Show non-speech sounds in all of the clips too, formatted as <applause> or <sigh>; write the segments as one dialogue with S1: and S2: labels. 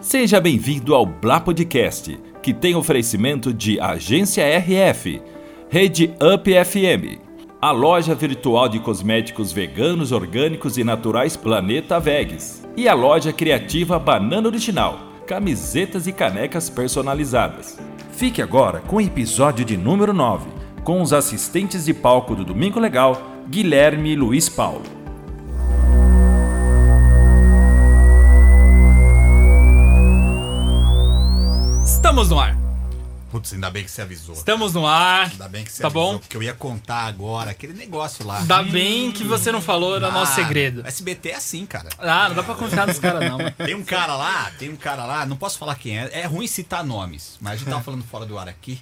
S1: Seja bem-vindo ao Blá Podcast, que tem oferecimento de Agência RF, Rede Up FM, a loja virtual de cosméticos veganos, orgânicos e naturais Planeta Vegs e a loja criativa Banana Original, camisetas e canecas personalizadas. Fique agora com o episódio de número 9, com os assistentes de palco do Domingo Legal, Guilherme e Luiz Paulo.
S2: Estamos no ar.
S3: Putz, ainda bem que você avisou.
S2: Estamos no ar.
S3: Ainda bem que você
S2: Tá
S3: avisou,
S2: bom?
S3: porque eu ia contar agora aquele negócio lá.
S2: Ainda bem que você não falou do
S3: Mano,
S2: nosso segredo.
S3: SBT é assim, cara.
S2: Ah, não dá pra confiar nos caras, não. mano.
S3: Tem um cara lá, tem um cara lá, não posso falar quem é, é ruim citar nomes, mas a gente
S2: É.
S3: tava falando fora do ar aqui.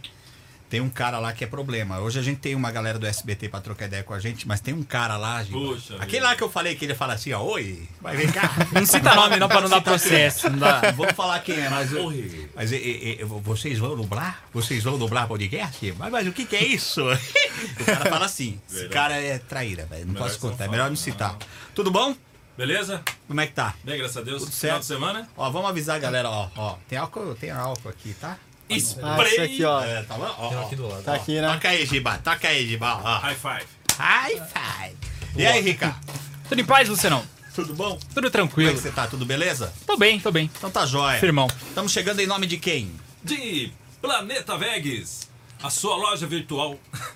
S3: Tem um cara lá que é problema. Hoje a gente tem uma galera do SBT pra trocar ideia com a gente, mas tem um cara lá, gente.
S1: Puxa
S3: aquele lá que eu falei que ele fala assim, ó, oi, vai vem cá.
S2: <laughs> Não cita nome, não, pra não dar processo. Não dá.
S3: Vamos falar quem é, mas. eu- Mas e- e- e- vocês vão dublar? Vocês vão dublar podcast? Mas, mas o que, que é isso? <laughs> o cara fala assim: esse cara é traíra, velho. Não
S1: Melhor um
S3: posso
S1: que não
S3: contar, é
S1: fala,
S3: melhor não citar.
S1: né?
S3: Tudo bom?
S1: Beleza?
S3: Como é que tá?
S1: Bem, graças a Deus.
S3: Tudo certo.
S1: semana?
S3: Ó, vamos avisar a galera, ó, ó. Tem álcool, tem álcool aqui, tá?
S4: Ah, esse aqui, ó.
S3: É, tá bom? Ó, ó.
S4: Tá aqui, né?
S3: Taca aí, Giba, taca aí, Giba, ó.
S1: five.
S3: High five. E aí, Rica?
S2: Tudo em paz, Luciano?
S3: Tudo bom?
S2: Tudo
S3: Como é que
S2: tranquilo.
S3: você tá? Tudo beleza?
S2: Tô bem, tô bem.
S3: Então tá jóia.
S2: Firmão.
S3: Estamos chegando em nome de quem?
S1: de Planeta Vegas, a sua loja virtual.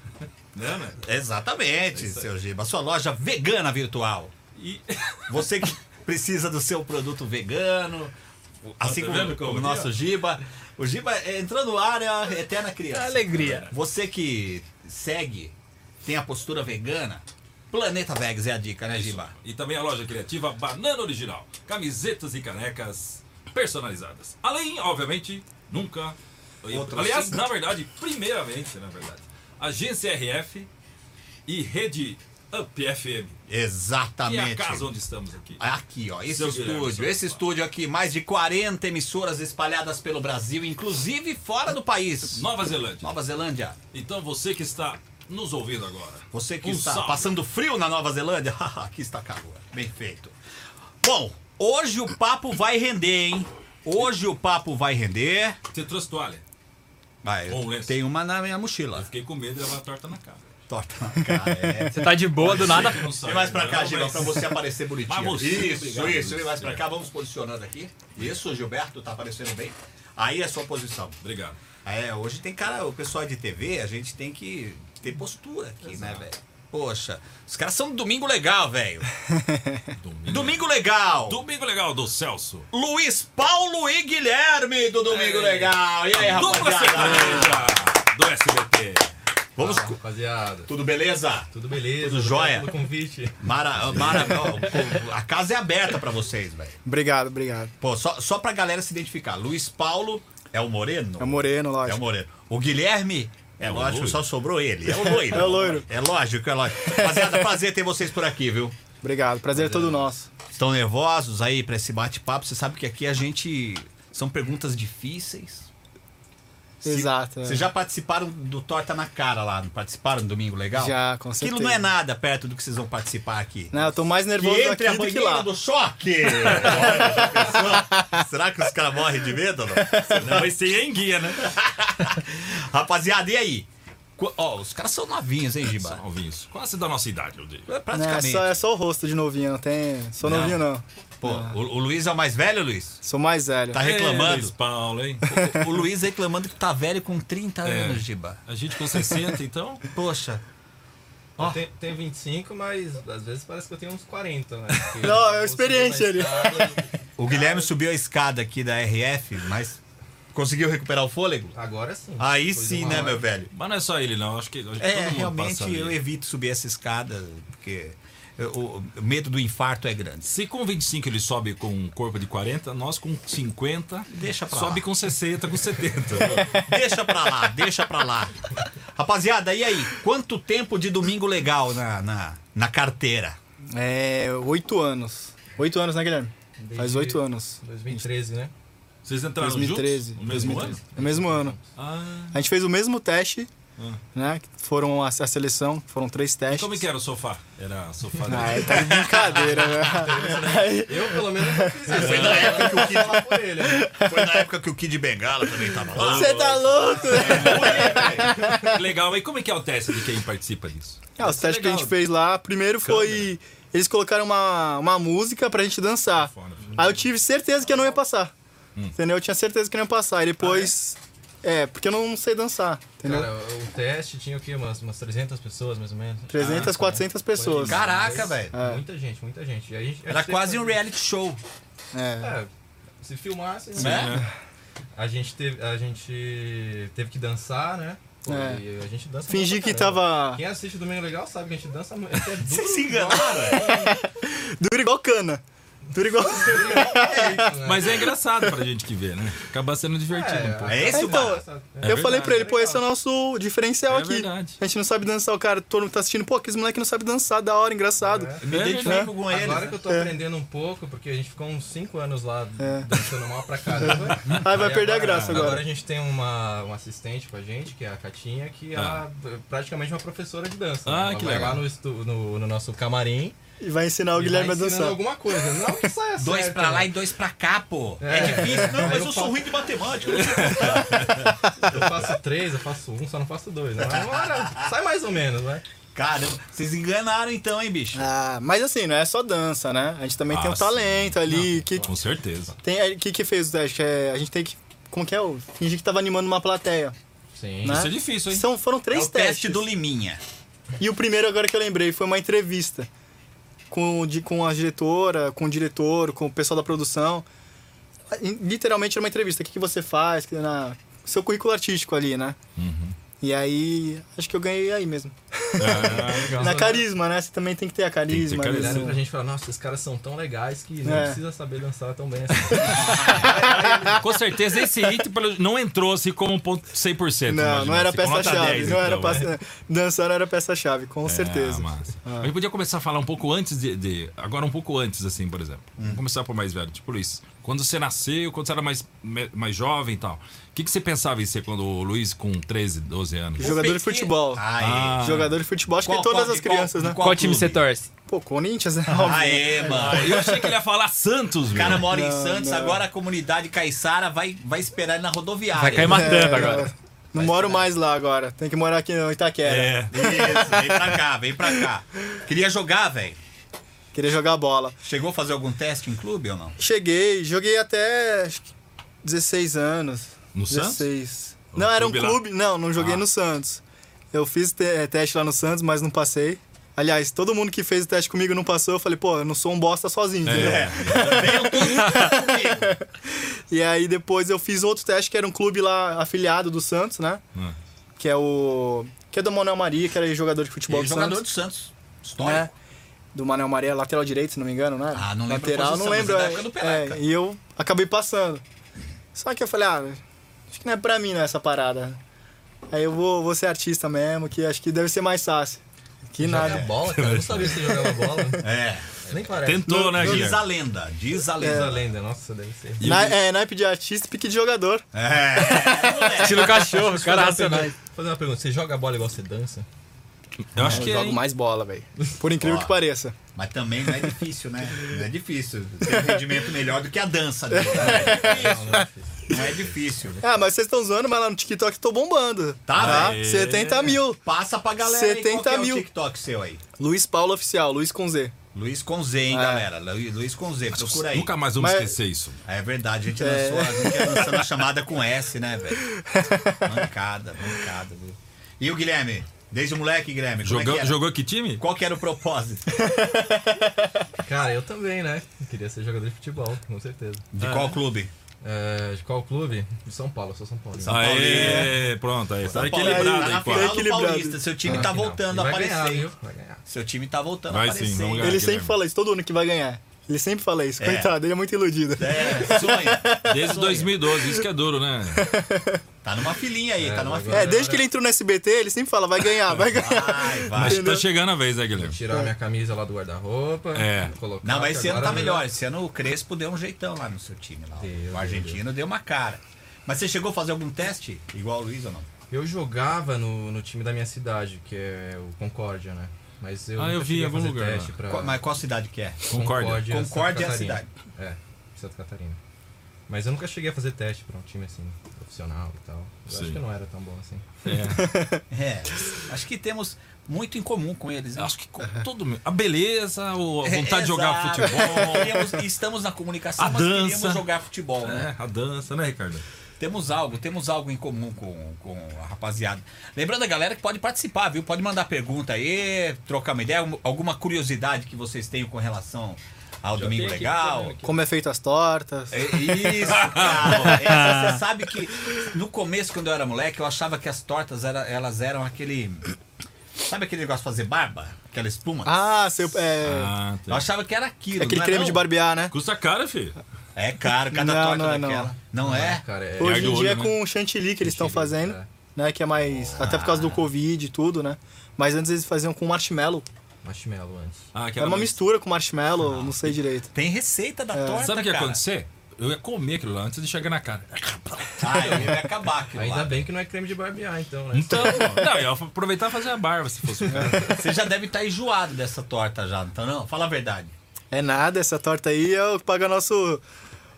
S1: <laughs> né, né?
S3: Exatamente, seu Giba. Sua loja vegana virtual.
S1: E
S3: Você que precisa do seu produto vegano, assim
S1: tá
S3: como,
S1: vendo como
S3: como o
S1: aqui,
S3: nosso
S1: ó?
S3: Giba. O Giba é, entrou no ar, é a eterna criança.
S2: Alegria.
S3: Você que segue, tem a postura vegana, Planeta Vegas é a dica, né, Giba?
S1: E também a loja criativa Banana Original. Camisetas e canecas personalizadas. Além, obviamente, nunca.
S3: Outros.
S1: Aliás, na verdade, primeiramente, na verdade, Agência RF e Rede Up FM. Que é a
S3: Exatamente.
S1: casa onde estamos aqui.
S3: Aqui, ó, esse
S1: Seu Guilherme,
S3: estúdio,
S1: seu
S3: esse
S1: Guilherme.
S3: estúdio aqui, mais de 40 emissoras espalhadas pelo Brasil, inclusive fora do país.
S1: Nova Zelândia.
S3: Nova Zelândia.
S1: Então você que está nos ouvindo agora.
S3: Você que
S1: um
S3: está
S1: salve.
S3: passando frio na Nova Zelândia, <laughs> aqui está calor. Bem feito. Bom, hoje o papo vai render, hein? Hoje o papo vai render.
S1: Você trouxe toalha.
S3: Vai,
S1: Bom,
S3: eu
S1: lenço.
S3: tenho uma na minha mochila.
S1: Fiquei com medo de levar a torta na cara.
S3: Torta na cara, é.
S2: Você tá de boa do nada?
S1: Não sabe, né?
S3: Vem É mais pra
S1: não,
S3: cá, Gilberto,
S1: mas-
S3: pra você aparecer bonitinho.
S1: Mas você,
S3: isso,
S1: obrigado,
S3: isso. Vem
S1: Luiz.
S3: mais pra cá, vamos posicionando aqui. Isso, Gilberto, tá aparecendo bem. Aí é a sua posição.
S1: Obrigado.
S3: É, hoje tem cara, o pessoal de TV, a gente tem que ter postura aqui, né, velho? Poxa, os caras são do domingo
S1: <laughs>
S3: legal, velho.
S1: Domingo.
S3: Domingo legal.
S1: Domingo legal do Celso.
S3: Luiz Paulo e Guilherme do Domingo
S5: Ei.
S3: Legal. E aí,
S1: Dupla
S3: rapaziada?
S1: sertaneja do SBT.
S3: Vamos.
S5: Fala, rapaziada.
S3: Tudo beleza?
S5: Tudo beleza?
S3: Tudo jóia?
S5: Obrigado pelo convite.
S3: Mara, Mara,
S5: <laughs>
S3: ó, a casa é aberta pra vocês, velho.
S4: Obrigado, obrigado.
S3: Pô, só, só pra galera se identificar. Luiz Paulo é o Moreno?
S4: É o Moreno,
S3: É o
S4: lógico.
S3: Moreno. O Guilherme. É,
S1: o
S3: lógico,
S1: loiro.
S3: só sobrou ele. É
S4: <laughs>
S3: o loiro.
S4: É o loiro.
S3: É lógico, é lógico. Rapaziada, prazer ter vocês por aqui, viu?
S4: Obrigado. Prazer é todo nosso.
S3: Estão nervosos aí pra esse bate-papo? Você sabe que aqui a gente. São perguntas difíceis. Se-
S4: Exato. é.
S3: Vocês já participaram do Torta na Cara lá, não participaram do Domingo Legal?
S4: Já, com certeza.
S3: Aquilo não é nada perto do que vocês vão participar aqui.
S4: Não, Né, eu tô mais nervoso
S3: que entre
S4: aqui
S3: a
S4: do que
S3: banheira
S4: lá. Né,
S3: do choque! <laughs> Olha, já pensou? Será que os caras morrem de medo? Não?
S1: Não, mas sem enguia, né?
S3: <laughs> Rapaziada, e aí? Qu- Ó, os caras são novinhos, hein, Giba?
S1: Alvinhos, quase da nossa idade, eu digo.
S4: Não, é,
S3: Praticamente.
S4: só, é só o rosto de novinho, não tem. Sou
S3: Não.
S4: novinho, não.
S3: Pô, o, o Luiz é o mais velho, Luiz?
S4: Sou mais velho.
S3: Tá
S1: É,
S3: reclamando.
S1: Luiz Paulo, hein?
S3: o Luiz reclamando que tá velho com 30
S1: É.
S3: anos, Giba.
S1: A gente com 60, então.
S3: Poxa. Ó.
S5: Eu tenho, tenho 25, mas às vezes parece que eu tenho uns 40,
S4: <laughs>
S5: né? Porque
S4: Não, é
S5: eu
S4: experiente
S5: subo na
S4: ele.
S5: escada,
S3: O Guilherme subiu a escada aqui da RF, mas conseguiu recuperar o fôlego?
S5: Agora sim.
S4: Ah.
S3: Aí
S5: Depois de
S3: sim,
S5: uma
S3: né,
S5: hora.
S3: meu velho?
S1: Mas não é só ele, não. Acho que acho que todo
S3: É,
S1: mundo
S3: realmente
S1: passa ali.
S3: eu evito subir essa escada, porque eu- o, o medo do infarto é grande.
S1: Se com 25 ele sobe com um corpo de 40, nós com 50.
S3: Deixa pra
S1: Sobe
S3: lá.
S1: com 60, com
S3: <laughs>
S1: 70.
S3: Deixa pra lá, <laughs> deixa pra lá. Rapaziada, e aí? Quanto tempo de domingo legal na, na, na carteira?
S4: É. Oito anos. Oito anos, né, Guilherme?
S5: Desde
S4: Faz oito anos.
S5: 2013, né?
S1: Vocês entraram
S4: 2013.
S1: juntos? O mesmo
S4: 2013. É o mesmo ano.
S1: ano? Ah,
S4: A gente fez o mesmo teste
S3: Ah.
S4: né? Que foram a, a seleção, foram três
S3: é
S4: testes.
S1: Como é que era o sofá? Era
S3: <laughs>
S1: sofá
S4: Ah, ele tá de brincadeira, né?
S3: Tá
S4: Aí-
S5: Eu, pelo menos, não fiz isso. Foi na época que o Kid lá por ele. né?
S3: Foi na época que o Kid Bengala também tava lá.
S4: Você tá louco?
S1: <laughs> Legal, e como é que é o teste de quem participa disso? Tá
S4: Ah, os testes que a
S1: legal.
S4: gente fez lá, primeiro foi. Eles colocaram uma, uma música pra gente dançar.
S1: Tá Fora. Hum.
S4: Aí eu tive certeza que eu não ia passar. Entendeu? Eu tinha certeza que eu não ia passar. E depois.
S1: Ah,
S4: é? porque eu não sei dançar. Entendeu?
S5: Cara, o teste tinha o quê? Umas, umas 300 pessoas, mais ou menos.
S4: 300,
S1: ah, tá.
S4: 400 pessoas.
S5: Foi demais.
S3: Caraca, velho.
S5: Muita gente, muita gente. E aí, a gente
S3: Era
S5: teve-
S3: quase um reality show.
S4: É.
S5: É, se filmasse, né?
S3: Né?
S5: A gente teve, a gente teve que dançar, né? Pô,
S4: É.
S5: e a gente dança
S4: Fingir
S5: muito
S4: que
S5: pra caramba.
S4: tava.
S5: Quem assiste o Domingo Legal sabe que a gente dança muito.
S4: <laughs>
S5: É duro,
S3: se enganaram.
S4: Dura igual cana. Dura igual.
S1: Mas é engraçado pra gente que vê, né? Acaba sendo divertido um pouco.
S3: É esse o
S4: Então,
S3: bar?
S4: <laughs> eu falei pra ele, pô, esse é o nosso diferencial
S1: É
S4: aqui.
S1: verdade.
S4: A gente não sabe dançar, o cara, todo mundo tá assistindo, pô, aqueles moleque não sabe dançar, da hora, engraçado.
S5: É.
S3: Me
S1: É,
S3: identifico com ele.
S5: Agora que eu tô
S4: É.
S5: aprendendo um pouco, porque a gente ficou uns 5 anos lá dançando mal pra caramba.
S4: <laughs> Aí É. vai
S5: Aí
S4: perder a graça agora.
S5: Agora a gente tem uma, uma assistente com a gente, que é a Catinha, que
S1: Ah.
S5: é praticamente uma professora de dança.
S1: Ah,
S5: Ela
S1: que
S5: vai
S1: legal.
S5: lá no, estu- no, no nosso camarim
S4: E vai ensinar o
S5: e
S4: Guilherme
S5: vai
S4: a dançar.
S5: ensinando alguma coisa. Não que saia
S4: <laughs>
S3: Dois
S5: certo,
S3: pra lá
S5: né?
S3: e dois pra cá, pô.
S5: É.
S3: É difícil. Não,
S5: Aí
S3: mas
S5: eu
S3: eu sou
S5: falo-
S3: ruim de matemática.
S5: Eu faço três, eu faço um, só não faço dois. Né? Mas Agora, sai mais ou menos, vai.
S3: Caramba, vocês enganaram então, hein, bicho?
S4: Ah, mas assim, não é só dança, né? A gente também tem
S1: Ah,
S4: um talento ali. que,
S1: Com
S3: É
S1: certeza.
S4: tem, aí, que que fez o teste? É, a gente tem que. Como que é? o- Fingir que tava animando uma plateia.
S5: Sim.
S4: Né?
S1: Isso é difícil, hein?
S4: São, foram
S3: É
S4: três
S3: o
S4: testes.
S3: teste do Liminha.
S4: E o primeiro agora que eu lembrei foi uma entrevista com, o di- com a diretora, com o diretor, com o pessoal da produção. E, Literalmente era uma entrevista. O que, que você faz? Que- Na, seu currículo artístico ali, né?
S1: Uhum.
S4: E aí, acho que eu ganhei aí mesmo. Na carisma, né? Você também tem que ter
S1: que
S4: a
S1: ter
S4: carisma.
S1: carisma.
S4: né?
S5: Olharam pra gente e falaram, nossa, esses caras são tão legais que não
S4: É.
S5: precisa saber dançar tão bem assim.
S1: Com certeza esse item pelo- não entrou assim como um ponto 100%.
S4: Não, não
S1: imagina,
S4: era
S1: assim, com nota
S4: peça-chave.
S1: 10,
S4: Não era
S1: então, é.
S2: né?
S4: peça... Dançar não era peça-chave, com certeza.
S1: Ah, massa. A gente podia começar a falar um pouco antes de. de- agora um pouco antes, assim, por exemplo. Vamos começar por mais velho. Tipo, Luiz, quando você nasceu, quando você era mais, me- mais jovem e tal, o que, que você pensava em ser quando o Luiz, com 13, 12 anos?
S4: Jogador de
S3: Pequeno.
S4: futebol.
S1: Ah, é.
S4: Ah.
S3: Aí.
S4: Jogador de futebol, acho
S3: Qual-
S4: que todas
S3: qual-
S4: as crianças, né?
S3: Qual clube?
S2: torce?
S4: Pô, Corinthians, né?
S1: Ah, é.
S3: Aê, mano.
S1: Eu achei que ele ia falar Santos,
S3: O cara
S1: velho.
S3: mora em
S4: Não,
S3: Santos,
S4: não.
S3: agora a comunidade caiçara vai, vai esperar ele na rodoviária.
S2: Vai cair matando agora.
S4: Não moro mais lá agora. Tem que morar aqui no Itaquera.
S1: É.
S3: Isso, vem pra cá, vem pra cá. Queria jogar, velho.
S4: Queria jogar bola.
S3: Chegou a fazer algum teste em clube ou não?
S4: Cheguei, joguei até acho que 16 anos.
S1: No Santos?
S4: 16.
S1: No
S4: não, era um
S1: clube lá?
S4: clube. Não, não joguei
S1: Ah.
S4: no Santos. Eu fiz te- eh, teste lá no Santos, mas não passei. Aliás, todo mundo que fez o teste comigo não passou. Eu falei, pô, eu não sou um bosta sozinho.
S3: É.
S1: É.
S4: entendeu? E aí depois eu fiz outro teste que era um clube lá afiliado do Santos, né?
S3: Ah.
S1: Hum.
S4: Que é o. Que é do Manuel Maria, que era jogador de futebol
S3: Ele é
S4: do
S3: jogador
S4: Santos.
S3: do Santos. História.
S4: né? Do Manuel Maria, lateral direito, se não me engano, né?
S3: Ah, não lembro a
S4: Lateral,
S3: posição,
S4: não lembro.
S3: mas é da
S4: é,
S3: época do Pelaca.
S4: é, e eu acabei passando. Só que eu falei, ah, acho que não é pra mim, né, essa parada. Aí eu vou, vou ser artista mesmo, que acho que deve ser mais fácil. Que
S5: Jogar
S4: nada.
S5: bola, cara, eu não sabia se você jogava
S1: <laughs>
S5: bola.
S3: É.
S5: Nem parece.
S1: Tentou, né,
S3: Diz
S1: Guilherme?
S3: a lenda. Diz
S4: É.
S3: a
S5: Diz a
S3: lenda.
S5: lenda, nossa, deve ser.
S1: E o-
S4: Na, é, naipe de artista, pique de jogador.
S3: É.
S2: Tira o cachorro, cara
S5: Fazer uma
S2: racionais.
S5: pergunta- fazer uma pergunta, você joga bola igual você dança?
S1: Eu acho
S4: Eu
S2: um
S1: que é,
S4: jogo
S1: hein?
S4: mais bola, velho. Por incrível
S3: Ó.
S4: que pareça.
S3: Mas também não é difícil, né? Não é difícil. Ter um rendimento melhor do que a dança dele.
S5: Não, não é difícil.
S3: Não é difícil.
S4: Ah, mas vocês estão zoando, mas lá no TikTok eu tô bombando.
S3: Tá,
S1: velho.
S4: 70 Ah, mil.
S3: Passa pra galera aí, qual
S4: 70
S3: que é
S4: mil.
S3: o TikTok seu aí.
S4: Luiz Paulo Oficial, Luiz com Z.
S3: Luiz com Z, hein,
S4: É.
S3: galera. Lu- Luiz com Z, procura aí.
S1: Nunca mais vamos
S4: Mas-
S1: esquecer isso.
S3: É verdade, a gente
S4: É.
S3: lançou, a gente ia lançando a chamada com S, né, velho? Mancada, mancada, viu? E o Guilherme? Desde o moleque, Guilherme, como é que
S1: Jogou,
S3: era?
S1: jogou que time?
S3: Qual que era o propósito?
S5: Cara, eu também, né? Queria ser jogador de futebol, com certeza.
S3: De qual clube?
S5: É, de qual clube? De São Paulo, eu sou São Paulo.
S1: Aê,
S3: né?
S1: pronto, aí. Tá
S3: Tá
S1: equilibrado
S3: na
S1: aí,
S3: final
S1: quase.
S3: do
S4: Equilibrado.
S3: Paulista, seu time tá voltando a
S5: vai
S3: aparecer.
S5: Ganhar,
S3: hein?
S5: viu? Vai ganhar.
S3: Seu time tá voltando a
S1: Vai
S3: aparecer.
S1: sim, vamos
S3: hein?
S1: ganhar.
S4: ele
S1: Guilherme.
S4: sempre fala isso, todo ano que vai ganhar. Ele sempre fala isso.
S3: É.
S4: Coitado, ele é muito iludido.
S3: É, sonha.
S1: Desde 2012, isso que é duro,
S3: <laughs>
S1: né?
S3: Tá numa filinha aí, tá numa
S5: agora-
S3: filinha.
S4: É, desde que ele entrou no SBT, ele sempre fala, vai
S3: <laughs>
S4: ganhar, vai
S2: é.
S4: ganhar.
S3: Vai, vai.
S1: Mas tá
S4: Entendeu?
S1: chegando a vez, né, Guilherme?
S5: Tirar minha camisa lá do guarda-roupa.
S1: É.
S5: Colocar,
S3: Não, mas
S5: que
S3: esse ano
S5: agora
S3: tá
S5: eu-
S3: melhor. Esse ano o Crespo deu um jeitão lá no seu time. Lá.
S5: Deu,
S3: o
S5: deu,
S3: argentino deu uma cara. Mas você chegou a fazer algum teste? Igual o Luiz ou não?
S5: Eu jogava no, no time da minha cidade, que é o Concórdia, né? Mas eu
S2: Ah,
S5: nunca
S2: eu vi
S5: cheguei a
S2: em algum
S5: fazer
S2: lugar
S5: teste
S2: lá.
S5: pra-
S3: Qual- mas qual cidade que é?
S2: Concórdia.
S5: Santa
S3: Concórdia é a
S5: Catarina.
S3: cidade.
S5: É, Santa Catarina. Mas eu nunca cheguei a fazer teste pra um time assim, profissional e tal. Eu
S1: Sim.
S5: acho que eu não era tão bom assim.
S3: É. Acho que temos muito em comum com eles. né?
S2: Acho que com todo mundo. A beleza, o- a
S3: É,
S2: vontade de jogar
S3: exato.
S2: futebol,
S3: Queríamos- estamos na comunicação,
S2: A
S3: mas
S2: dança.
S3: queríamos jogar futebol, né?
S2: né? a dança, né, Ricardo?
S3: Temos algo, temos algo em comum com, com a rapaziada. Lembrando a galera que pode participar, viu? Pode mandar pergunta aí, trocar uma ideia, algum- alguma curiosidade que vocês tenham com relação ao Domingo
S5: tem aqui,
S3: Legal.
S5: tem aqui.
S4: Como é feito as tortas.
S3: É Isso, cara. Essa, você sabe que no começo, quando eu era moleque, eu achava que as tortas era, elas eram aquele. Sabe aquele negócio de fazer barba? Aquela espuma?
S4: Ah, seu. É,
S1: Ah,
S3: Eu
S1: tá.
S3: achava que era aquilo.
S4: aquele
S3: não é
S4: creme
S3: não?
S4: de barbear, né?
S1: Custa caro, filho.
S3: É caro, cada
S4: Não,
S3: torta
S4: não é não.
S3: daquela. Não, é?
S5: Cara, é.
S4: Hoje
S1: do
S4: em dia é
S1: olho,
S4: com o chantilly que eles estão fazendo,
S5: é.
S4: né? Que é mais. Até por causa do Covid e tudo, né? Mas antes eles faziam com marshmallow.
S5: Marshmallow antes.
S1: Ah, aquela
S4: Era uma
S1: mais-
S4: mistura com marshmallow, não sei direito.
S3: Tem receita
S4: É.
S3: da torta.
S2: Sabe o que ia
S3: cara.
S2: acontecer? Eu ia comer aquilo lá antes de chegar na cara.
S3: Ah, eu ia acabar aquilo
S5: Ainda
S3: lá.
S5: bem que não é creme de barbear, então, né?
S2: Então, não, eu ia aproveitar e fazer a barba se fosse o cara.
S3: Você já deve estar enjoado dessa torta já, então não? Fala a verdade.
S4: É nada, essa torta aí é o que paga nosso.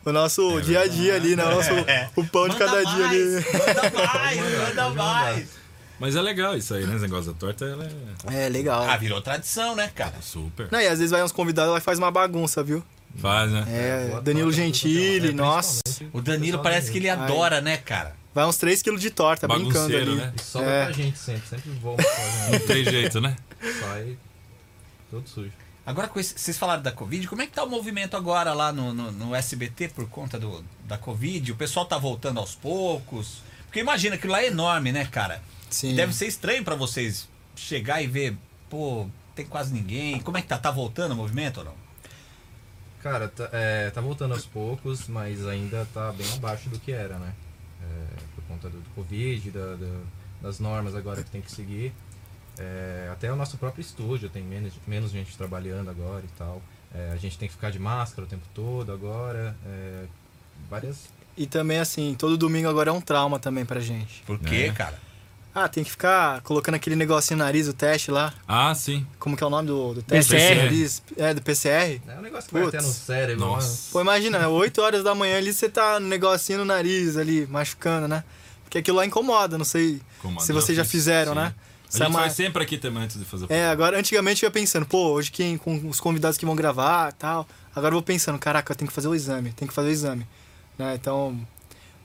S4: O nosso dia a dia ali, né? O, nosso, o pão de
S3: Manda
S4: cada dia
S3: mais,
S4: ali. <laughs>
S3: Manda mais, manda mais.
S1: Mas é legal isso aí, né? Esse negócio da torta, ela é
S4: É, legal.
S3: Ah, virou tradição, né, cara?
S1: super.
S4: Não, e às vezes vai uns convidados lá e faz uma bagunça, viu?
S1: Faz, né?
S4: É,
S5: Boa
S4: Danilo
S5: torta, é,
S4: Gentili,
S5: né? principalmente.
S4: nossa.
S3: O Danilo parece que ele adora, né, cara?
S4: Vai uns 3kg de torta, brincando
S1: Bagunceiro,
S4: ali.
S1: né?
S5: E sobra
S4: É.
S5: pra gente sempre, sempre vou uma coisa,
S1: Tem jeito, né?
S4: <laughs>
S5: né? sai todo sujo.
S3: Agora, com esse- vocês falaram da Covid, como é que tá o movimento agora lá no, no- no SBT por conta do- da Covid? O pessoal tá voltando aos poucos? Porque imagina, aquilo lá é enorme, né, cara?
S4: Sim.
S3: Deve ser estranho pra vocês chegar e ver, pô, tem quase ninguém. Como é que tá? Tá voltando o movimento ou não?
S5: Cara, tá, é, tá voltando aos poucos, mas ainda tá bem abaixo do que era, né? É, por conta do, do Covid, da- da- das normas agora que tem que seguir. É, até o nosso próprio estúdio tem menos, menos gente trabalhando agora e tal. É, a gente tem que ficar de máscara o tempo todo agora. é, várias.
S4: E também, assim, todo domingo agora é um trauma também pra gente.
S3: Por quê, cara?
S4: Ah, tem que ficar colocando aquele negócio no nariz, o teste lá.
S1: Ah, sim.
S4: Como que é o nome do, do teste?
S1: PCR.
S4: Do nariz? É, do PCR.
S5: É um negócio que vai
S4: Putz.
S5: até no cérebro. né?
S1: Nossa.
S4: Pô, imagina, 8 horas da manhã ali você tá no negocinho no nariz ali, machucando, né? Porque aquilo lá incomoda, não sei
S1: Incomoda,
S4: se vocês
S1: eu
S4: já
S1: fiz,
S4: fizeram,
S1: sim.
S4: né?
S1: A
S3: é
S4: Sai
S1: gente
S4: uma-
S1: faz sempre aqui também antes de fazer o
S4: É, agora antigamente eu ia pensando, pô, hoje quem com os convidados que vão gravar e tal. Agora eu vou pensando, caraca, eu tenho que fazer o exame, tenho que fazer o exame. Né? Então.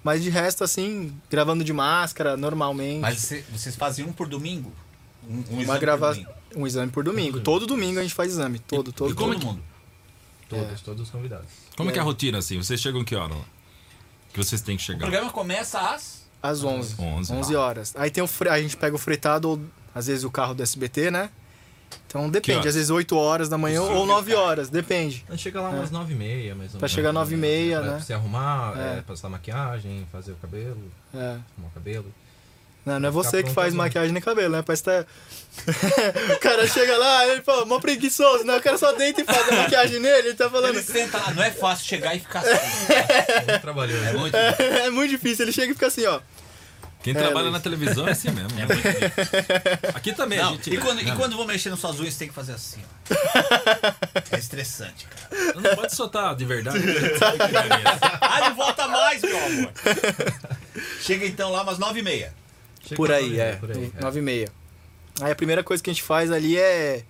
S4: Mas de resto, assim, gravando de máscara, normalmente.
S3: Mas você- vocês fazem um por domingo? Um, um
S4: uma
S3: exame
S4: grava...
S3: por domingo?
S4: um exame por domingo. Todo domingo a gente faz exame. Todo, todo.
S1: e como é
S3: Todo
S1: que-
S3: mundo.
S5: Todos, todos os convidados.
S1: Como é que é a rotina assim? Vocês chegam que hora? lá? Que vocês têm que
S3: O
S1: chegar?
S3: programa começa às...
S4: Às 11.
S1: 11,
S4: 11, horas. Aí tem o fre... a gente pega o fretado, ou às vezes o carro do SBT, né? Então depende,
S1: horas?
S4: às vezes 8 horas da manhã ou 9 horas, depende.
S5: A gente chega lá umas nove e meia, mais ou menos.
S4: É.
S5: É,
S4: Pra chegar nove e meia,
S5: Pra
S4: né?
S5: Se arrumar,
S4: É.
S5: é, passar maquiagem, fazer o cabelo,
S4: É.
S5: arrumar o cabelo.
S4: Não, não é
S5: Ficar
S4: você que
S5: pronto
S4: faz
S5: mesmo.
S4: maquiagem nem cabelo, né? Parece que tá... <laughs> o cara chega lá, ele fala, mó preguiçoso, né? O cara só deita e faz a maquiagem nele, ele tá falando.
S3: Ele senta lá, não é fácil chegar e ficar assim.
S5: trabalhando.
S3: É muito
S4: <laughs> É muito difícil, ele chega e fica assim, ó.
S1: Quem trabalha
S4: Luiz.
S1: na televisão é assim mesmo. né? Aqui também, a
S3: Não,
S1: gente.
S3: e, quando, e
S1: Não,
S3: quando vão mexer nas suas unhas, tem que fazer assim, ó. É estressante, cara.
S1: Não pode soltar de verdade. né?
S2: <laughs>
S3: Ah, não volta mais, meu amor. Chega então lá umas nove e meia.
S5: Chega
S4: Por
S5: nove
S4: aí,
S5: e meia,
S4: é.
S5: por aí, é.
S4: 9 e meia. Aí a primeira coisa que a gente faz ali é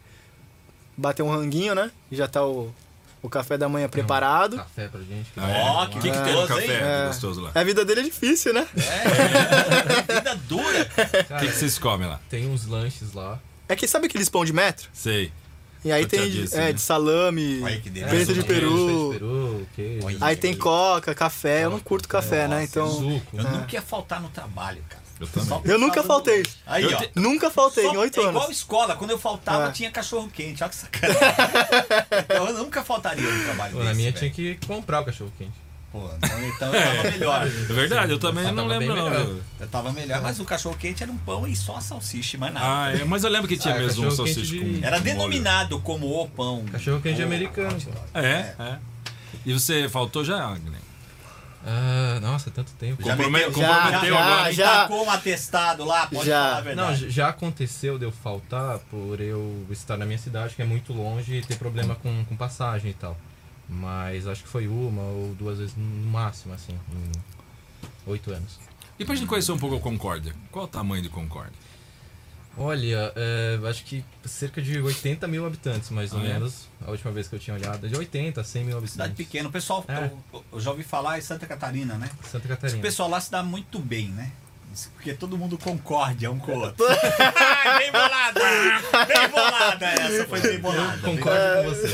S4: bater um ranguinho, né? E já tá o, o café da manhã preparado.
S5: Café pra gente. que
S1: Ah,
S5: vai
S1: é?
S3: Ó,
S5: tomar.
S1: O que, que tem
S3: É.
S1: no café
S4: É.
S1: tá gostoso lá?
S4: A vida dele é difícil, né?
S3: É, vida dura.
S1: O
S5: Cara,
S1: que, que vocês comem lá?
S5: Tem uns lanches lá.
S4: É que sabe aqueles pão de metro?
S1: Sei.
S4: E aí
S1: Eu tinha
S4: tem
S1: dito,
S4: é,
S1: né?
S4: de salame,
S3: Olha que delícia.
S4: peito É, de
S5: Queijo, peito
S4: peru.
S5: de peru, queijo.
S3: Olha.
S4: Aí tem coca, café. Eu não curto café, né?
S1: é
S4: Então.
S5: Suco.
S3: Eu nunca ia faltar no trabalho, cara.
S1: Eu também.
S3: Só por
S4: Eu nunca
S3: causa do-
S4: faltei.
S3: Aí,
S1: Eu
S3: ó.
S1: te-
S4: Nunca faltei,
S3: Só-
S4: em oito
S3: é igual
S4: anos.
S3: escola, quando eu faltava
S4: É.
S3: tinha cachorro quente, olha que
S4: <laughs>
S3: sacanagem. então eu nunca faltaria no trabalho
S5: Pô,
S3: desse,
S5: na minha
S3: velho.
S5: tinha que comprar o cachorro quente.
S3: Pô, então, então eu tava melhor.
S1: É verdade, eu também
S5: Mas
S1: não
S5: tava bem
S1: lembro, não.
S5: melhor.
S1: viu?
S3: Eu tava melhor, mas o cachorro quente era um pão e só a salsicha, mas nada.
S1: Ah, é, mas eu lembro que tinha
S5: Ah,
S1: mesmo um
S5: cachorro-quente
S1: salsicha
S5: de-
S1: com.
S3: Era
S1: com
S3: denominado como o pão.
S5: Cachorro quente
S3: Ou-
S5: americano.
S1: molho. É, é. E você faltou já, Agnes?
S5: Ah, Ah, nossa, tanto tempo.
S3: Já
S2: Comprome-
S3: meteu-
S2: comprometeu
S4: já,
S2: agora,
S3: Me
S2: hein?
S4: Já.
S3: tacou um atestado lá, pode
S4: Já.
S3: falar a verdade.
S5: Não, j- já aconteceu de eu faltar por eu estar na minha cidade, que é muito longe, e ter problema com, com passagem e tal. Mas acho que foi uma ou duas vezes no máximo, assim, em oito anos.
S2: E pra gente conhecer um pouco o Concórdia, qual o tamanho do Concórdia?
S5: Olha, é, acho que cerca de 80 mil habitantes, mais ou
S2: Ah, é?
S5: menos, a última vez que eu tinha olhado. De 80 a 100 mil
S3: Cidade
S5: habitantes.
S3: pequena. O pessoal,
S5: É.
S3: eu, eu já ouvi falar em Santa Catarina, né?
S5: Santa
S3: O
S5: Catarina.
S3: pessoal lá se dá muito bem, né? Isso Porque todo mundo concorde um com o
S5: <laughs>
S3: outro. bem bolada! Bem bolada essa, foi bem bolada. bem
S5: Concordo com você.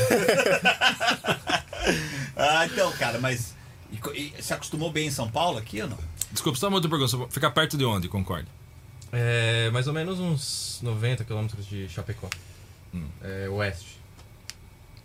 S5: <laughs>
S3: Ah, então, cara, mas. e co- e se acostumou bem em São Paulo aqui ou não?
S2: Desculpa, só uma outra pergunta. Fica perto de onde, Concórdia?
S5: É, mais ou menos uns 90 quilômetros de Chapecó.
S3: Hum.
S5: É, oeste.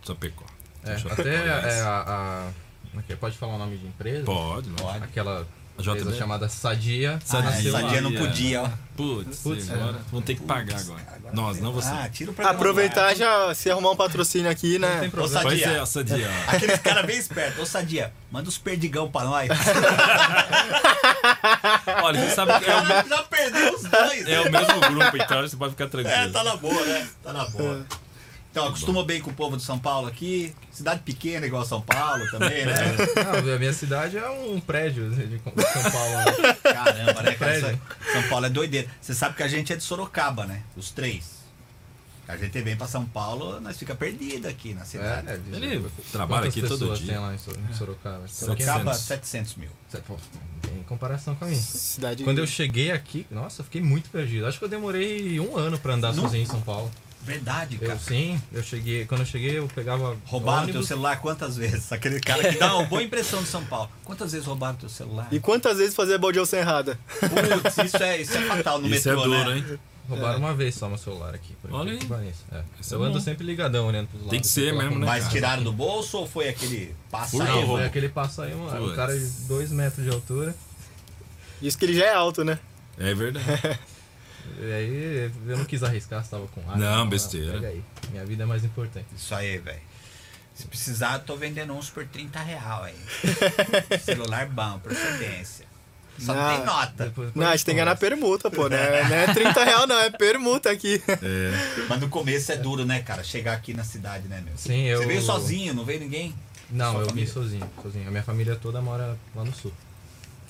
S2: Chapecó.
S5: É,
S2: Chapecó,
S5: até
S2: aliás.
S5: é, a, a- como é que é? Pode falar o nome de empresa?
S2: Pode, não.
S3: Pode.
S5: Aquela
S2: A JB?
S5: empresa chamada Sadia.
S2: Sadia.
S3: Ah,
S5: nasceu
S2: sei
S3: essa
S5: lá.
S3: dia não
S2: é.
S3: podia, ó.
S2: Putz,
S3: é.
S5: Putz,
S2: agora um vão ter que pagar agora. Nós, não você.
S3: Ah, tira o programa.
S4: Aproveitar já se arrumar um patrocínio aqui,
S5: Não tem
S4: né?
S3: Ô,
S5: problema.
S2: Vai ser
S3: Sadia.
S2: essa dia.
S3: Aqueles caras bem espertos. Ô, Sadia, manda os perdigão pra nós.
S2: <laughs> Olha, você sabe que é o,
S3: Cara, já perdeu os dois.
S2: é o mesmo grupo, então você pode ficar
S3: É,
S2: tranquilo. É.
S3: tá na boa, né? Tá na boa. Então, acostuma bem com o povo de São Paulo aqui. Cidade pequena igual São Paulo também, né?
S5: Não, a minha cidade é um prédio de São
S2: <laughs>
S5: Paulo. né?
S3: Caramba, né, cara?
S5: Prédio.
S3: Isso- São Paulo é doideira. Você sabe que a gente é de Sorocaba, né? Os três. A gente vem pra São Paulo, nós fica perdido aqui na cidade.
S5: É, de-
S2: Ele
S5: quantas
S2: trabalha aqui todo
S5: pessoas
S2: dia.
S5: tem lá em Sor- em Sorocaba?
S3: Sorocaba,
S2: 700.
S3: 700 mil.
S5: Pô, não tem comparação com a mim.
S4: Cidade.
S5: Quando eu cheguei aqui, nossa, eu fiquei muito perdido. Acho que eu demorei um ano pra andar
S3: Não.
S5: sozinho em São Paulo.
S3: Verdade,
S5: Eu
S3: cara.
S5: sim, eu cheguei. Quando eu cheguei, eu pegava.
S3: Roubaram teu
S5: ônibus.
S3: celular quantas vezes? Aquele cara que dá uma boa impressão de São Paulo. Quantas vezes roubaram teu celular?
S4: E quantas vezes fazer baldeão sem errada?
S3: Putz, isso é, isso é fatal no
S2: Isso é
S3: metrô,
S2: duro,
S3: né?
S2: hein?
S5: Roubaram uma vez só meu celular aqui. Por
S2: É. Olha
S5: incrível que pareça. É.
S2: Isso é
S5: Eu ando
S2: bom.
S5: sempre ligadão olhando pros lados.
S2: que ser
S5: fico lá
S2: mesmo,
S5: com-
S2: né?
S3: Mas
S2: cara.
S3: tiraram do bolso ou foi aquele passa
S5: Não,
S3: aí?
S5: foi
S2: roubo.
S5: aquele passo aí, mano.
S2: Putz.
S5: Um cara de 2 metros de altura.
S4: Isso que ele já é alto, né?
S3: <laughs>
S2: É verdade.
S5: E aí eu não quis arriscar, se tava com ar.
S2: Não,
S5: Eu falei,
S2: besteira.
S5: "Ah, Pega aí. Minha vida é mais importante.
S3: Isso aí, velho. Se precisar, eu tô vendendo uns por 30 real aí. Celular bom, procedência. Só
S4: Não.
S3: tem nota.
S5: Depois, depois
S4: Não, a
S5: eu
S4: gente tem que
S5: falo.
S4: ganhar na permuta, pô. Né? Não é 30 real, não. É
S1: <laughs>
S4: permuta aqui.
S3: Mas no começo é duro, né, cara? Chegar aqui na cidade, né, meu?
S5: Sim, eu-
S3: Você veio sozinho, não veio ninguém?
S5: Não,
S3: Sua
S5: eu
S3: família?
S5: vim sozinho, sozinho. A minha família toda mora lá no sul.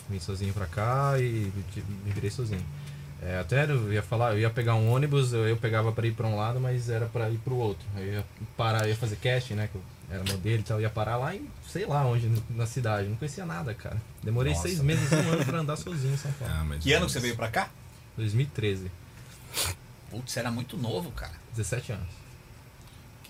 S5: Vim sozinho pra cá e te- me virei sozinho. É, até eu ia falar, eu ia pegar um ônibus, eu, eu pegava pra ir pra um lado, mas era pra ir pro outro. Aí eu ia parar, eu ia fazer casting, né? Que eu era modelo e tal, eu ia parar lá em sei lá onde, n- na cidade. Não conhecia nada, cara. Demorei
S3: Nossa.
S5: seis meses, um ano pra andar sozinho em São Paulo.
S2: Ah, mas-
S3: Que ano que você veio pra cá?
S5: 2013,
S3: Putz, era muito novo, cara.
S5: 17 anos.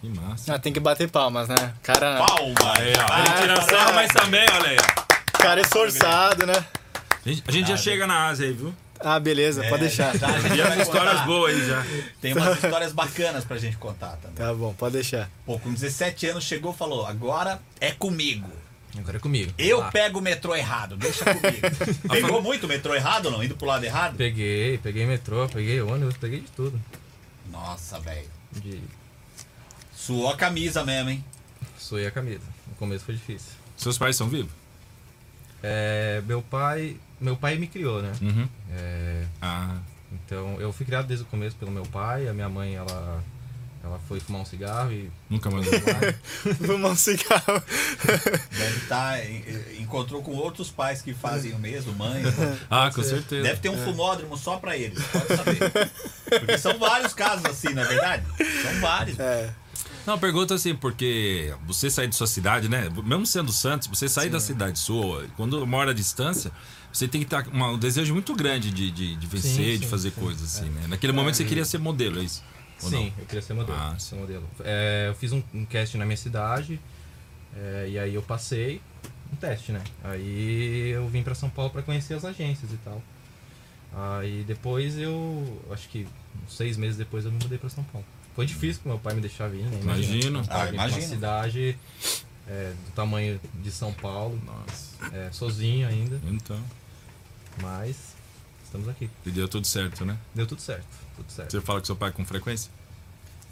S2: Que massa.
S4: Ah, tem que bater palmas, né? Cara,
S3: Palma!
S2: Aí, ó. Ele tira sarro, mas também, olha aí. ó.
S4: cara esforçado, né?
S2: A gente, a gente já chega na Ásia aí, viu?
S4: Ah, beleza.
S3: É,
S4: Pode deixar.
S3: já a gente
S2: E as
S3: vai
S2: histórias
S3: contar.
S2: boas aí já.
S3: Tem umas histórias bacanas pra gente contar também.
S4: Tá bom, pode <laughs> deixar.
S3: Pô, com 17 anos chegou e falou: agora é comigo.
S5: Agora é comigo.
S3: Eu
S2: Tá.
S5: Lá.
S3: pego o metrô errado, deixa
S2: <laughs>
S3: comigo. Pegou muito o metrô errado ou não? Indo pro lado errado?
S5: Peguei, peguei metrô, peguei ônibus, peguei de tudo.
S3: Nossa, velho.
S5: De...
S3: Suou a camisa mesmo, hein?
S5: Suei a camisa. No começo foi difícil.
S2: Seus pais são vivos?
S5: É, meu pai, meu pai me criou, né?
S2: Uhum.
S5: É,
S2: Ah,
S5: então eu fui criado desde o começo pelo meu pai. A minha mãe ela, ela foi fumar um cigarro e
S2: nunca mais.
S4: Fumar um cigarro.
S3: Deve tá, en- encontrou com outros pais que fazem o mesmo, mães. né?
S2: Ah, com certeza.
S3: Deve ter um fumódromo só pra eles, pode
S2: <laughs>
S3: saber. Porque são vários casos assim, não é verdade? São vários.
S4: É.
S2: Não, pergunta assim, porque você sair de sua cidade, né? Mesmo sendo Santos, você sair da cidade sua, quando mora à distância, você tem que estar com uma- um desejo muito grande de, de, de vencer,
S5: Sim,
S2: de
S5: sim,
S2: fazer
S5: sim. É.
S2: coisas assim, né? Naquele momento você queria ser modelo, é isso? Ou
S5: Sim,
S2: não?
S5: eu queria ser modelo.
S2: Ah,
S5: ser modelo. É, eu fiz um, um cast na minha cidade é, e aí eu passei um teste, né? Aí eu vim pra São Paulo pra conhecer as agências e tal. Aí depois eu, acho que uns seis meses depois eu me mudei pra São Paulo. Foi difícil pro meu pai me deixar vir, né?
S2: Imagino.
S3: Ah,
S5: Vim pra
S3: imagino.
S5: Uma cidade é, do tamanho de São Paulo,
S2: Nossa.
S5: é, sozinho ainda,
S2: Então,
S5: mas estamos aqui.
S2: e deu tudo certo, né?
S5: Deu tudo certo, tudo certo.
S2: Você fala com seu pai com frequência?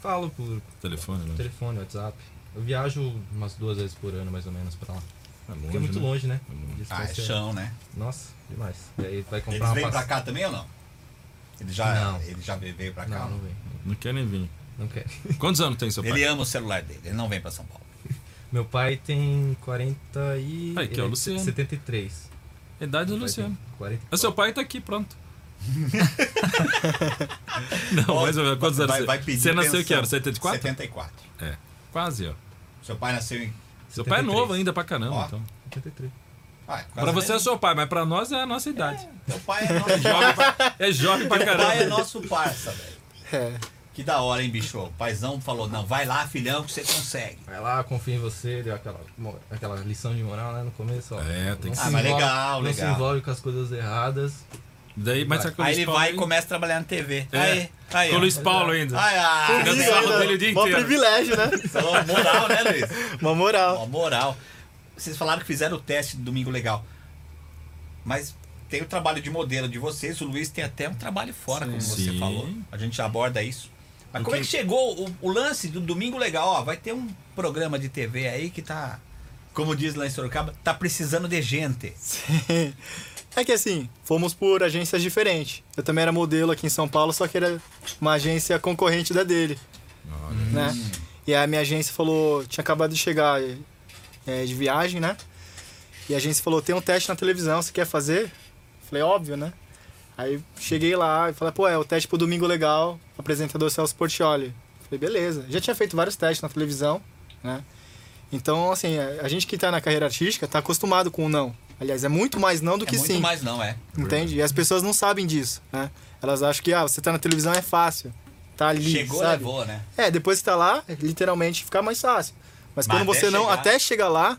S5: Falo por
S2: Telefone, né?
S5: telefone, WhatsApp. Eu viajo umas duas vezes por ano, mais ou menos, pra lá.
S2: É longe,
S5: Porque é muito
S2: né?
S5: longe, né?
S2: É longe.
S5: eles
S3: Ah, é
S5: conhecem-
S3: chão, né?
S5: Nossa, demais. E aí vai comprar
S3: Eles
S5: uma
S3: vêm pra
S5: pasta-
S3: cá também ou não? Ele já,
S5: Não.
S3: Ele já veio pra cá?
S5: Não, não vem.
S2: Não quer nem vir.
S5: Não quer.
S2: Quantos anos tem seu pai?
S3: Ele ama o celular dele, ele não vem pra São Paulo.
S5: <laughs> Meu pai tem 40 e.
S2: Aí, que é o
S5: ele
S2: Luciano.
S5: 73.
S2: Idade do
S5: Meu pai tem
S2: Luciano.
S5: 44.
S2: É seu pai tá aqui, pronto. não,
S3: Ó,
S2: <laughs> mas ou menos, quantos anos
S3: vai,
S2: você-
S3: vai pedir
S2: Você nasceu
S3: pensão.
S2: que era? 74?
S3: 74.
S2: É. Quase, ó.
S3: Seu pai nasceu em.
S2: Seu pai é
S5: 73.
S2: novo ainda pra caramba,
S3: Ó.
S2: então.
S5: 73.
S3: Ah, quase
S2: Pra você é
S3: mesmo.
S2: seu pai, mas pra nós é a nossa idade.
S3: Teu pai é nosso,
S2: Jovem pra- <laughs> É jovem pra
S3: teu pai é
S2: caramba.
S3: nosso parça, velho.
S4: É.
S3: Que da hora, hein, bicho? O paizão falou: não, vai lá, filhão, que você consegue.
S5: Vai lá, confia em você, deu aquela, mo- aquela lição de moral, né? No começo, ó.
S2: É,
S5: Não
S2: tem que
S5: se
S3: Ah, mas
S5: envolve-
S3: legal,
S5: Não
S3: legal.
S5: se envolve com as coisas erradas.
S2: Daí, mas é com o
S3: Aí
S2: Luiz
S3: ele
S2: Paulo
S3: vai e
S2: ainda.
S3: começa a trabalhar na TV.
S2: É.
S3: Aí, aí.
S2: Com o
S3: ó.
S2: Luiz Paulo
S4: Ah.
S2: ainda.
S3: Ai, ai.
S2: <laughs> Fica
S4: Amigo
S2: dançando
S4: ainda,
S2: dele o dia
S4: Mó
S2: inteiro.
S4: privilégio, né?
S3: Falou moral, né, Luiz?
S4: Uma moral.
S3: Ó, moral. Vocês falaram que fizeram o teste do Domingo Legal. Mas tem o trabalho de modelo de vocês. O Luiz tem até um trabalho fora, como você
S2: Sim.
S3: falou. A gente já aborda isso. Mas como é que chegou o, o lance do Domingo Legal? Ó, vai ter um programa de TV aí que tá, como diz lá em Sorocaba, tá precisando de gente.
S4: É que assim, fomos por agências diferentes. Eu também era modelo aqui em São Paulo, só que era uma agência concorrente da dele. Né? E aí a minha agência falou, tinha acabado de chegar é, de viagem, né? E a agência falou, tem um teste na televisão, você quer fazer? Falei, óbvio, né? Aí cheguei lá e falei, pô, é o teste pro Domingo Legal, apresentador Celso Portioli. Falei, beleza. Já tinha feito vários testes na televisão, né? Então, assim, a a gente que tá na carreira artística tá acostumado com o não. Aliás, é muito mais não do
S3: é
S4: que
S3: muito
S4: sim.
S3: mais não, é.
S4: Entende? E as pessoas não sabem disso, né? Elas acham que, ah, você tá na televisão é fácil. Tá ali,
S3: Chegou,
S4: sabe?
S3: levou, né?
S4: É, depois que tá lá, literalmente fica mais fácil. Mas,
S3: Mas
S4: quando
S3: até
S4: você não,
S3: chegar-
S4: até chegar lá,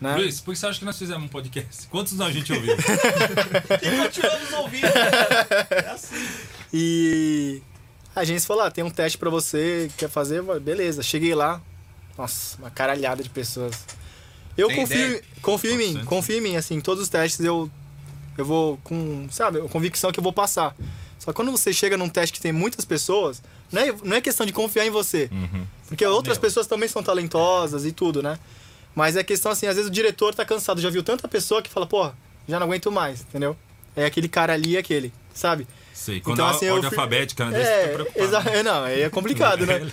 S4: né?
S2: Luiz, por que você acha que nós fizemos um podcast? Quantos nós a gente ouviu?
S3: E continuamos ouvindo. É assim.
S4: E a agência falou: ah, tem um teste pra você, quer fazer? Eu falei, Beleza. Cheguei lá, nossa, uma caralhada de pessoas. Eu
S3: Tem
S4: confio,
S3: ideia?
S4: confio em mim,
S2: 400.
S4: confio em mim, assim, todos os testes eu eu vou com, sabe, a convicção que eu vou passar. Só que quando você chega num teste que tem muitas pessoas, não é, não é questão de confiar em você. Porque outras
S3: Uhum. Meu.
S4: pessoas também são talentosas e tudo, né? Mas é questão assim, às vezes o diretor tá cansado, já viu tanta pessoa que fala, pô, já não aguento mais, entendeu? É aquele cara ali, é aquele, sabe?
S2: Sei, quando
S4: Então,
S2: a
S4: assim, eu
S2: ordem
S4: fui-
S2: alfabética, né? Daí você
S4: É,
S2: fica preocupado.
S4: exa- é, não, aí é complicado, né?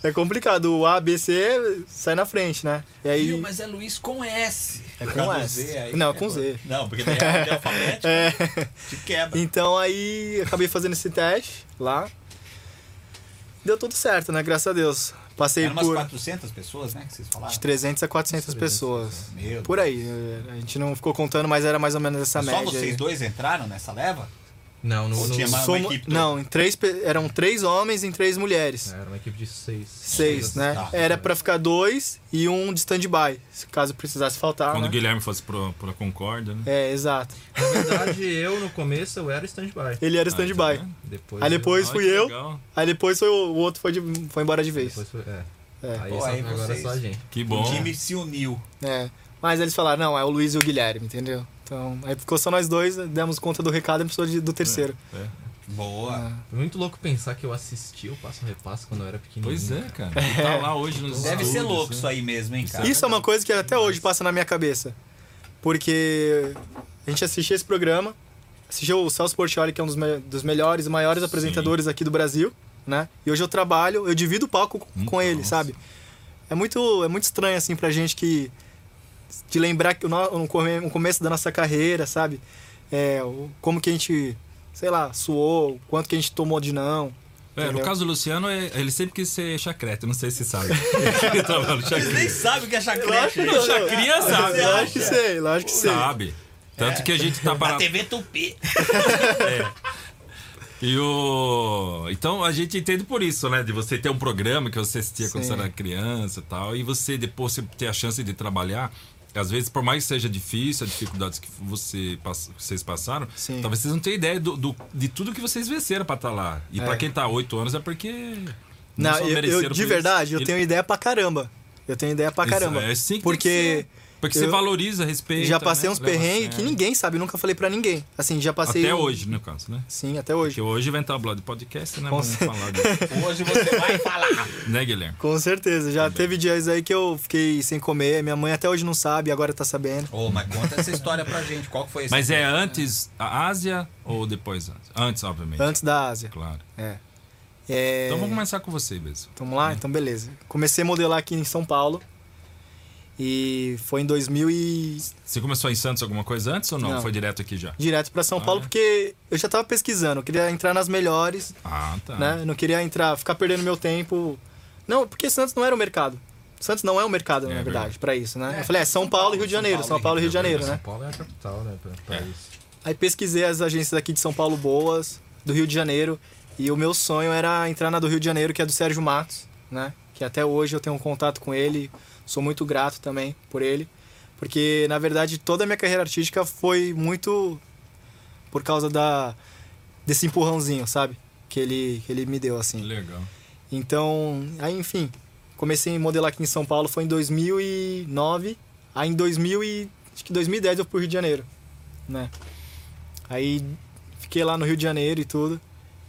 S4: É complicado. O A, B, C sai na frente, né? E aí.
S3: Viu, <laughs> mas é Luiz com S.
S4: É com
S3: Pra
S4: S.
S3: você aí,
S4: Não,
S3: né?
S4: com Z.
S3: Não, porque daí é ordem alfabética.
S4: É,
S3: Te quebra.
S4: então aí acabei fazendo esse teste lá. Deu tudo certo, né? Graças a Deus. Passei
S3: Eram umas
S4: por
S3: 400 pessoas, né? Que vocês falaram.
S4: de 300 a 400 pessoas.
S3: Meu
S4: Por
S3: Deus.
S4: aí. é, A gente não ficou contando, mas era mais ou menos essa média.
S3: Só vocês
S4: aí.
S3: dois entraram nessa leva?
S5: Não, no,
S3: Ou
S5: no-
S3: tinha mais- uma
S4: Somo-
S3: equipe toda? É,
S4: Não, em três, pe- eram três homens e três mulheres.
S5: Era uma equipe de seis.
S4: Seis, né?
S3: Tá.
S4: Era pra ficar dois e um de stand-by, se caso precisasse faltar.
S2: Quando
S4: né?
S2: o Guilherme fosse pro, pra Concórdia, né?
S4: É, exato.
S5: Na verdade, eu no começo eu era stand-by.
S4: Ele era
S2: Ah,
S4: stand-by.
S2: tá vendo?
S5: Depois,
S4: Aí depois
S2: Ah,
S4: fui
S2: que
S4: eu.
S2: legal.
S4: Aí depois foi o, o outro foi, de, foi embora de vez.
S5: Depois foi, é.
S4: É.
S5: Aí,
S3: Pô,
S5: só-
S3: aí
S5: agora
S3: vocês-
S5: é só a gente.
S2: Que
S3: O
S2: bom.
S3: time se uniu.
S4: É. Mas eles falaram, não, é o Luiz e o Guilherme, entendeu? Então, aí ficou só nós dois, demos conta do recado e precisou de- do terceiro.
S2: É.
S3: Boa.
S5: Foi Muito louco pensar que eu assisti o Passo a Repasso quando eu era pequenininho.
S2: Pois é, cara. Tá lá hoje nos
S3: Deve ser
S2: estúdios,
S3: louco
S2: né?
S3: isso aí mesmo, hein, cara?
S4: Isso é uma coisa que até hoje passa na minha cabeça. Porque a gente assistia esse programa, assistiu o Celso Portioli, que é um dos, me- dos melhores e maiores apresentadores aqui do Brasil, né? E hoje eu trabalho, eu divido o palco com
S2: Nossa.
S4: ele, sabe? É muito, é muito estranho, assim, pra gente que... De lembrar que o no, no come- no começo da nossa carreira, sabe? É, o- como que a gente, sei lá, suou, o quanto que a gente tomou de não.
S2: É, no
S4: entendeu? <laughs>
S2: caso do Luciano, é- ele sempre quis ser chacrete, não sei se sabe. Ele trabalha no
S3: Vocês nem
S2: chacrete.
S3: sabem o que é chacrete.
S4: Não, não.
S2: Chacrinha sabe.
S4: Lógico que sei, lógico que
S2: Tá.
S4: sei.
S2: Sabe. Tanto que a gente tá
S3: Na
S2: parado.
S3: TV é Tupi.
S2: E o. Então a gente entende por isso, né? De você ter um programa que você assistia quando
S4: Sim.
S2: você era criança e tal. E você depois você ter a chance de trabalhar. Às vezes, por mais que seja difícil, as dificuldades que você pass- que vocês passaram,
S4: Sim.
S2: talvez vocês não tenham ideia do, do- de tudo que vocês venceram pra estar lá. E
S4: É.
S2: pra quem tá há oito anos é porque.
S4: Não,
S2: só
S4: eu- eu,
S2: mereceram por
S4: de
S2: isso.
S4: verdade, eu
S2: Ele-
S4: tenho ideia pra caramba. Eu tenho ideia pra
S2: Isso,
S4: caramba.
S2: é assim que tem que
S4: porque
S2: ser. Porque você
S4: Eu-
S2: valoriza, respeita.
S4: já passei
S2: né?
S4: uns
S2: Leva a
S4: perrengues que
S2: sério.
S4: ninguém sabe, nunca falei pra ninguém. Assim, já passei.
S2: Até
S4: um-
S2: hoje, no caso, né?
S4: Sim, até hoje.
S2: Porque hoje vai entrar o blog de podcast, né? Vamos falar disso.
S3: Hoje você vai falar.
S2: Né, Guilherme?
S4: Com certeza. Já teve dias aí que eu fiquei sem comer. Minha mãe até hoje não sabe, agora tá sabendo.
S3: Ô, mas conta essa história pra gente. Qual que foi esse?
S2: Mas é antes a Ásia ou depois? a Ásia? Antes, obviamente.
S4: Antes da Ásia.
S2: Claro.
S4: É. É,
S2: Então vamos começar com você, mesmo. Hum.
S4: Vamos lá? Então, beleza. Comecei a modelar aqui em São Paulo. E foi em 2000 e...
S2: Você começou em Santos alguma coisa antes ou não?
S4: Não.
S2: Foi direto aqui já?
S4: Direto pra São Paulo,
S2: é?
S4: porque eu já tava pesquisando. Eu queria entrar nas melhores,
S2: Ah, tá.
S4: né? Eu Não queria entrar, ficar perdendo meu tempo. Não, porque Santos não era o mercado. Santos não é o mercado,
S2: É
S4: na
S2: verdade.
S4: verdade, pra isso, né?
S5: É,
S4: eu falei, é São Paulo e Rio de
S3: São
S4: Janeiro.
S3: Paulo
S4: São
S3: e
S4: Paulo e Rio de Janeiro,
S5: São
S4: né?
S5: Paulo é a capital, né? Pra, pra isso.
S4: Aí pesquisei as agências aqui de São Paulo boas, do Rio de Janeiro, e o meu sonho era entrar na do Rio de Janeiro, que é do Sérgio Matos, né? Que até hoje eu tenho um contato com ele, sou muito grato também por ele, porque na verdade toda a minha carreira artística foi muito por causa da desse empurrãozinho, sabe? Que ele que ele me deu assim.
S2: Legal.
S4: Então, aí enfim, comecei a modelar aqui em São Paulo, foi em 2009. Aí em 2000 e, acho que 2010 eu fui pro Rio de Janeiro, né? Aí fiquei lá no Rio de Janeiro e tudo.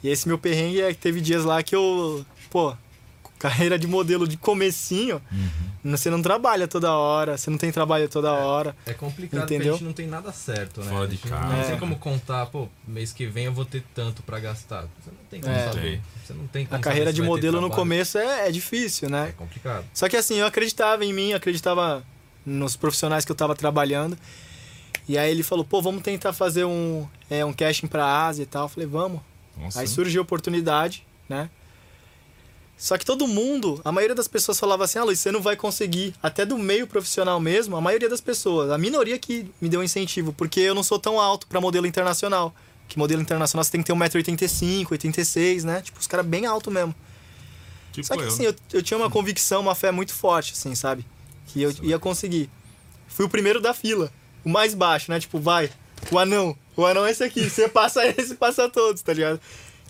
S4: E esse meu perrengue é que teve dias lá que eu, pô, carreira de modelo de comecinho, você não trabalha toda hora, você não tem trabalho toda hora.
S5: Uhum. É complicado porque
S4: Entendeu? É.
S5: a gente não tem nada certo, né?
S2: Fora
S5: A
S2: de
S5: gente Não,
S2: casa.
S5: não tem como contar, pô, mês que vem eu vou ter tanto pra gastar. Você não tem como
S4: É.
S5: saber.
S2: Tem.
S5: Você não tem como
S4: A
S5: saber
S4: carreira
S5: se
S4: de
S5: vai ter
S4: modelo no
S5: trabalho.
S4: começo é, é difícil, né?
S5: É complicado.
S4: Só que assim, eu acreditava em mim, acreditava nos profissionais que eu tava trabalhando. E aí ele falou, pô, vamos tentar fazer um, é, um casting pra Ásia e tal. Eu falei, vamos.
S2: Nossa.
S4: Aí surgiu a oportunidade, né? Só que todo mundo, a maioria das pessoas falava assim, ah, Luiz, você não vai conseguir. Até do meio profissional mesmo, a maioria das pessoas. A minoria que me deu incentivo, porque eu não sou tão alto pra modelo internacional. Que modelo internacional você tem que ter 1,85m, 86 né? Tipo, os caras bem alto mesmo.
S2: tipo
S4: Só que
S2: eu.
S4: assim, eu, eu tinha uma convicção, uma fé muito forte, assim, sabe? Que eu ia conseguir. Fui o primeiro da fila, o mais baixo, né? Tipo, vai, o anão, o anão é esse aqui, você passa <laughs> esse, passa todos, tá ligado?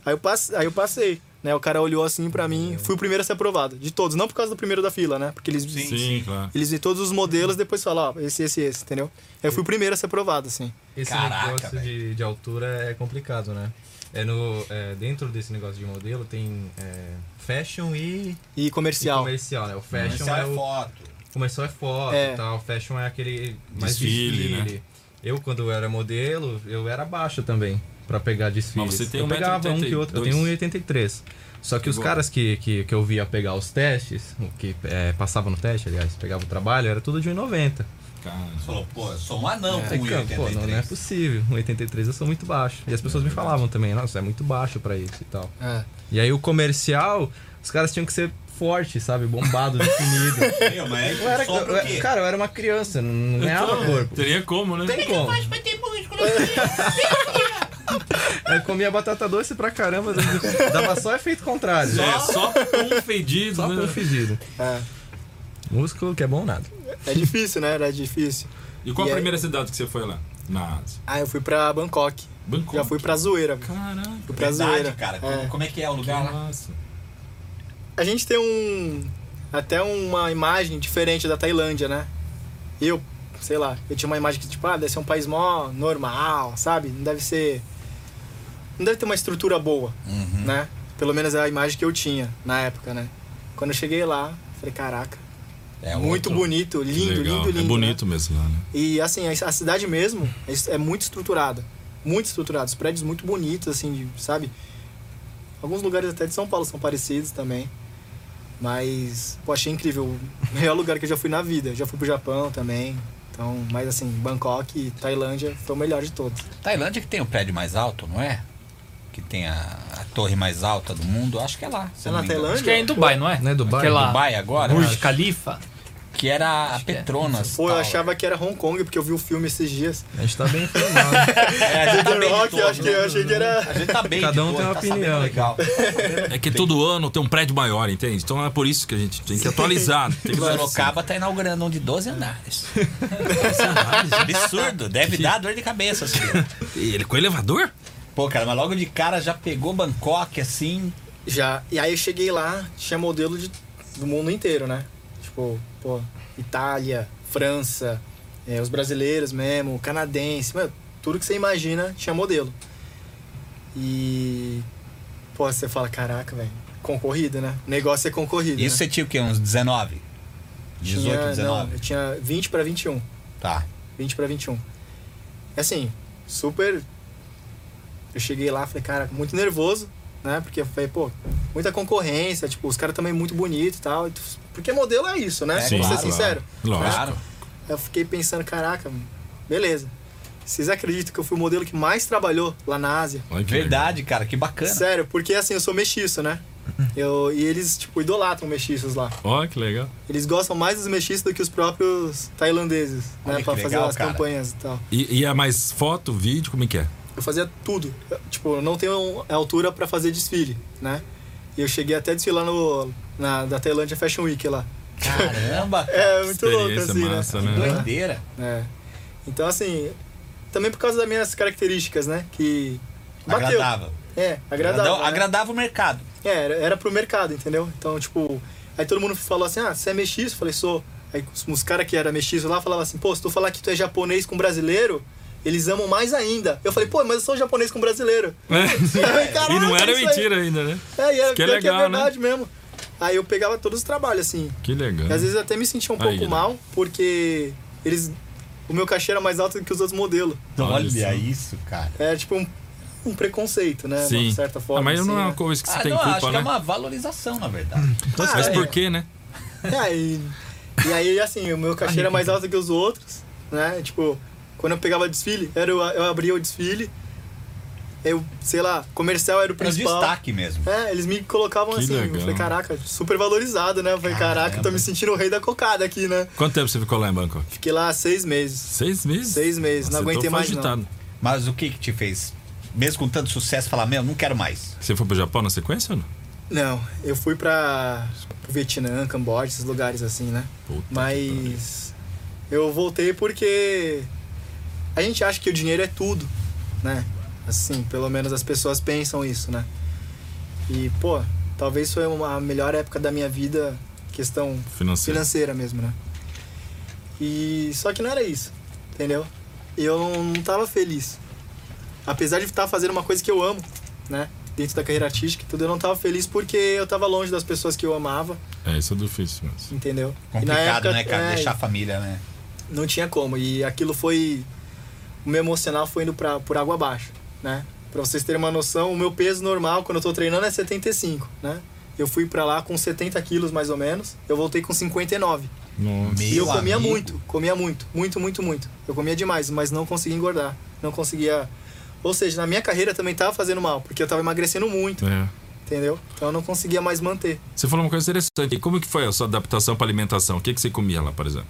S4: Aí eu, passe, aí eu passei, né? O cara olhou assim pra mim, fui o primeiro a ser aprovado, de todos, não por causa do primeiro da fila, né? Porque eles,
S2: Sim, sim, claro.
S4: eles veem todos os modelos depois falam, ó, esse, esse, esse, entendeu? Eu fui o primeiro a ser aprovado, assim.
S5: Esse
S3: Caraca,
S5: negócio de, de altura é complicado, né? É no, é, dentro desse negócio de modelo tem é, fashion e,
S4: E
S5: e
S4: comercial.
S5: comercial, né? O fashion
S3: Comercial
S5: é
S3: é
S5: o
S3: foto.
S5: comercial é foto
S4: É.
S5: e tal, fashion é aquele mais
S2: Desfile,
S5: desfile. Eu, quando eu era modelo, eu era baixo também pra pegar desfile.
S2: Mas você tem
S5: eu
S2: 1,80
S5: pegava um que outro, eu tenho
S2: 1,82.
S5: 1,83. Só que os
S2: Boa.
S5: caras que, que, que eu via pegar os testes, o que é, passava no teste, aliás, pegava o trabalho, era tudo de 1,90.
S2: Cara,
S3: Você falou, pô, eu sou um anão
S5: É,
S3: com
S5: cara, pô, não, não é
S3: 1,83.
S5: possível. 1,83 eu sou muito baixo. E as pessoas me falavam também, nossa, é muito baixo pra isso e tal.
S4: É.
S5: E aí o comercial, os caras tinham que ser forte, sabe? Bombado, definido.
S3: Meu, mas
S5: Eu
S3: é
S5: era,
S3: só
S5: eu-
S3: porque...
S5: cara, eu era uma criança, não, não ganhava
S2: Então.
S5: corpo.
S2: teria como, né?
S5: Não tem como. <laughs> Eu comia batata doce pra caramba, <laughs> dava só efeito contrário.
S2: É, só um fedido,
S5: Só
S2: né?
S5: com fedido.
S4: É.
S5: Músculo que é bom nada.
S4: É difícil, né? Era difícil.
S2: E qual
S4: E é-
S2: a
S4: aí-
S2: primeira cidade que você foi lá? Na Ásia.
S4: Ah, eu fui pra Bangkok.
S2: Bangkok.
S4: Já fui pra zoeira. velho.
S2: é? Caraca.
S4: Fui pra zoeira.
S3: Verdade, cara.
S4: É.
S3: Como é que é o lugar lá?
S2: Nossa.
S4: A gente tem um. Até uma imagem diferente da Tailândia, né? Eu, sei lá, eu tinha uma imagem que, tipo, ah, deve ser um país mó normal, sabe? Não deve ser. Não deve ter uma estrutura boa,
S2: Uhum.
S4: né? Pelo menos é a imagem que eu tinha na época, né? Quando eu cheguei lá, falei, caraca,
S3: É
S4: muito
S3: outro-
S4: bonito,
S2: Tá Que
S4: lindo,
S2: legal.
S4: lindo, lindo.
S2: É
S4: né?
S2: bonito mesmo lá, né?
S4: E assim, a a cidade mesmo é- é muito estruturada. Muito estruturada. Os prédios muito bonitos, assim, de- sabe? Alguns lugares até de São Paulo são parecidos também. Mas, pô, achei incrível. O melhor lugar que eu já fui na vida. Já fui pro Japão também. Então, mas assim, Bangkok e Tailândia foi o melhor de todos.
S3: Tailândia que tem o prédio mais alto, não é? Que tem a, a torre mais alta do mundo, acho que é lá. se
S4: É
S3: eu não
S4: na
S3: me engano.
S6: Acho que é em
S4: Tailândia?
S6: Dubai, não é?
S5: Não é Dubai?
S6: Aquela
S3: Dubai agora?
S6: Burj
S3: acho.
S6: Khalifa.
S3: Que era a
S6: que é.
S3: Petronas.
S4: Pô, eu
S3: Tower.
S4: achava que era Hong Kong, porque eu vi o filme esses dias.
S5: A gente tá bem informado.
S3: É, a gente tá bem
S4: The
S3: de
S4: Rock,
S3: todos,
S4: eu acho que
S3: né?
S4: eu achei que era.
S3: A gente tá bem
S5: Cada
S3: de
S5: um
S3: todos,
S5: tem uma
S3: tá sabendo
S5: opinião,
S3: legal.
S2: É que todo ano tem um prédio maior, entende? Então é por isso que a gente tem que atualizar. Tem que
S3: Sorocaba tá inaugurando um de 12 andares. 12 andares? Absurdo. Deve dar dor de cabeça, assim.
S2: E Ele com elevador?
S3: Pô, cara, mas logo de cara já pegou Bangkok, assim.
S4: Já. E aí eu cheguei lá, tinha modelo de, do mundo inteiro, né? Tipo, pô, Itália, França, É, os brasileiros mesmo, o canadense, mano, tudo que você imagina tinha modelo. E. Pô, você fala, caraca, velho, concorrido, né? O negócio é concorrido.
S3: Isso é
S4: né?
S3: você tinha o quê? Uns 19? 18,
S4: tinha, Não,
S3: 19?
S4: eu tinha 20 pra 21.
S3: Tá.
S4: 20 pra 21. É Assim, super. Eu cheguei lá, falei, cara, muito nervoso, né? Porque eu falei, pô, muita concorrência, tipo, os caras também muito bonitos e tal. Porque modelo é isso, né?
S3: É,
S4: Vamos
S3: sim,
S4: ser
S3: claro.
S4: sincero.
S2: Lógico.
S3: Claro.
S4: Eu fiquei pensando, caraca, beleza. Vocês acreditam que eu fui o modelo que mais trabalhou lá na Ásia?
S2: Olha que
S3: Verdade, cara, que bacana.
S4: Sério, porque assim, eu sou mexiço, né?
S3: Uhum.
S4: Eu, e eles, tipo, idolatram mexiços lá.
S2: legal. Olha que legal.
S4: Eles gostam mais dos mexiços do que os próprios tailandeses,
S3: Olha
S4: né?
S3: que
S4: Pra fazer
S3: legal,
S4: as
S3: cara.
S4: campanhas e tal.
S2: E, e é mais foto, vídeo, como é que é?
S4: Eu fazia tudo. Eu, tipo, eu não tenho altura pra fazer desfile, né? E eu cheguei até a desfilar no, na, da Tailândia Fashion Week lá.
S3: Caramba, cara.
S4: É, muito louco,
S2: Experiência
S4: assim,
S2: massa,
S4: né?
S2: né?
S3: Doideira.
S4: É. Então, assim, também por causa das minhas características, né? Que bateu.
S3: Agradável.
S4: É, agradável.
S3: Agradável,
S4: né?
S3: agradável o mercado.
S4: É, era, era pro mercado, entendeu? Então, tipo, aí todo mundo falou assim: ah, você é mexiço? Eu falei, sou. Aí os, os caras que eram mexiço lá falavam assim: pô, se tu falar que tu é japonês com brasileiro, eles amam mais ainda. Eu falei, pô, mas eu sou japonês com
S2: <laughs>
S4: brasileiro. Caraca,
S2: É. e não era
S4: isso aí.
S2: mentira ainda, né?
S4: É, e era,
S2: Isso que é
S4: pior que é
S2: legal, né?
S4: verdade mesmo. Aí eu pegava todos os trabalhos, assim.
S2: Que legal.
S4: E às vezes eu até me sentia um
S2: Aí,
S4: pouco
S2: Guilherme.
S4: mal, porque eles. O meu cachê era mais alto do que os outros modelos.
S2: Olha
S3: Olha
S2: só.
S3: isso, cara.
S4: É tipo um, um preconceito, né? De
S2: Sim.
S4: uma certa forma.
S2: ah, mas
S4: assim,
S2: não é uma
S4: né?
S2: coisa que você
S3: Ah,
S2: tem
S3: não,
S2: culpa,
S3: acho
S2: né?
S3: que é uma valorização, na verdade. um
S4: Ah,
S2: Mas
S4: é.
S2: por quê, né?
S4: É, e, e aí, assim, o meu cachê era mais alto que os outros, né? Tipo, quando eu pegava desfile, era, eu, eu abria o desfile, eu, sei lá, comercial era o
S3: Pro
S4: principal.
S3: destaque mesmo.
S4: É, eles me colocavam
S2: Que
S4: assim,
S2: legal.
S4: eu falei, caraca, super valorizado, né? Eu falei, caraca, eu tô me sentindo o rei da cocada aqui, né?
S2: Quanto tempo você ficou lá em Bangkok?
S4: Fiquei lá seis meses.
S2: Seis meses?
S4: Seis meses, não
S2: eu tô
S4: aguentei mais,
S2: agitado.
S3: Mas o que que te fez, mesmo com tanto sucesso, falar, meu, não quero mais?
S2: Você foi pro Japão na sequência ou não?
S4: Não, eu fui pra pro Vietnã, Camboja, esses lugares assim, né?
S2: Puta que pariu.
S4: Mas eu voltei porque a gente acha que o dinheiro é tudo, né? Assim, pelo menos as pessoas pensam isso, né? E, pô, talvez foi uma a melhor época da minha vida, questão
S2: Financeiro.
S4: financeira mesmo, né? E só que não era isso, entendeu? Eu não, não tava feliz. Apesar de estar fazendo uma coisa que eu amo, né? Dentro da carreira artística e tudo, eu não tava feliz porque eu tava longe das pessoas que eu amava,
S2: É, isso é difícil, mas.
S4: entendeu? E na
S3: Complicado,
S4: época,
S3: né, cara?
S4: é,
S3: Deixar a família, né?
S4: não tinha como. E aquilo foi. O meu emocional foi indo pra, por água abaixo, né? Pra vocês terem uma noção, o meu peso normal quando eu tô treinando é 75, né? Eu fui pra lá com 70 quilos mais ou menos, eu voltei com 59.
S2: Nossa.
S4: E eu
S3: Meu
S4: comia
S3: amigo.
S4: muito, comia muito, muito, muito, muito. Eu comia demais, mas não conseguia engordar. Não conseguia. Ou seja, na minha carreira também tava fazendo mal, porque eu tava emagrecendo muito,
S2: É.
S4: entendeu? Então eu não conseguia mais manter.
S2: Você falou uma coisa interessante. E Como que foi a sua adaptação pra alimentação? O que, que você comia lá, por exemplo?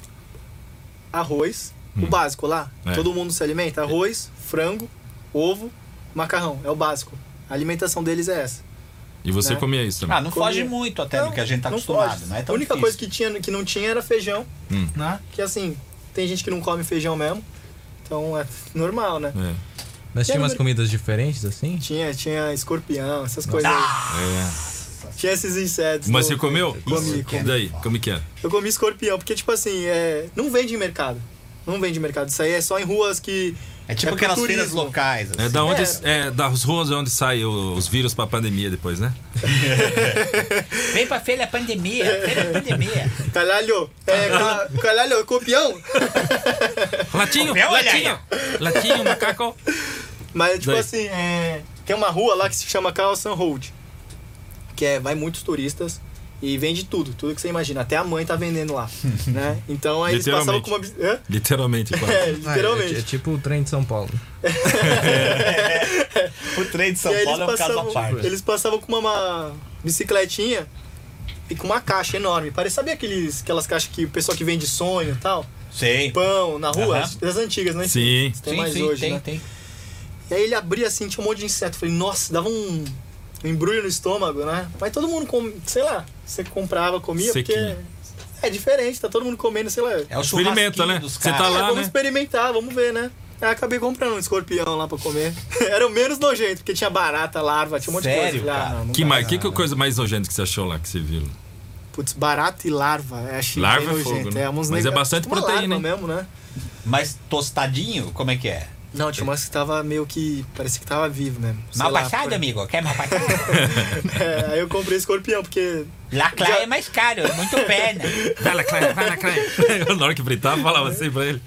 S4: Arroz,
S3: Hum.
S4: o básico lá,
S2: É.
S4: todo mundo se alimenta: arroz, frango, ovo, macarrão. É o básico. A alimentação deles é essa.
S2: E você
S4: Né?
S2: comia isso também?
S3: Ah, não
S4: Comia.
S3: foge muito até do que a gente tá
S4: não
S3: acostumado,
S4: foge.
S3: não é
S4: A
S3: tão
S4: única
S3: difícil. Hum.
S4: coisa que, tinha, que não tinha era feijão,
S5: Né?
S4: que assim, tem gente que não come feijão mesmo. Então é normal, né?
S2: É.
S5: Mas tinha
S4: Quero
S5: umas
S4: ver-
S5: comidas diferentes, assim?
S4: Tinha, tinha escorpião, essas coisas. aí.
S2: é.
S4: Tinha esses insetos.
S2: Mas
S4: no-
S2: você comeu?
S4: Comi, comi.
S2: E daí, como que é?
S4: Eu comi escorpião, porque, tipo assim, é... não vende em mercado. Não vende em mercado. Isso aí é só em ruas que.
S3: É tipo
S4: pro
S3: aquelas
S4: turismo.
S3: feiras locais.
S2: É
S3: assim.
S2: da onde,
S4: É.
S2: é, das ruas onde saem os vírus pra pandemia depois, né?
S3: Vem pra feira pandemia, feira pandemia.
S6: <laughs>
S4: Calhalho!
S3: <laughs>
S4: É, ca- calhalho, escorpião!
S2: Latinho,
S3: Olha aí.
S2: latinho, latinho, macaco.
S4: Mas, tipo
S2: Daí.
S4: assim, é... tem uma rua lá que se chama Carlson Road. Que é, vai muitos turistas e vende tudo, tudo que você imagina. Até a mãe tá
S3: <laughs>
S4: vendendo lá, né? Então aí eles passavam com uma... bis- Hã?
S2: Literalmente, quase.
S4: <laughs> É,
S5: Ah, é- É,
S4: literalmente.
S5: tipo o trem de São Paulo.
S3: O trem de São
S4: E aí
S3: Paulo é um caso à parte.
S4: eles passavam com uma, uma bicicletinha e com uma caixa enorme. Parece, sabia aqueles, aquelas caixas que o pessoal que vende sonho e tal?
S3: Sei.
S4: Pão na rua?
S3: Aham.
S4: As, das antigas, né?
S2: Sim.
S4: Tem mais hoje, né?
S3: tem.
S4: E aí ele abria assim, tinha um monte de inseto. Falei, nossa, dava um, um embrulho no estômago, né? Mas todo mundo, com, sei lá, você comprava, comia,
S2: Sequinho.
S4: porque é diferente, tá todo mundo comendo, sei lá.
S3: É o
S2: Experimenta,
S3: churrasquinho
S2: né?
S3: dos
S2: Você tá
S3: caras.
S2: lá,
S4: É, vamos
S2: né?
S4: experimentar, vamos ver, né? Aí acabei comprando um escorpião lá pra comer. <laughs> Era o menos nojento, porque tinha barata, larva, tinha um monte de
S3: Sério,
S4: coisa. Falei,
S3: cara?
S4: não, não
S2: Que,
S4: dá.
S2: mais, que, que coisa mais nojenta que você achou lá que você viu? <laughs>
S4: Putz, barata e larva. É, achei
S2: Larva
S4: bem
S2: é fogo,
S4: nojento.
S2: né?
S4: É, uns
S2: Mas
S4: nega-
S2: é bastante
S4: uma
S2: proteína,
S4: larva
S2: hein?
S4: mesmo, né?
S3: Mas tostadinho, como é que é?
S4: Não, tinha umas que tava meio que. Parecia que tava vivo mesmo. Sei
S3: Mal
S4: lá,
S3: passado,
S4: foi-
S2: né?
S3: amigo? Quer mal passado?
S4: <laughs> É, aí eu comprei escorpião, porque.
S3: Lacla é mais caro, é muito perna.
S2: Vai lá, Klein, vai lá, Klein. Eu, na hora que fritava, falava assim pra ele.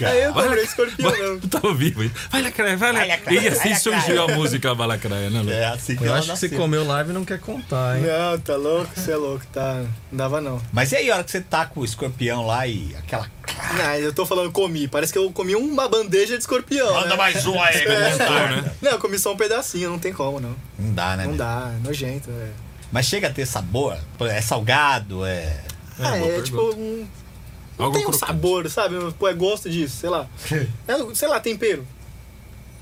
S4: Aí eu
S2: Vai lá,
S4: comprei escorpião
S2: vai,
S4: mesmo.
S2: tá ouvindo? ele. Vai lá, Klein, vai lá.
S3: Vai lá, Klein,
S2: e assim
S3: vai lá,
S2: surgiu a música Balacraia, né, Lu?
S4: É
S3: assim
S5: Eu acho que você comeu live e não quer contar, hein?
S4: Não, tá louco? Você é louco, tá. Não dava não.
S3: Mas e aí, a hora que você tá com o escorpião lá e aquela.
S4: Não, eu tô falando comi. Parece que eu comi uma bandeja de escorpião. né?
S3: mais um aí,
S2: Então, né?
S4: Não, eu comi só um pedacinho, não tem como, não.
S3: Não dá, né?
S4: Não
S3: né?
S4: dá, é nojento. É,
S3: Mas chega a ter sabor? Pô, É salgado, é.
S4: Ah,
S2: boa
S4: é,
S2: pergunta.
S4: tipo um. Não
S2: Algo
S4: tem um
S2: crocante.
S4: sabor, sabe? Pô, é gosto disso, sei lá. É, sei lá, tempero.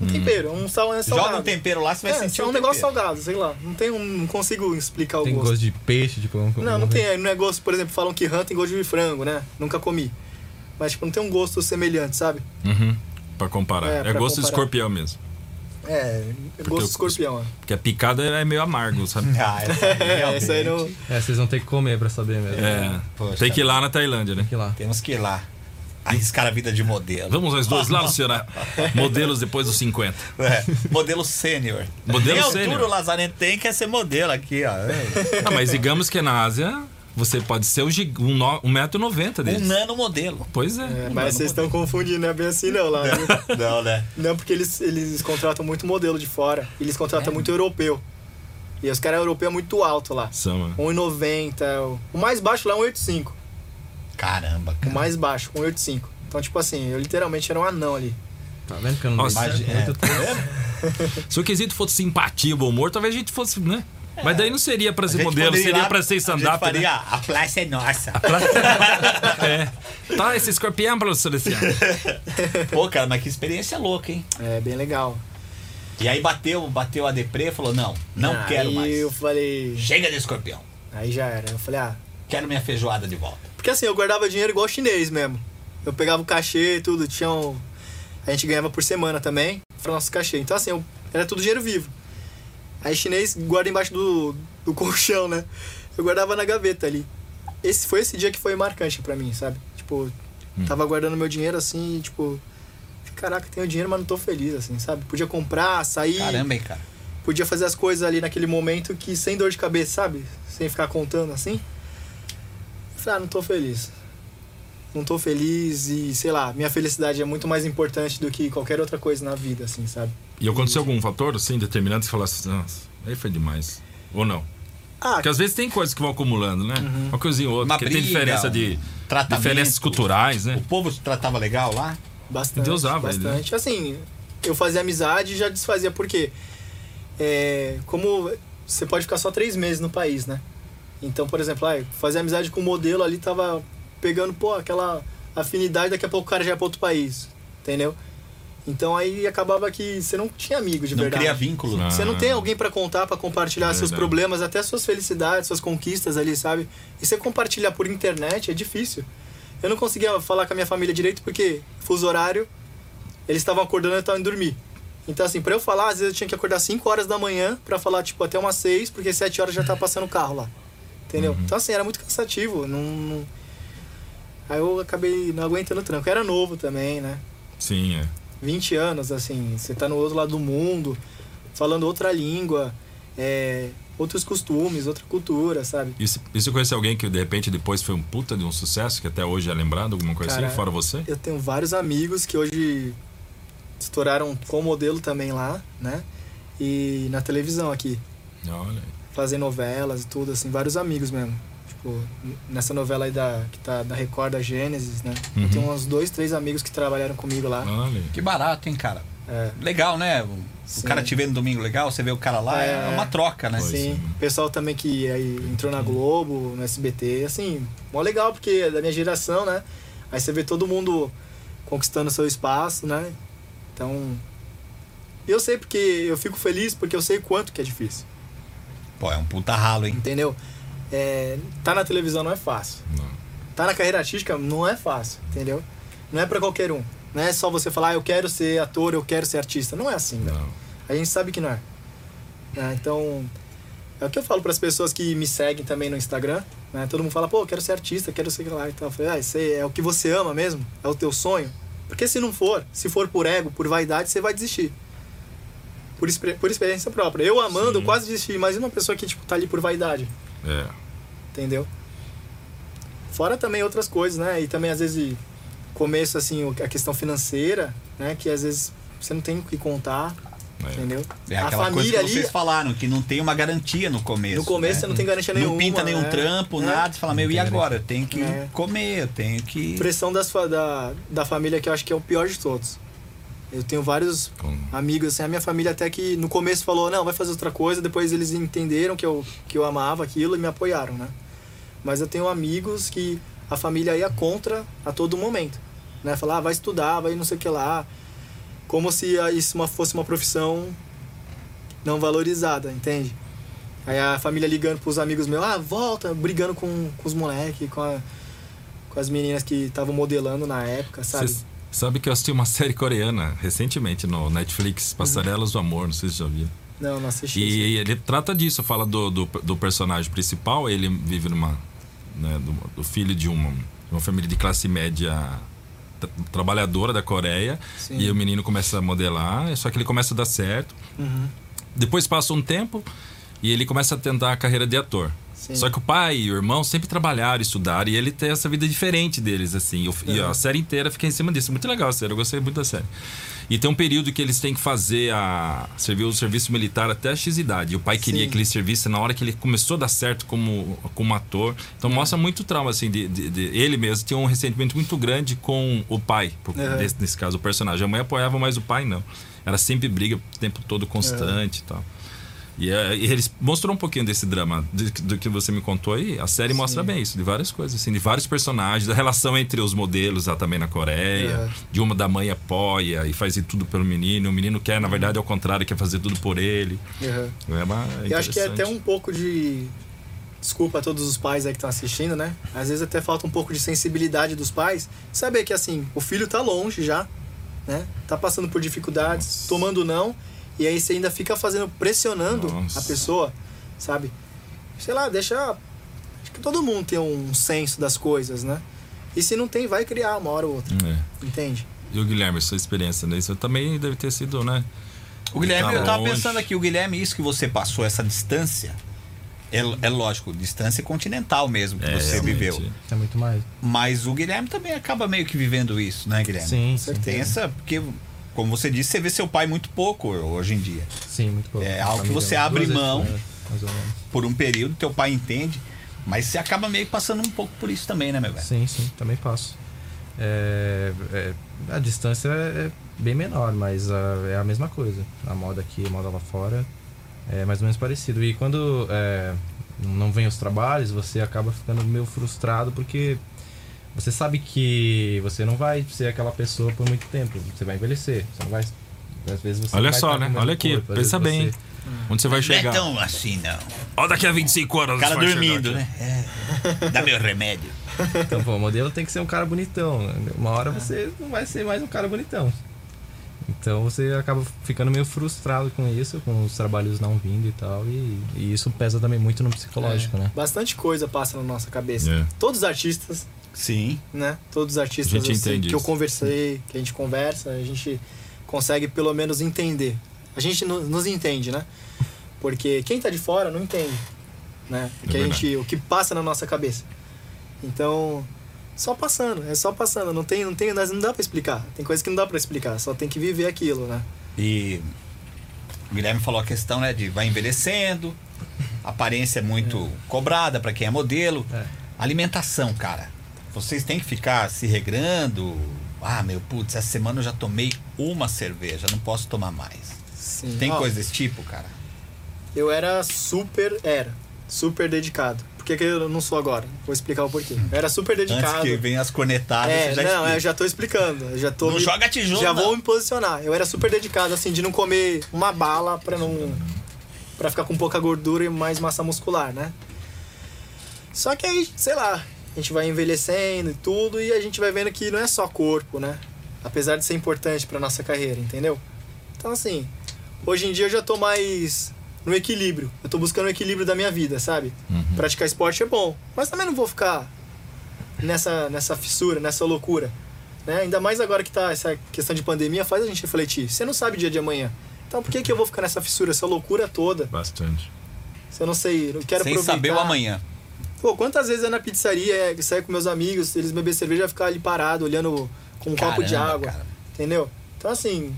S4: Um tempero, um sal, é salgado.
S3: Joga um tempero lá, você vai
S4: É,
S3: sentir
S4: é
S3: o
S4: um negócio
S3: tempero.
S4: salgado, sei lá. Não tem um. Não consigo explicar o
S5: Tem
S4: gosto.
S5: gosto de peixe, tipo... um-
S4: Não, não
S5: um-
S4: tem. Não é gosto, por exemplo, falam que rã tem gosto de frango, né? Nunca comi. Mas, tipo, não tem um gosto semelhante, sabe?
S2: Uhum, pra comparar.
S4: É,
S2: É,
S4: pra
S2: gosto de
S4: comparar.
S2: escorpião mesmo.
S4: É, é gosto
S2: eu-
S4: de escorpião, ó.
S2: Porque a picada é meio amargo, sabe?
S4: Hum.
S3: Ah, essa aí,
S4: <laughs> É, isso aí
S3: realmente.
S4: não.
S5: É, vocês vão ter que comer pra saber mesmo.
S2: É.
S3: Poxa.
S2: Tem que ir lá na Tailândia, né?
S5: Aqui lá.
S3: Temos que ir lá. Arriscar a vida de modelo.
S2: Vamos
S4: <laughs>
S2: nós dois lá, Luciana. Modelos depois dos 50.
S3: É, modelo sênior.
S2: Modelo
S3: Nem a
S2: sênior.
S3: altura o Lazarento tem quer ser modelo aqui, ó.
S2: Ah, mas digamos que na Ásia você pode ser o gig... um, no... um metro e noventa
S3: Um
S2: deles.
S3: nano modelo.
S2: Pois é.
S4: É, mas vocês estão confundindo, não é bem assim não lá.
S3: <laughs>
S4: viu?
S3: Não, né?
S4: Não, porque eles, eles contratam muito modelo de fora. Eles contratam
S3: É.
S4: muito europeu. E os caras europeus é muito alto lá.
S2: São, mano.
S4: 1,90. O mais baixo lá é 1,85.
S3: Caramba,
S4: O
S3: cara.
S4: mais baixo, 1,85. Então, tipo assim, eu literalmente era um anão ali.
S5: Tá vendo que eu não dei
S2: Nossa,
S3: Imagina-
S5: certo?
S3: é.
S5: Muito tempo.
S2: Se o quesito fosse simpatia, bom humor, talvez a gente fosse, né? Mas daí não seria pra
S3: A
S2: ser
S3: gente
S2: modelo,
S3: poderia ir
S2: seria
S3: lá,
S2: pra ser
S3: A
S2: stand-up.
S3: gente faria,
S2: Né?
S3: "Ah, a praça é nossa.
S2: É. Tá, esse escorpião, professor Luciano.
S3: Pô, cara, mas que experiência louca, hein?
S4: É bem legal.
S3: E aí bateu, bateu a deprê e falou, não, não quero
S4: aí
S3: mais.
S4: eu falei.
S3: Chega de escorpião.
S4: Aí já era. Eu falei, ah.
S3: Quero minha feijoada de volta.
S4: Porque assim, eu guardava dinheiro igual chinês mesmo. Eu pegava o cachê e tudo, tinha um... A gente ganhava por semana também, para nosso cachê. Então assim, eu- era tudo dinheiro vivo. Aí chinês guarda embaixo do, do <laughs> colchão, né? Eu guardava na gaveta ali. Esse foi esse dia que foi marcante pra mim, sabe? Tipo, tava guardando meu dinheiro assim, e, tipo, caraca, tenho dinheiro, mas não tô feliz assim, sabe? Podia comprar, sair,
S3: Caramba, hein, cara.
S4: podia fazer as coisas ali naquele momento que sem dor de cabeça, sabe? Sem ficar contando assim. Falei, ah, não tô feliz. Não tô feliz e, sei lá, minha felicidade é muito mais importante do que qualquer outra coisa na vida, assim, sabe?
S2: E aconteceu algum fator, assim, determinante que falasse, nossa, aí foi demais. Ou não?
S4: Ah,
S2: Porque às vezes tem coisas que vão acumulando, né? Uma coisinha ou outra,
S3: Uhum. Uma
S2: porque tem
S3: briga,
S2: diferença
S3: um
S2: de.
S3: tratamento.
S2: Diferenças culturais,
S3: O
S2: né?
S3: povo te tratava legal lá?
S4: Bastante.
S2: Deus usava ele, né?
S4: bastante. Assim, eu fazia amizade e já desfazia, porque é, como você pode ficar só três meses no país, né? Então, por exemplo, ah, eu fazia amizade com o modelo ali, tava pegando, pô, aquela afinidade, daqui a pouco o cara já é pra outro país, entendeu? Então aí acabava que você não tinha amigo de
S3: não
S4: verdade. Ah.
S3: cria vínculo.
S2: Não.
S4: Você não tem alguém pra contar, pra compartilhar seus
S2: Verdade.
S4: problemas, até suas felicidades, suas conquistas ali, sabe? E você compartilhar por internet é difícil. Eu não conseguia falar com a minha família direito porque fuso horário, eles estavam acordando e eu tava indo dormir. Então, assim, pra eu falar, às vezes eu tinha que acordar 5 horas da manhã pra falar, tipo, até umas 6, porque 7 horas já tá passando o carro lá. Entendeu?
S2: Uhum.
S4: Então, assim, era muito cansativo. Não, não- Aí eu acabei não aguentando o tranco. Eu era novo também, né?
S2: Sim, é.
S4: 20 anos, assim, você tá no outro lado do mundo, falando outra língua, é, outros costumes, outra cultura, sabe?
S2: E se, e se conhecer alguém que de repente depois foi um puta de um sucesso, que até hoje é lembrado, alguma coisa assim,
S4: Cara,
S2: fora você?
S4: Eu tenho vários amigos que hoje estouraram com modelo também lá, né? E na televisão aqui,
S2: Olha.
S4: fazem novelas e tudo, assim, vários amigos mesmo. Tipo, n- nessa novela aí da, que tá da Record, da Gênesis, né?
S3: Uhum.
S4: Eu tenho uns dois, três amigos que trabalharam comigo lá.
S2: Olha.
S3: Que barato, hein, cara.
S4: É.
S3: Legal, né? O, o
S4: Sim.
S3: cara te vê no domingo legal, você vê o cara lá, é,
S4: É.
S3: uma troca, né?
S2: Pois. é.
S4: Sim,
S2: Sim.
S4: pessoal também que aí entrou na Globo, no SBT, assim, mó legal, porque é da minha geração, né? Aí você vê todo mundo conquistando seu espaço, né? Então. e Eu sei porque eu fico feliz porque eu sei quanto que é difícil,
S3: Pô, é um puta ralo, hein?
S4: entendeu? É, tá na televisão não é fácil.
S2: Não.
S4: Tá na carreira artística não é fácil, entendeu? Não é pra qualquer um. Não é só você falar, ah, eu quero ser ator, eu quero ser artista. Não é assim, né?
S2: Não.
S4: A gente sabe que não é. Né? Então, É o que eu falo para as pessoas que me seguem também no Instagram, né? Todo mundo fala, pô, eu quero ser artista, quero ser lá e tal. Eu falei, ah, isso aí é o que você ama mesmo? É o teu sonho? Porque se não for, se for por ego, por vaidade, você vai desistir. Por, exper- por experiência própria. Eu amando, eu quase desisti. Imagina uma pessoa que, tipo, tá ali por vaidade,
S2: É.
S4: entendeu? Fora também outras coisas, né? E também, às vezes, começo, assim, o- a questão financeira, né? Que, às vezes, você não tem o que contar,
S2: É.
S4: entendeu?
S3: É aquela coisa que vocês falaram, que não tem uma garantia no começo.
S4: No começo
S3: né?
S4: você não tem garantia
S3: Não
S4: nenhuma,
S3: pinta nenhum
S4: né?
S3: trampo,
S4: É.
S3: nada. Você fala, meu, e agora? Eu tenho que
S4: É.
S3: comer, eu tenho que.
S4: pressão das, fa- da, da família que eu acho que é o pior de todos. Eu tenho vários
S2: Com-
S4: amigos, assim, a minha família até que no começo falou, não, vai fazer outra coisa, depois eles entenderam que eu, que eu amava aquilo e me apoiaram, né? Mas eu tenho amigos que a família ia contra a todo momento, né? Falar, ah, vai estudar, vai não sei o que lá, como se ah, isso uma- fosse uma profissão não valorizada, entende? Aí a família ligando pros amigos meus, ah, volta, brigando com, com os moleques, com, a- com as meninas que estavam modelando na época, sabe?
S2: Cês- sabe que eu assisti uma <laughs> série coreana recentemente no
S3: Uhum.
S2: Netflix, Passarelas do Amor, não sei se já viram.
S4: Não, não assisti. isso.
S2: E ele trata disso, fala do, do, do personagem principal, ele vive numa. né, do, do filho de uma, de uma família de classe média tra- trabalhadora da Coreia.
S4: Sim.
S2: E o menino começa a modelar, só que ele começa a dar certo.
S4: Uhum.
S2: Depois passa um tempo e ele começa a tentar a carreira de ator.
S4: Sim.
S2: Só que o pai e o irmão sempre trabalharam, estudaram e ele tem essa vida diferente deles, assim. E o- E a
S4: Uhum.
S2: série inteira fica em cima disso. Muito legal a série, eu gostei muito da série. E tem um período que eles têm que fazer a. servir o serviço militar até a X idade. E o pai queria
S4: Sim.
S2: que ele servisse na hora que ele começou a dar certo como, como ator. Então
S4: É.
S2: mostra muito trauma, assim, de, de- de- ele mesmo. Tinha um ressentimento muito grande com o pai, por-
S4: Uhum.
S2: nesse, nesse caso, o personagem. A mãe apoiava, mas o pai não. Era sempre briga o tempo todo constante e tal. E, é, e eles mostrou um pouquinho desse drama de- do que você me contou aí. A série mostra bem isso, de várias coisas, assim, de vários personagens, da relação entre os modelos lá também na Coreia,
S4: É.
S2: de uma da mãe apoia e faz de tudo pelo menino. O menino quer, na verdade, ao contrário, quer fazer tudo por ele.
S4: Uhum.
S2: É uma,
S4: Eu acho que é até
S2: interessante.
S4: um pouco de. Desculpa a todos os pais aí que estão assistindo, né? Às vezes até falta um pouco de sensibilidade dos pais. Saber que, assim, o filho tá longe já, né? Tá passando por dificuldades,
S2: Nossa.
S4: tomando não, e aí você ainda fica fazendo, pressionando
S2: Nossa.
S4: a pessoa, sabe? Sei lá, deixa. Acho que todo mundo tem um senso das coisas, né? E se não tem, vai criar uma hora ou outra,
S2: É.
S4: entende?
S2: E o Guilherme, sua experiência nisso também deve ter sido, né?
S3: O Guilherme,
S2: Tá
S3: eu tava
S2: longe.
S3: pensando aqui, o Guilherme, isso que você passou, essa distância, é, é lógico, distância continental mesmo que
S2: É,
S3: você
S2: realmente.
S3: viveu.
S5: É muito mais.
S3: Mas o Guilherme também acaba meio que vivendo isso, né, Guilherme?
S5: Sim, sim,
S4: certeza.
S3: Tem essa, porque, como você disse, você vê seu pai muito pouco hoje em dia.
S5: sim, muito pouco.
S3: É algo que
S5: Família, né?
S3: você abre
S5: duas
S3: mão.
S5: vezes, mais ou menos.
S3: Por um período, teu pai entende, mas você acaba meio que passando um pouco por isso também, né, meu velho?
S5: Sim, sim, também passo. É, é, a distância é, é bem menor, mas a- é a mesma coisa. A moda aqui, a moda lá fora, é mais ou menos parecido. E quando é, não vem os trabalhos, você acaba ficando meio frustrado porque você sabe que você não vai ser aquela pessoa por muito tempo. Você vai envelhecer, você não vai. Às vezes você
S2: Olha
S5: vai
S2: só,
S5: tá
S2: né?
S5: com o mesmo
S2: Olha aqui,
S5: corpo, às
S2: pensa
S5: vezes
S2: bem.
S5: você-
S2: Onde você vai
S3: Não
S2: chegar?
S3: é tão assim, não.
S2: Ó, daqui a 25 horas.
S3: O cara
S2: você vai
S3: dormindo,
S2: chegar
S3: né?
S2: aqui.
S3: É. Dá meu remédio.
S5: Então, pô, o modelo tem que ser um cara bonitão. né? Uma hora você não vai ser mais um cara bonitão. Então você acaba ficando meio frustrado com isso, com os trabalhos não vindo e tal. E, e isso pesa também muito no psicológico, né?
S4: É. Bastante coisa passa na nossa cabeça.
S2: É.
S4: Todos os artistas,
S3: Sim.
S4: né? Todos os artistas
S2: A gente
S4: assim,
S2: entende
S4: que eu
S2: isso.
S4: conversei, que a gente conversa, a gente consegue pelo menos entender. A gente no- nos entende, né? Porque quem tá de fora não entende, né? O
S2: É
S4: que a
S2: verdade.
S4: gente, o que passa na nossa cabeça. Então, só passando, é só passando, não tem, não tem, mas não dá pra explicar. Tem coisa que não dá pra explicar, só tem que viver aquilo, né?
S3: E o Guilherme falou a questão, né, de vai envelhecendo, aparência é muito cobrada pra quem é modelo.
S5: É.
S3: Alimentação, cara. Vocês têm que ficar se regrando. Ah, meu putz, essa semana eu já tomei uma cerveja, não posso tomar mais.
S4: Sim.
S3: Tem
S4: Ó,
S3: coisa desse tipo, cara?
S4: Eu era super, era super dedicado. Por que que eu não sou agora? Vou explicar o porquê. Eu era super dedicado.
S3: Antes que venham as cornetadas,
S4: É,
S3: você já
S4: não,
S3: explica.
S4: eu já tô explicando. Eu já tô
S3: Não
S4: me-
S3: joga tijolo,
S4: Já
S3: não.
S4: vou me posicionar. Eu era super dedicado, assim, de não comer uma bala pra não. pra ficar com pouca gordura e mais massa muscular, né? Só que aí, sei lá, a gente vai envelhecendo e tudo, e a gente vai vendo que não é só corpo, né? Apesar de ser importante pra nossa carreira, entendeu? Então, assim, hoje em dia eu já tô mais no equilíbrio. Eu tô buscando o equilíbrio da minha vida, sabe? Praticar esporte é bom, mas também não vou ficar nessa, nessa fissura, nessa loucura. Né? Ainda mais agora que tá essa questão de pandemia, faz a gente refletir. Você não sabe o dia de amanhã. Então por que, que eu vou ficar nessa fissura, essa loucura toda?
S2: Bastante.
S4: Se eu não sei, eu quero
S3: Sem
S4: aproveitar.
S3: saber o amanhã.
S4: Pô, quantas vezes eu na pizzaria, é, saio com meus amigos, eles beber cerveja e ficar ali parado, olhando com um copo de
S3: Caramba,
S4: água.
S3: cara.
S4: Entendeu? Então assim,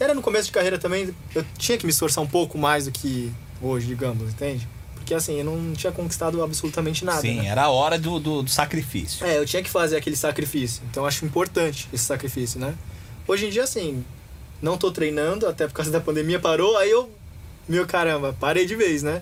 S4: era no começo de carreira também, eu tinha que me esforçar um pouco mais do que hoje, digamos, entende? Porque assim, eu não tinha conquistado absolutamente nada.
S3: Sim,
S4: né?
S3: era a hora do, do, do sacrifício.
S4: É, eu tinha que fazer aquele sacrifício. Então eu acho importante esse sacrifício, né? Hoje em dia, assim, não tô treinando, até por causa da pandemia parou, aí eu, meu caramba, parei de vez, né?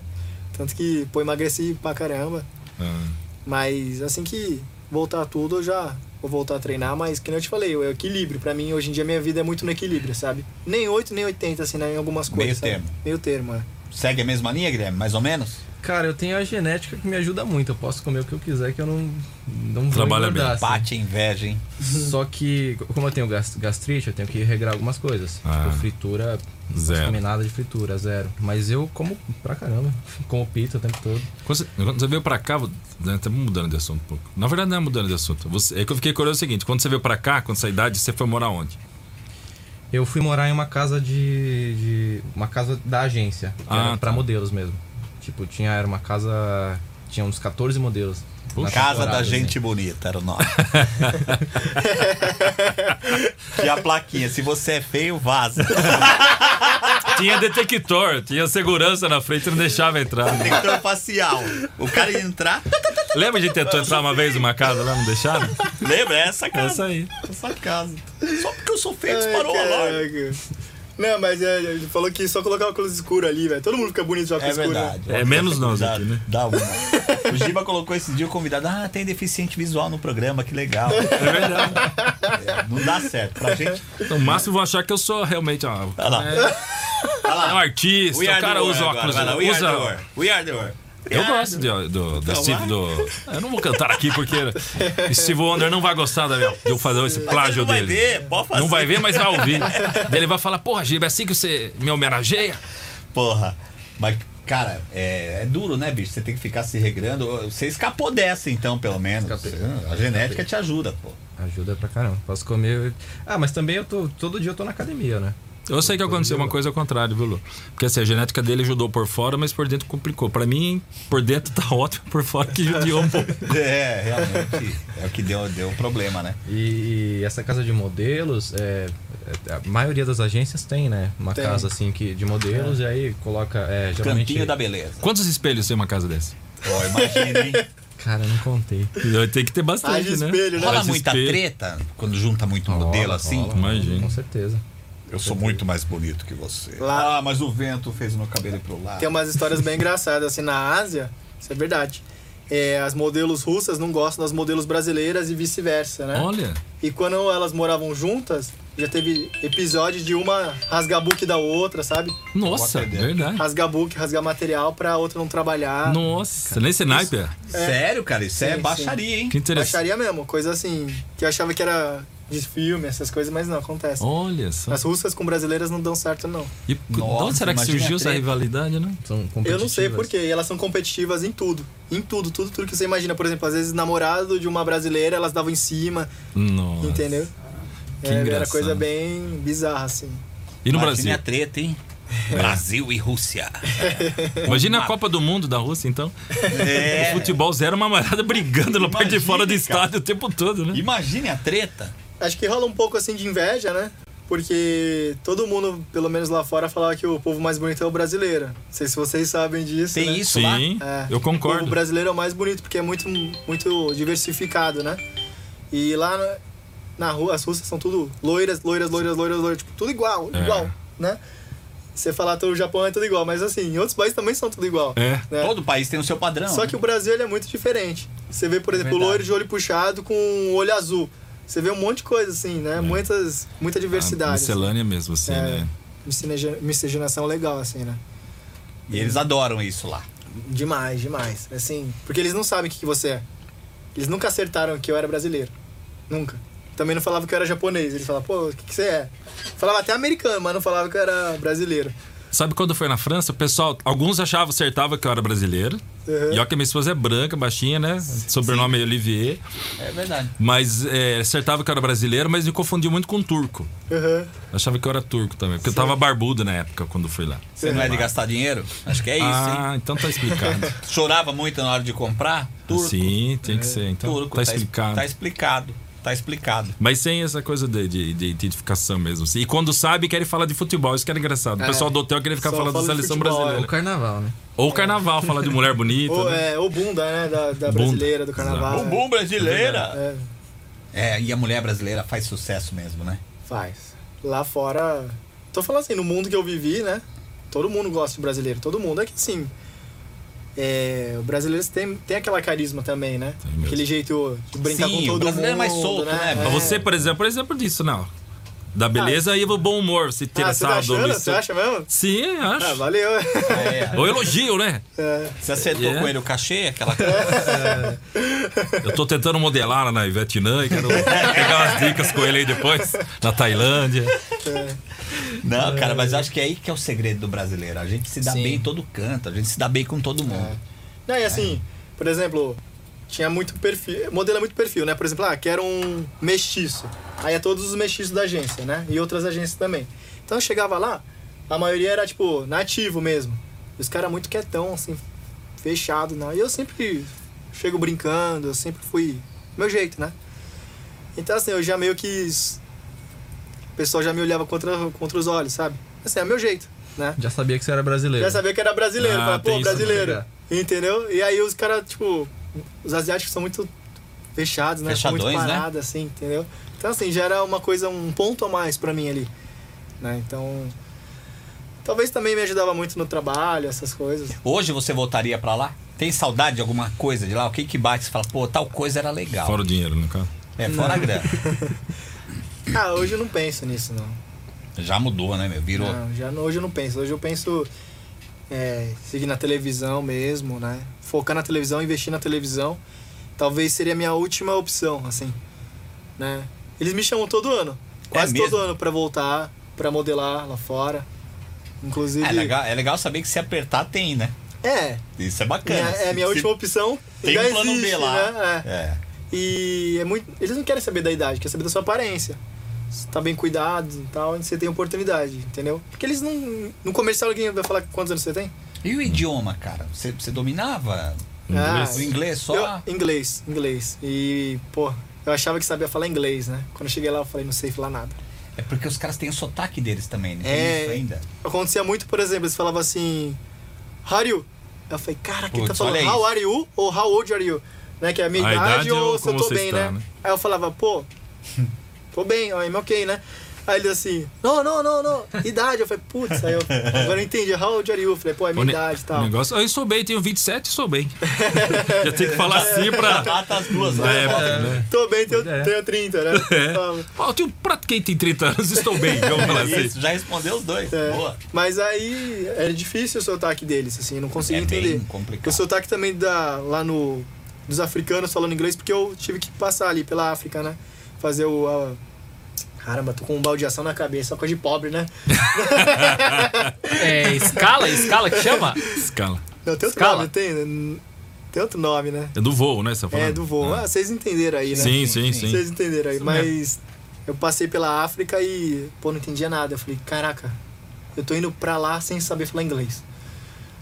S4: Tanto que, pô, emagreci pra caramba.
S2: Ah,
S4: Mas assim que voltar tudo, eu já vou voltar a treinar, mas que nem eu te falei, é o equilíbrio. Pra mim, hoje em dia, minha vida é muito no equilíbrio, sabe? Nem 8, nem 80, assim, né? Em algumas
S3: Meio
S4: coisas. sabe?
S3: termo.
S4: Meio termo, é.
S3: Segue a mesma linha, Guilherme? Mais ou menos?
S5: Cara, eu tenho a genética que me ajuda muito. Eu posso comer o que eu quiser que eu não, não vou
S2: Trabalha bem.
S5: engordar, assim.
S2: <laughs>
S3: Bate a inveja, hein?
S5: Só que, como eu tenho gas- gastrite, eu tenho que regrar algumas coisas.
S2: Ah.
S5: Tipo, fritura, não posso
S2: Zero.
S5: comer nada de fritura, zero. Mas eu como pra caramba. <laughs> Como pizza o tempo todo.
S2: Quando você, quando você veio pra cá, vou- né, estamos mudando de assunto um pouco. Na verdade, não é mudando de assunto. Você, é que eu fiquei curioso o seguinte: quando você veio pra cá, com essa idade, você foi morar onde?
S5: Eu fui morar em uma casa de. de- uma casa da agência. que
S2: Ah,
S5: era pra
S2: tá.
S5: modelos mesmo. Tipo, tinha, era uma casa. Tinha uns 14 modelos.
S3: Casa
S5: na
S2: né?
S5: temporada,
S3: da
S5: assim.
S3: Gente Bonita era o
S2: <laughs>
S3: nome. e a plaquinha, se você é feio, vaza.
S2: Tinha detector, tinha segurança na frente, não deixava entrar.
S3: Tem que ter um facial. O cara ia entrar.
S2: Lembra de tentou entrar uma vez numa casa lá, não deixaram?
S3: Lembra? É essa
S2: É
S3: casa.
S2: isso aí.
S3: Essa casa. Só porque eu sou feio,
S4: Ai,
S3: disparou a loja.
S4: caraca. Não, mas é, ele falou que só colocar o óculos escuro ali, velho. Todo mundo fica bonito de
S3: É
S4: óculos escuro. né?
S3: verdade.
S2: É menos nós aqui, né?
S3: Dá uma. O Giba colocou esse dia o convidado. Ah, tem deficiente visual no programa, que legal. É verdade. não dá certo. Pra gente.
S2: No máximo vão achar que eu sou realmente ah,
S3: Olha lá. Olha
S2: é um
S3: lá.
S2: artista, o cara usa óculos. né?
S3: We are
S2: usa-
S3: the world. We are the world.
S2: Eu gosto de, do, do Steve do. Eu não vou cantar aqui porque Steve Wonder não vai gostar da minha, de eu fazer esse plágio
S3: não vai
S2: dele.
S3: ver, assim. pode fazer.
S2: Não vai ver, mas vai ouvir. Daí ele vai falar, porra, Giba, é assim que você me homenageia?
S3: Porra. Mas, cara, é, é duro, né, bicho? Você tem que ficar se regrando. Você escapou dessa, então,
S2: É,
S3: pelo menos.
S5: Escapei.
S3: A genética te ajuda,
S2: <laughs>
S3: pô.
S5: assim. Ajuda pra caramba. Posso comer. Ah, mas também eu tô. Todo dia eu tô na academia, né?
S2: Eu sei que aconteceu uma coisa ao contrário, viu, Lu? Porque assim, a genética dele ajudou por fora, mas por dentro complicou. Pra mim, por dentro tá <laughs> ótimo, por fora que judiou um pouco.
S3: É, realmente. É o que deu, deu um problema, né?
S5: E, e essa casa de modelos, é, é, a maioria das agências tem, né? Uma
S4: Tem.
S5: casa assim que, de modelos, e aí coloca. É, geralmente.
S3: Cantinho da beleza.
S2: Quantos espelhos tem uma casa dessa?
S3: Ó, imagina,
S2: <laughs>
S3: hein?
S5: Cara, eu não contei.
S2: Tem que ter
S4: Ai, de
S2: bastante, né?
S4: espelho, né?
S3: Rola
S2: Mas
S3: muita
S2: espelho-
S3: treta quando junta muito modelo
S5: Rola,
S3: assim?
S5: rola,
S2: Imagina.
S5: Com certeza.
S3: Eu sou muito mais bonito que você.
S4: Lá-
S3: Ah, mas o vento fez meu cabelo ir pro lado.
S4: Tem umas histórias bem engraçadas, assim, na Ásia, isso é verdade. É, as modelos russas não gostam das modelos brasileiras e vice-versa, né?
S2: Olha,
S4: E quando elas moravam juntas, já teve episódios de uma rasgar book da outra, sabe?
S2: nossa,
S3: Bota dentro.
S2: verdade.
S4: Rasgar book, rasgar material pra outra não trabalhar.
S2: Nossa, nesse naipe é?
S3: Sério, cara, isso é
S4: Sim,
S3: baixaria, hein?
S2: Que interessante.
S4: Baixaria mesmo, coisa assim, que eu achava que era de filme, essas coisas, mas não, acontece.
S2: Olha só.
S4: As russas com brasileiras não dão certo, não.
S2: E de
S3: Nossa,
S2: onde será que
S3: imagina
S2: surgiu
S3: a
S2: essa
S3: treta.
S2: rivalidade, né?
S5: São
S4: Eu não sei
S5: competitivas.
S4: por quê. E elas são competitivas em tudo. Em tudo, tudo, tudo que você imagina. Por exemplo, às vezes namorado de uma brasileira, elas davam em cima,
S2: Nossa.
S4: entendeu?
S2: Que
S4: É, era
S2: engraçado.
S4: coisa bem bizarra, assim.
S2: E no
S3: Imagina
S2: Brasil? É.
S3: a treta, hein? Brasil e Rússia.
S2: <laughs>
S3: Ah.
S2: Imagina a Copa do Mundo da Rússia, então.
S3: É.
S2: O futebol zero, uma marada <laughs> brigando na parte de
S3: Imagina,
S2: fora do
S3: cara.
S2: estádio o tempo todo, né?
S3: Imagine a treta.
S4: Acho que rola um pouco assim de inveja, né? Porque todo mundo, pelo menos lá fora, falava que o povo mais bonito é o brasileiro. Não sei se vocês sabem disso.
S3: Tem
S4: né?
S3: isso lá?
S2: Sim,
S4: É.
S2: eu
S4: O
S2: concordo.
S4: brasileiro é o mais bonito porque é muito, muito diversificado, né? E lá na- na rua, as russas são tudo loiras, loiras, loiras, loiras, loiras, tipo, tudo igual,
S2: É.
S4: igual, né? Você falar todo o Japão é tudo igual, mas assim, em outros países também são tudo igual.
S2: É.
S4: né?
S3: Todo país tem o seu padrão. né?
S4: Só que o Brasil ele é muito diferente. Você vê,
S2: É
S4: por exemplo, o
S3: verdade.
S4: loiro de olho puxado com o olho azul. Você vê um monte de coisa, assim, né?
S2: É.
S4: Muitas, muita
S2: Ah, A
S4: diversidade. assim.
S2: miscelânea mesmo, assim,
S4: É.
S2: né?
S4: Miscigena- Miscigenação legal, assim, né?
S3: E eles adoram isso lá.
S4: Demais, demais. Assim, porque eles não sabem o que, que você é. Eles nunca acertaram que eu era brasileiro. Nunca. Também não falava que eu era japonês. Eles falavam, pô, o que, que você é? Falava até americano, mas não falava que eu era brasileiro.
S2: Sabe quando foi na França? O pessoal, alguns achavam, acertava que eu era brasileiro.
S4: Uhum.
S2: E olha que a minha esposa é branca, baixinha, né? Sobrenome é Olivier.
S3: É verdade.
S2: Mas é, acertava que eu era brasileiro, mas me confundiu muito com turco.
S4: Aham.
S2: Achava que eu era turco também, porque eu tava barbudo na época quando fui lá.
S3: Você não é de gastar dinheiro? Acho que é isso, hein?
S2: ah, então
S4: <laughs>
S2: tá explicado.
S3: Chorava muito na hora de comprar? Turco.
S2: Sim, tem
S4: É.
S2: que ser. Assim, Então
S3: Turco.
S2: tá
S3: es-
S2: explicado.
S3: Tá explicado. Tá explicado.
S2: Mas sem essa coisa de, de- de identificação mesmo. assim. E quando sabe, querem falar de futebol. Isso que era engraçado. O pessoal do hotel queria ficar
S4: É. Só
S2: falando da
S4: fala de
S2: seleção
S4: futebol, é.
S5: O
S2: brasileira.
S5: carnaval, né?
S2: Ou carnaval, falar de mulher bonita.
S4: Ou,
S2: né?
S4: é, ou bunda, né? Da, da brasileira, do carnaval.
S3: O
S4: né?
S3: bom brasileira!
S4: É,
S3: É, e a mulher brasileira faz sucesso mesmo, né?
S4: faz. Lá fora. Tô falando assim, no mundo que eu vivi, né? Todo mundo gosta de brasileiro. Todo mundo. É que sim. É, o brasileiro tem, tem aquela carisma também, né?
S2: mesmo.
S4: Aquele jeito de brincar
S3: Sim,
S4: com
S3: o
S4: todo mundo.
S3: brasileiro é mais solto, né?
S2: Mas Você, por exemplo, é exemplo disso, não. Da beleza e do bom humor. Se
S4: ah, você tá
S2: interessado.
S4: achando?
S2: isso-
S4: Você acha mesmo?
S2: Sim,
S4: Ah,
S2: acho.
S4: valeu.
S3: É.
S2: Ou elogio, né?
S3: Você acertou
S2: É.
S3: com ele o cachê, aquela
S4: É.
S3: coisa?
S2: Eu tô tentando modelar lá na Vietnã e quero pegar umas dicas com ele aí depois. Na Tailândia.
S3: Não, cara, mas acho que é aí que é o segredo do brasileiro. A gente se dá
S5: Sim.
S3: bem em todo canto, a gente se dá bem com todo mundo.
S4: Não, e assim, por exemplo, tinha muito perfil, modelo é muito perfil, né? Por exemplo, ah, quero um mestiço. Aí é todos os mestiços da agência, né? E outras agências também. Então eu chegava lá, a maioria era, tipo, nativo mesmo. E os caras muito quietão, assim, fechado, não. E eu sempre chego brincando, eu sempre fui do meu jeito, né? Então assim, eu já meio que. s- O pessoal já me olhava contra, contra os olhos, sabe? Assim, é meu jeito, né?
S5: Já sabia que você era brasileiro.
S4: Já sabia que era brasileiro.
S2: Ah,
S4: Falava,
S2: tem
S4: pô,
S2: isso
S4: brasileiro.
S5: também,
S4: Entendeu? E aí os caras, tipo, os asiáticos são muito fechados, né? São muito
S3: Fechadões, né?
S4: parada, assim, entendeu? Então, assim, já era uma coisa, um ponto a mais pra mim ali. Né? Então. Talvez também me ajudava muito no trabalho, essas coisas.
S3: Hoje você voltaria pra lá? Tem saudade de alguma coisa de lá? O que que bate? Você fala, pô, tal coisa era legal.
S2: Fora o dinheiro, no caso.
S3: É, fora a grana.
S4: Ah, hoje eu não penso nisso, não.
S3: Já mudou, né, meu? Virou.
S4: Não, já não- hoje eu não penso. Hoje eu penso é, seguir na televisão mesmo, né? Focar na televisão, investir na televisão. Talvez seria a minha última opção, assim. Né? Eles me chamam todo ano. Quase
S3: É mesmo?
S4: todo ano pra voltar, pra modelar lá fora. Inclusive.
S3: É, legal, é legal saber que se apertar tem, né?
S4: É,
S3: Isso é
S4: minha-
S3: bacana.
S4: é a minha
S3: Se-
S4: última opção.
S3: Tem
S4: Já
S3: um plano
S4: existe,
S3: B lá.
S4: Né? É.
S3: É.
S4: E é muito. Eles não querem saber da idade, querem saber da sua aparência. Se tá bem cuidado e tal, onde você tem oportunidade, entendeu? Porque eles não. No comercial alguém vai falar quantos anos você tem?
S3: E o idioma, cara? Você, você dominava
S4: Inglês?
S3: o inglês só?
S4: Ah, Eu, inglês, inglês. E, pô, eu achava que sabia falar inglês, né? Quando eu cheguei lá, eu falei, não sei falar nada.
S3: É porque os caras têm o sotaque deles também, né? Tem
S4: É.
S3: isso ainda.
S4: Acontecia muito, por exemplo, eles falavam assim, how are you? Eu falei, cara, quem tá
S3: Putz,
S4: falando
S3: olha
S4: how
S3: isso.
S4: are you ou how old are you? Né? Que é a minha
S2: A
S4: idade,
S2: idade
S4: ou
S2: ou
S4: se eu
S2: como
S4: tô
S2: você
S4: bem, né?
S2: está, né?
S4: Aí eu falava, pô, tô bem, I'm ok, né? Aí eles assim, não, não, não, não, idade. Eu falei, putz, aí eu agora eu entendi, how old are you? Eu falei, pô, é minha
S2: O ne-
S4: idade e tal.
S2: o negócio. Eu sou bem, tenho 27 e sou
S4: <laughs>
S2: bem. Já tem que falar assim pra.
S3: Mata as duas,
S4: É,
S2: Na
S3: né?
S2: época, né?
S4: Tô bem, tenho,
S5: É.
S4: tenho 30,
S2: <laughs>
S4: né? Fala.
S2: Ó, eu tenho pratiquei tem 30 anos, estou bem, vamos falar assim.
S3: Isso, já respondeu os dois.
S4: É,
S3: Boa.
S4: Mas aí era difícil o sotaque deles, assim, eu não conseguia
S3: É bem
S4: entender.
S3: complicado.
S4: O sotaque também da, lá no, dos africanos falando inglês, porque eu tive que passar ali pela África, né? Fazer o. a- Caramba, tô com um baldeação na cabeça, só coisa de pobre, né?
S6: É, escala, escala que chama?
S2: Escala.
S4: Não, tem outro
S6: Escala.
S4: nome, tem, tem outro nome, né?
S2: É do voo, né? Você tá falando?
S4: É, do voo. Ah, vocês entenderam aí, né?
S2: Sim, sim, sim.
S4: Vocês entenderam aí, mas eu passei pela África e, pô, não entendia nada. Eu falei, caraca, eu tô indo pra lá sem saber falar inglês.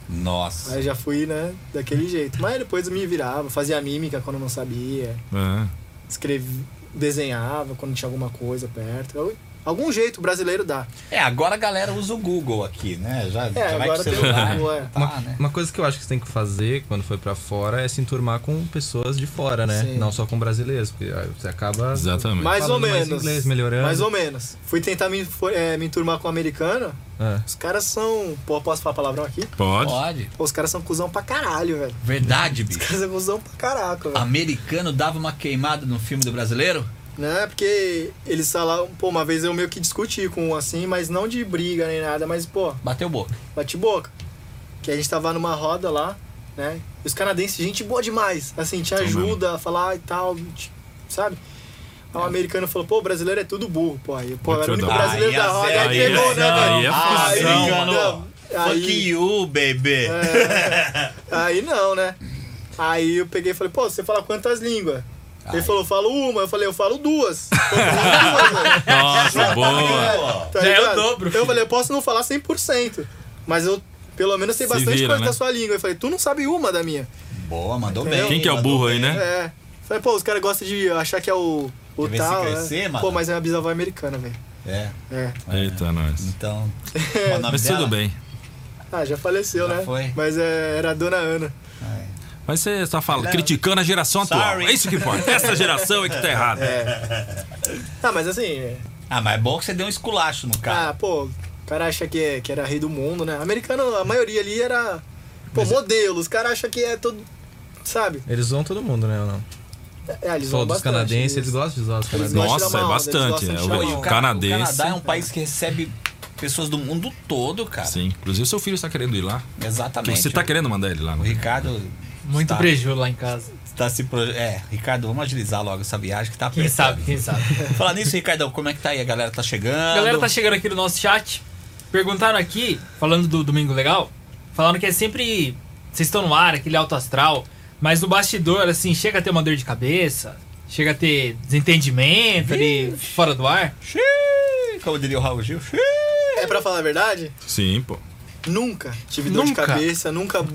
S3: Nossa.
S4: Aí já fui, né,
S2: Hum.
S4: daquele jeito. Mas depois eu me virava, fazia mímica quando não sabia,
S2: É.
S4: escrevi, desenhava quando tinha alguma coisa perto. Eu- algum jeito o brasileiro dá.
S3: É, agora a galera usa o Google aqui, né? Já,
S4: É,
S3: já vai pro
S4: agora tem
S3: celular.
S4: o Google, é.
S3: Tá, né?
S5: Uma coisa que eu acho que você tem que fazer quando for pra fora é se enturmar com pessoas de fora, né?
S4: Sim.
S5: Não só com brasileiros, porque aí você acaba.
S2: Exatamente.
S4: Mais ou
S5: Falando mais
S4: menos.
S5: inglês, melhorando.
S4: Mais ou menos. Fui tentar me, for- eh, me enturmar com o americano.
S5: É.
S4: Os caras são. Pô, posso falar palavrão aqui?
S2: Pode.
S3: Pode.
S4: Pô, os caras são cuzão pra caralho, velho.
S3: Verdade,
S4: Os
S3: bicho.
S4: caras são cuzão pra caraca,
S5: Ah.
S4: velho.
S3: Americano dava uma queimada no filme do brasileiro?
S4: Né? Porque eles falavam. Pô, uma vez eu meio que discuti com um assim, mas não de briga nem nada, mas, pô,
S3: Bateu boca.
S4: bate boca. Que a gente tava numa roda lá, né? E os canadenses, gente boa demais. Assim, te ajuda a falar e tal, te- sabe? Aí o americano falou, pô, o brasileiro é tudo burro, pô. Aí, pô,
S2: Muito
S4: era o único
S2: legal.
S4: brasileiro
S3: Aí
S4: da
S3: a
S4: roda.
S3: zero,
S4: Aí pegou,
S2: aí é
S4: né, velho?
S2: fusão,
S4: Aí,
S3: mano.
S4: não,
S3: Fuck you, baby.
S6: É.
S4: Aí não, né? Aí eu peguei e falei, pô, você fala quantas línguas? Ele falou, eu falo uma. Eu falei, eu falo duas. Eu falo duas, velho.
S2: Nossa, boa.
S3: Boa.
S4: Tá
S6: Já é o
S4: ligado?
S6: dobro,
S4: Eu
S6: filho.
S4: falei, eu posso não falar 100%, mas eu pelo menos sei
S2: Se
S4: bastante
S2: vira,
S4: coisa
S2: né?
S4: da sua língua. Eu falei, tu não sabe uma da minha.
S3: Boa, mandou bem.
S2: Quem que é o burro aí, né?
S4: É. Eu Falei, pô, os caras gostam de achar que é o, o
S3: Quer ver se
S4: tal. né?
S3: crescer, mano?
S4: Pô, mas é uma bisavó americana, velho.
S3: É,
S4: É.
S2: Eita, nós.
S6: <laughs>
S3: então. qual o nome
S2: Mas
S3: dela?
S2: tudo bem.
S4: Ah, já faleceu,
S3: Já
S4: né?
S3: foi.
S4: Mas é, era a dona Ana.
S2: Mas você tá falando, criticando a geração atual.
S3: Sorry.
S2: É isso que importa. Essa geração é que tá errada.
S4: Ah, mas assim, é-
S3: Ah, mas é bom que você deu um esculacho no
S4: ah,
S3: cara.
S4: pô, o cara acha que, é- que era rei do mundo, né? Americano, a maioria ali era, pô, modelo. Os caras acham que é todo, sabe?
S5: Eles zoam todo mundo, né? ou não?
S4: É, eles
S5: Só
S4: vão
S5: dos
S4: bastante.
S5: canadenses, eles gostam de zoar os canadenses.
S4: gostam de
S2: Nossa,
S4: dar
S2: é
S4: uma onda, eles
S2: bastante.
S4: gostam de
S2: é,
S4: chamar
S2: o-
S6: Ah,
S4: onda.
S2: o
S4: O
S3: O
S2: canadense.
S3: Canadá é um país que recebe pessoas do mundo todo, cara.
S2: Sim, inclusive seu filho está querendo ir lá.
S3: Exatamente.
S2: Você tá querendo mandar ele lá,
S3: O
S2: né?
S3: Ricardo.
S6: Muito
S3: está,
S6: prejuízo lá em casa.
S3: está se proje- É, Ricardo, vamos agilizar logo essa viagem que tá
S6: Quem
S3: apertado.
S6: sabe, quem sabe.
S3: Falar nisso, Ricardão, como é que tá aí? A galera tá chegando.
S6: A galera tá chegando aqui no nosso chat. Perguntaram aqui, falando do Domingo Legal, falaram que é sempre. Vocês estão no ar, aquele alto astral, mas no bastidor, assim, chega a ter uma dor de cabeça, chega a ter desentendimento ali fora do ar.
S3: Xiii, Como diria o Raul Gil. Xiii.
S4: É pra falar a verdade?
S2: Sim, pô.
S4: Nunca tive dor
S6: Nunca.
S4: de cabeça, nunca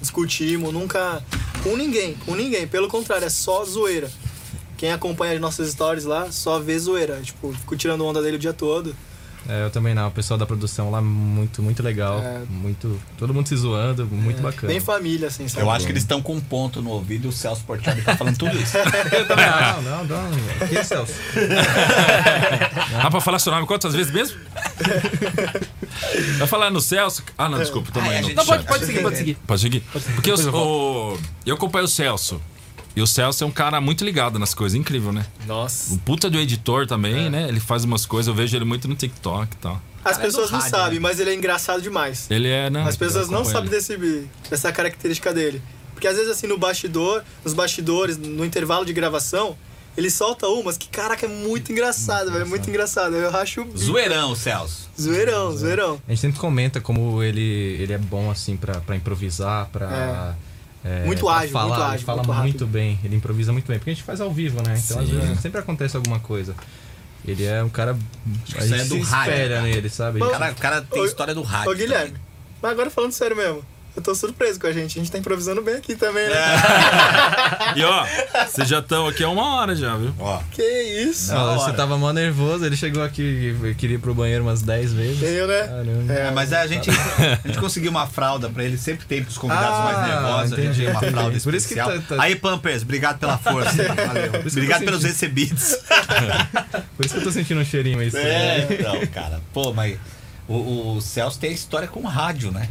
S4: discutimos, nunca. Com ninguém, com ninguém. Pelo contrário, é só zoeira. Quem acompanha as nossas stories lá só vê zoeira. Tipo, fico tirando onda dele o dia todo.
S5: É, eu também não. O pessoal da produção lá, muito, muito legal.
S4: É.
S5: Muito. Todo mundo se zoando, muito
S6: Tá.
S5: bacana.
S4: Bem família, assim, sabe?
S3: Eu acho que eles estão com um ponto no ouvido e o Celso Portioli tá falando tudo isso.
S5: Não, não, não. não. Que Celso?
S2: Ah, pra falar seu nome quantas vezes mesmo? Vai falar no Celso. Ah, não, desculpa, tô
S3: Ai, a
S2: indo.
S3: gente-
S6: Não, pode,
S3: Chato.
S6: pode seguir, pode seguir.
S2: Pode seguir. Porque eu, o- eu acompanho o Celso. E o Celso é um cara muito ligado nas coisas, incrível, né?
S6: Nossa.
S2: O puta do editor também, né? Ele faz umas coisas, eu vejo ele muito no TikTok e tal.
S4: As pessoas não
S6: é rádio, né?
S4: sabem, mas ele é engraçado demais.
S2: Ele é, né?
S4: As pessoas
S2: eu
S4: não
S2: acompanho
S4: sabem
S2: ele.
S4: desse, dessa característica dele. Porque às vezes, assim, no bastidor, nos bastidores, no intervalo de gravação, ele solta umas que, caraca, é muito
S6: Hum,
S4: engraçado, velho. É muito engraçado. Eu racho o bico.
S3: Zoeirão, Celso.
S4: zoeirão, zoeirão.
S5: A gente sempre comenta como ele, ele é bom, assim, pra, pra improvisar, pra. é,
S4: Muito
S5: pra
S4: ágil,
S5: falar,
S4: muito
S5: ele
S4: ágil,
S5: fala
S4: muito
S5: muito,
S4: rápido.
S5: bem, ele improvisa muito bem, porque a gente faz ao vivo, né? Então às
S2: Sim.
S5: vezes sempre acontece alguma coisa. Ele é um cara. A
S3: isso
S5: gente
S3: aí é do
S5: se
S3: rádio,
S5: espelha
S3: cara.
S5: nele, sabe?
S4: Mas-
S3: Cara, o cara tem
S4: Ô,
S3: história do rádio.
S4: Ô, Guilherme, mas agora falando sério mesmo, eu tô surpreso com a gente. A gente tá improvisando bem aqui também, né?
S3: É.
S2: E ó, vocês já estão aqui há uma hora já, viu?
S3: Ó,
S4: Que isso?
S5: Ah,
S3: da
S5: você
S3: hora.
S5: tava mó nervoso, ele chegou aqui e queria ir pro banheiro umas 10 vezes.
S4: Eu, né?
S5: Caramba.
S4: É,
S3: É, mas a gente, a gente conseguiu uma fralda pra ele, sempre tem pros convidados
S5: Ah,
S3: mais nervosos, a gente
S5: entendi,
S3: tem uma
S5: entendi.
S3: fralda
S5: Por isso que
S3: especial.
S5: tá- tá-
S3: Aí, Pampers, obrigado
S5: <laughs>
S3: pela força. Valeu.
S5: isso que
S3: Obrigado
S5: eu
S3: pelos recebidos.
S5: Por isso que eu tô sentindo um cheirinho aí.
S3: É, então, cara. Pô, mas o, o Celso tem história com rádio, né?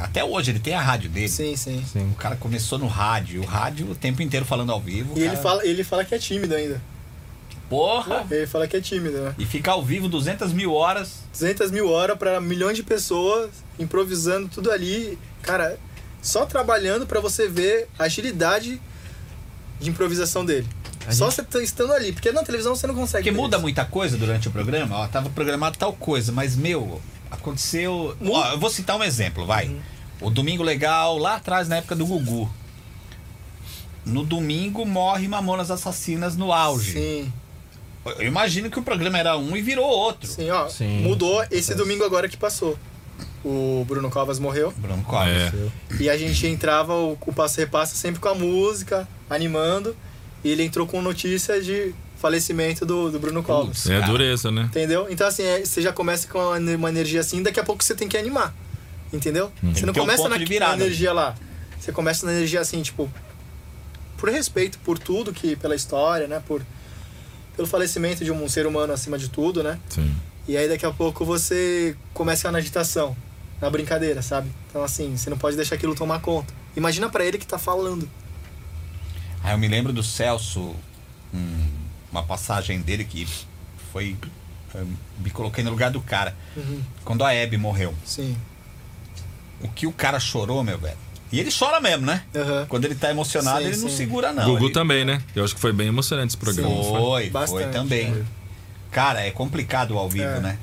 S3: Até hoje ele tem a rádio dele.
S4: É. Sim, sim.
S5: É. Sim.
S3: O cara começou no rádio, o rádio o tempo inteiro falando ao vivo.
S4: E ele
S3: cara,
S4: fala, ele fala que é tímido ainda.
S3: Porra!
S4: Ele fala que é tímido, né?
S3: E ficar ao vivo 200 mil horas.
S4: 200 mil horas pra milhões de pessoas, improvisando tudo ali. Cara, só trabalhando pra você ver a agilidade de improvisação dele. Só você tá estando ali, porque na televisão você não consegue.
S3: Porque
S4: ver
S3: muda
S4: isso.
S3: muita coisa durante o programa. Ó, tava programado tal coisa, mas meu, aconteceu. Ó, eu vou citar um exemplo, vai.
S4: Uhum.
S3: O Domingo Legal, lá atrás, na época do Gugu. No domingo morre Mamonas Assassinas no auge.
S4: Sim,
S3: Eu imagino que o programa era um e virou outro.
S4: sim, ó.
S5: Sim.
S4: mudou esse domingo agora que passou. O Bruno Covas morreu.
S3: Bruno Covas.
S2: É.
S4: E a gente entrava o, o passo repassa sempre com a música, animando. E ele entrou com notícia de falecimento do, do Bruno Covas.
S3: Putz,
S2: É
S3: cara.
S2: dureza, né?
S4: Entendeu? Então, assim, é, você já começa com uma ener- uma energia assim, daqui a pouco você tem que animar. Entendeu? Você
S3: Tem
S4: não
S3: que ter um
S4: começa
S3: ponto
S4: na,
S3: de virada.
S4: na energia lá. Você começa na energia assim, tipo, por respeito por tudo que, pela história, né? Por, pelo falecimento de um ser humano acima de tudo, né?
S2: Sim.
S4: E aí daqui a pouco você começa na agitação, na brincadeira, sabe? Então assim, você não pode deixar aquilo tomar conta. Imagina pra ele que tá falando.
S3: Aí eu me lembro do Celso, um- uma passagem dele que foi. eu me coloquei no lugar do cara.
S4: Uhum.
S3: Quando a Hebe morreu.
S4: Sim.
S3: O que o cara chorou, meu velho? E ele chora mesmo, né?
S4: Aham.
S3: Quando ele tá emocionado,
S4: Sim,
S3: ele não
S4: sim.
S3: segura, não.
S2: Gugu
S3: ele...
S2: também, né? Eu acho que foi bem emocionante esse programa.
S4: Sim.
S2: foi?
S5: né?
S3: Foi, foi
S4: Bastante,
S3: também. Cara, é complicado ao vivo,
S4: É.
S3: né?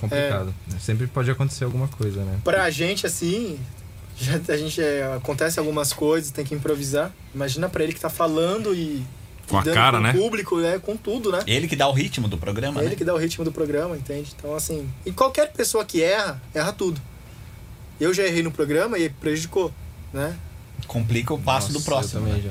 S5: complicado. né? Sempre pode acontecer alguma coisa, né?
S4: Pra gente, assim, já, a gente é, acontece algumas coisas, tem que improvisar. Imagina pra ele que tá falando e.
S2: Com a
S4: lidando
S2: cara,
S4: com
S2: né?
S4: O público, né? Com tudo, né?
S3: Ele que dá o ritmo do programa,
S4: É ele
S3: né?
S4: que dá o ritmo do programa, entende? Então, assim. E qualquer pessoa que erra, erra tudo. Eu já errei no programa e prejudicou, né?
S3: Complica o passo
S5: Nossa,
S3: do próximo.
S5: eu também
S3: né?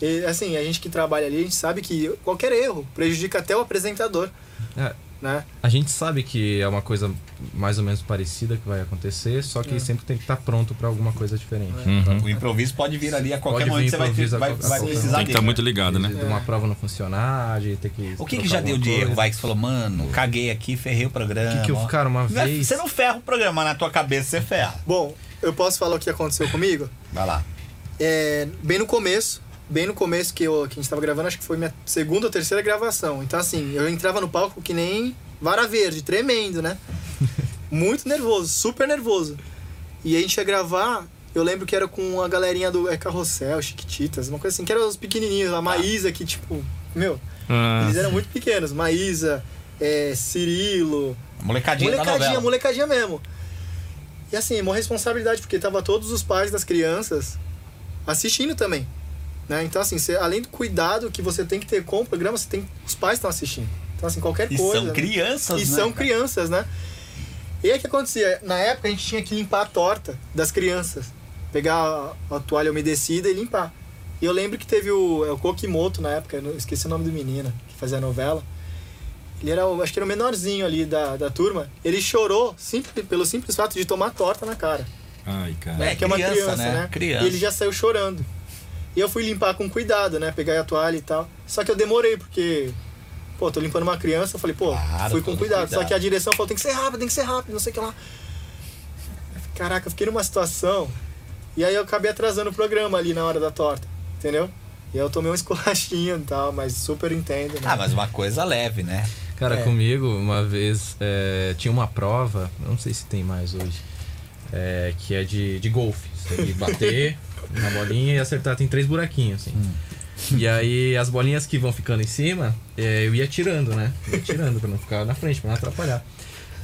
S5: já.
S4: E, assim, a gente que trabalha ali, a gente sabe que qualquer erro prejudica até o apresentador.
S5: É.
S4: Né?
S5: A gente sabe que é uma coisa mais ou menos parecida que vai acontecer, só que
S4: É.
S5: sempre tem que estar pronto pra alguma coisa diferente.
S2: Uhum.
S3: O improviso pode vir ali a qualquer
S5: Pode vir
S3: momento, você vai, ter,
S5: improviso a
S3: vai,
S5: qualquer
S3: vai
S5: momento.
S3: precisar
S2: Tem que estar
S3: dele.
S2: muito ligado, né?
S5: De uma prova não funcionar, de ter que.
S3: O que, que
S5: trocar
S3: já deu
S5: alguma
S3: de erro,
S5: coisa.
S3: vai? Que você falou, mano, caguei aqui, ferrei o programa.
S5: O que, que eu
S3: ó.
S5: ficar uma
S3: Não é-
S5: vez?
S3: Você não ferra o programa, mas na tua cabeça você ferra.
S4: Bom, eu posso falar o que aconteceu comigo?
S3: Vai lá.
S4: É, bem no começo, bem no começo que, eu, que a gente tava gravando, acho que foi minha segunda ou terceira gravação. Então, assim, eu entrava no palco que nem vara verde, tremendo, né? Muito nervoso, super nervoso. E a gente ia gravar, eu lembro que era com a galerinha do é, Carrossel, Chiquititas, uma coisa assim, que eram os pequenininhos, a Maísa, que tipo, meu,
S2: Ah,
S4: eles eram muito pequenos. Maísa, é, Cirilo,
S3: Molecadinha, da
S4: Molecadinha,
S3: novela.
S4: molecadinha mesmo. E assim, uma responsabilidade, porque tava todos os pais das crianças assistindo também. Né? Então, assim, você- além do cuidado que você tem que ter com o programa, você tem, os pais estão assistindo. Então, assim, qualquer
S3: E
S4: coisa.
S3: são
S4: né?
S3: crianças,
S4: E
S3: né?
S4: são
S3: cara?
S4: crianças, né? E aí o que acontecia? Na época a gente tinha que limpar a torta das crianças. Pegar a, a toalha umedecida e limpar. E eu lembro que teve o, é, o Kokimoto na época, eu não- esqueci o nome do menino que fazia a novela. Ele era, o- acho que era o menorzinho ali da, da turma. Ele chorou simples, pelo simples fato de tomar torta na cara.
S2: Ai, cara.
S4: né?
S3: É,
S4: que é uma
S3: criança,
S4: criança,
S3: né?
S4: né?
S3: Criança.
S4: E ele já saiu chorando. E eu fui limpar com cuidado, né? Pegar a toalha e tal. Só que eu demorei, porque. Pô, tô limpando uma criança, eu falei, pô,
S3: Claro,
S4: fui com
S3: todo
S4: cuidado.
S3: cuidado.
S4: Só que a direção falou, tem que ser rápido, tem que ser rápido, não sei o que lá. Caraca, eu fiquei numa situação. E aí eu acabei atrasando o programa ali na hora da torta, entendeu? E aí eu tomei um <laughs> escolachinho e tal, mas super entendo, né?
S3: Ah, mas uma coisa leve, né?
S5: Cara,
S4: É.
S5: comigo, uma vez, é, tinha uma prova, não sei se tem mais hoje, é, que é de, de golfe. Você tem que bater na bolinha e acertar, tem três buraquinhos, assim. E aí, as bolinhas que vão ficando em cima, é, eu ia tirando, né? Ia tirando pra não ficar na frente, pra não atrapalhar.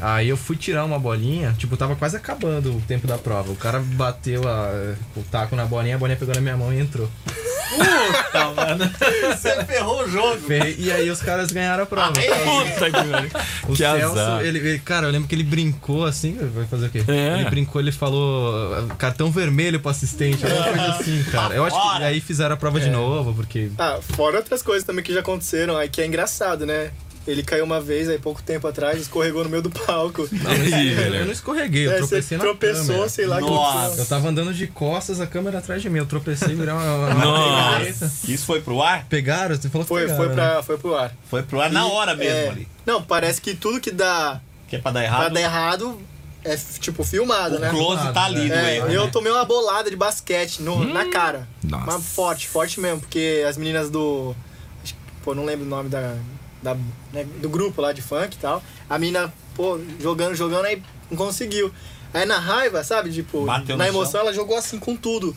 S5: Aí eu fui tirar uma bolinha, tipo, tava quase acabando o tempo da prova. O cara bateu a- o taco na bolinha, a bolinha pegou na minha mão e entrou.
S6: Puta, mano.
S3: Você ferrou o jogo.
S5: Ferrei, E aí os caras ganharam a prova. Então,
S6: Puta que pariu.
S5: O
S2: Que
S5: Celso,
S2: azar.
S5: Ele, ele- cara, eu lembro que ele brincou assim, vai fazer o quê?
S2: É.
S5: Ele brincou, ele falou ah, cartão vermelho pro assistente, alguma coisa assim, cara. Eu acho que
S3: Fora.
S5: aí fizeram a prova de novo, porque.
S4: Ah, fora outras coisas também que já aconteceram, aí que é engraçado, né? Ele caiu uma vez aí pouco tempo atrás, escorregou no meio do palco.
S2: Ih,
S5: eu,
S2: velho.
S5: não escorreguei, eu
S4: <laughs> É,
S5: tropecei
S4: você
S5: na
S4: tropeçou,
S5: câmera.
S4: sei lá
S3: Nossa.
S4: que
S5: Eu tava andando de costas, a câmera atrás de mim, eu tropecei, virei uma. uma- uma
S2: Nossa.
S5: picareta.
S3: Isso foi pro ar?
S5: Pegaram? Você falou que
S4: foi,
S5: pegaram,
S4: foi,
S5: né?
S4: pra, foi pro ar.
S3: Foi pro ar na
S4: E,
S3: hora Tá mesmo
S4: é,
S3: ali.
S4: Não, parece que tudo que dá
S3: Que é pra dar
S4: pra
S3: errado.
S4: dar errado é f- tipo filmado, né?
S3: o close tá ali no
S4: É,
S3: erro.
S4: eu tomei uma bolada de basquete no- na cara.
S2: Nossa.
S4: Mas forte, forte mesmo, porque as meninas do. acho que- Pô, não lembro o nome da. da- né, do grupo lá de funk e tal. A menina, pô, jogando, jogando, aí não conseguiu. Aí na raiva, sabe? Tipo,
S3: Bateu
S4: na
S3: no
S4: emoção,
S3: chão.
S4: ela jogou assim com tudo.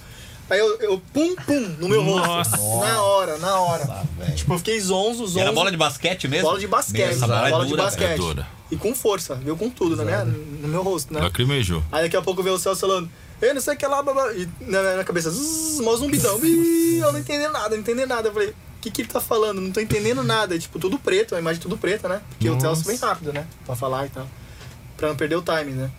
S4: Aí eu, eu pum, pum, no meu
S2: Nossa.
S4: rosto. Na hora, na hora.
S3: Ah, velho.
S4: Tipo, eu fiquei zonzo, zonzo.
S3: Era bola de basquete mesmo?
S4: Bola de basquete.
S3: Essa bola,
S4: bola,
S3: é
S4: de
S3: dura,
S4: basquete.
S2: É dura.
S4: E com força, viu? Com tudo, na minha, no meu rosto, né?
S2: Lacrimejou.
S4: Aí daqui a pouco vem o Celso falando, eu não sei o que lá, blá, blá", e na, na- na cabeça, zzz, mó
S3: <laughs>
S4: zumbidão, Ih, eu não entendi nada, não entendi nada. Eu falei, o que, que ele tá falando? Não tô entendendo nada. E, tipo, tudo preto, a imagem tudo preta, né? Porque o Celso vem rápido, né? Pra falar e tal. Pra não perder o time, né?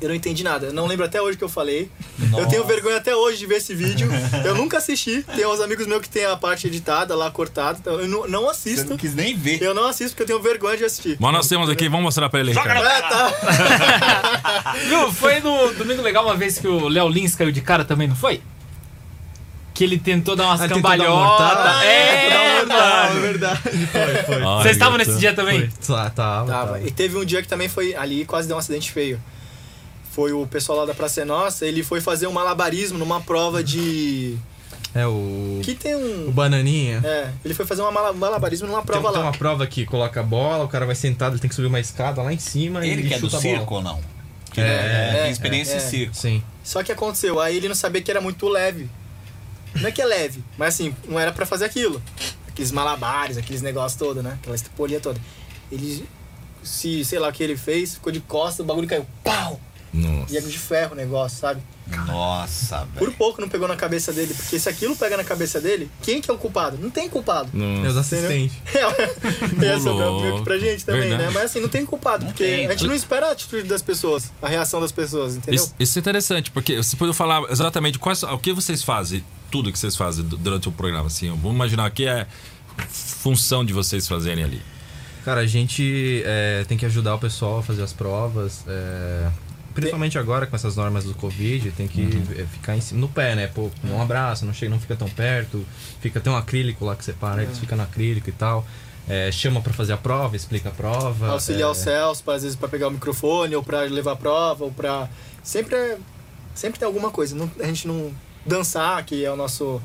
S4: Eu não entendi nada. Eu não lembro até hoje o que eu falei. Eu tenho vergonha até hoje de ver esse vídeo. Eu nunca assisti. Tem uns amigos meus que tem a parte editada lá, cortada. Então eu não, não
S3: Você
S4: assisto.
S3: não quis nem ver.
S4: Eu não assisto porque eu tenho vergonha de assistir.
S2: Mas nós temos aqui, vamos mostrar pra ele. Ricardo.
S4: É, tá.
S6: Viu? Foi no Domingo Legal uma vez que o Léo Lins caiu de cara também, não foi? Que ele tentou dar umas
S5: Ah, ele tentou dar uma
S6: cambalhotas.
S5: mortada.
S6: É,
S4: Não, é
S6: mano.
S4: verdade.
S2: Ai,
S6: Vocês estavam
S2: meu
S6: nesse
S2: Deus.
S6: dia também?
S5: Tá, tava,
S4: Tava.
S5: tava.
S4: E teve um dia que também foi ali quase deu um acidente feio. Foi o pessoal lá da Praça é Nossa, ele foi fazer um malabarismo numa prova de.
S5: É o.
S4: Que tem
S5: O
S4: um.
S5: bananinha.
S4: É, ele foi fazer um mala- malabarismo numa
S5: Tem, um-
S4: prova
S5: tem
S4: lá.
S5: uma prova que coloca a bola, o cara vai sentado, ele tem que subir uma escada lá em cima e
S3: Ele que é do
S5: chuta a bola.
S3: circo ou não? Que
S5: É,
S3: é,
S4: é,
S3: tem experiência
S4: é.
S3: em circo.
S5: Sim.
S4: Só que aconteceu, aí ele não sabia que era muito leve. Não é que é leve, mas assim, não era pra fazer aquilo. Aqueles malabares, aqueles negócios todo, né? Aquela estripolia toda. Ele se, sei lá, o que ele fez, ficou de costas, o bagulho caiu. Pau! E é
S2: Nossa.
S4: de ferro o negócio, sabe?
S3: Nossa,
S4: Por
S3: velho.
S4: pouco não pegou na cabeça dele, porque se aquilo pega na cabeça dele, quem que é o culpado? Não tem culpado.
S2: Nossa.
S5: Meus assistentes.
S4: É, <laughs> essa é
S2: louco.
S4: meio que pra gente também,
S2: Verdade.
S4: né? Mas assim, não tem culpado, porque
S3: tem.
S4: a gente não espera a atitude das pessoas, a reação das pessoas, entendeu?
S2: Isso, isso é interessante, porque você pode falar exatamente quais, o que vocês fazem, tudo que vocês fazem du- durante o programa. Assim, vamos imaginar o que é função de vocês fazerem ali.
S5: Cara, a gente é, tem que ajudar o pessoal a fazer as provas. é, principalmente agora com essas normas do Covid, tem que
S3: Uhum.
S5: é, ficar em cima- no pé, né? Pô, não abraça, não chega, não fica tão perto. Fica tem um acrílico lá que separa,
S4: É.
S5: eles ficam no acrílico e tal. É, chama pra fazer a prova, explica a prova.
S4: Auxiliar
S5: é,
S4: os Celso, pra, às vezes, pra pegar o microfone, ou pra levar a prova, ou pra. Sempre, é- sempre tem alguma coisa. Não- a gente não dançar, que é o nosso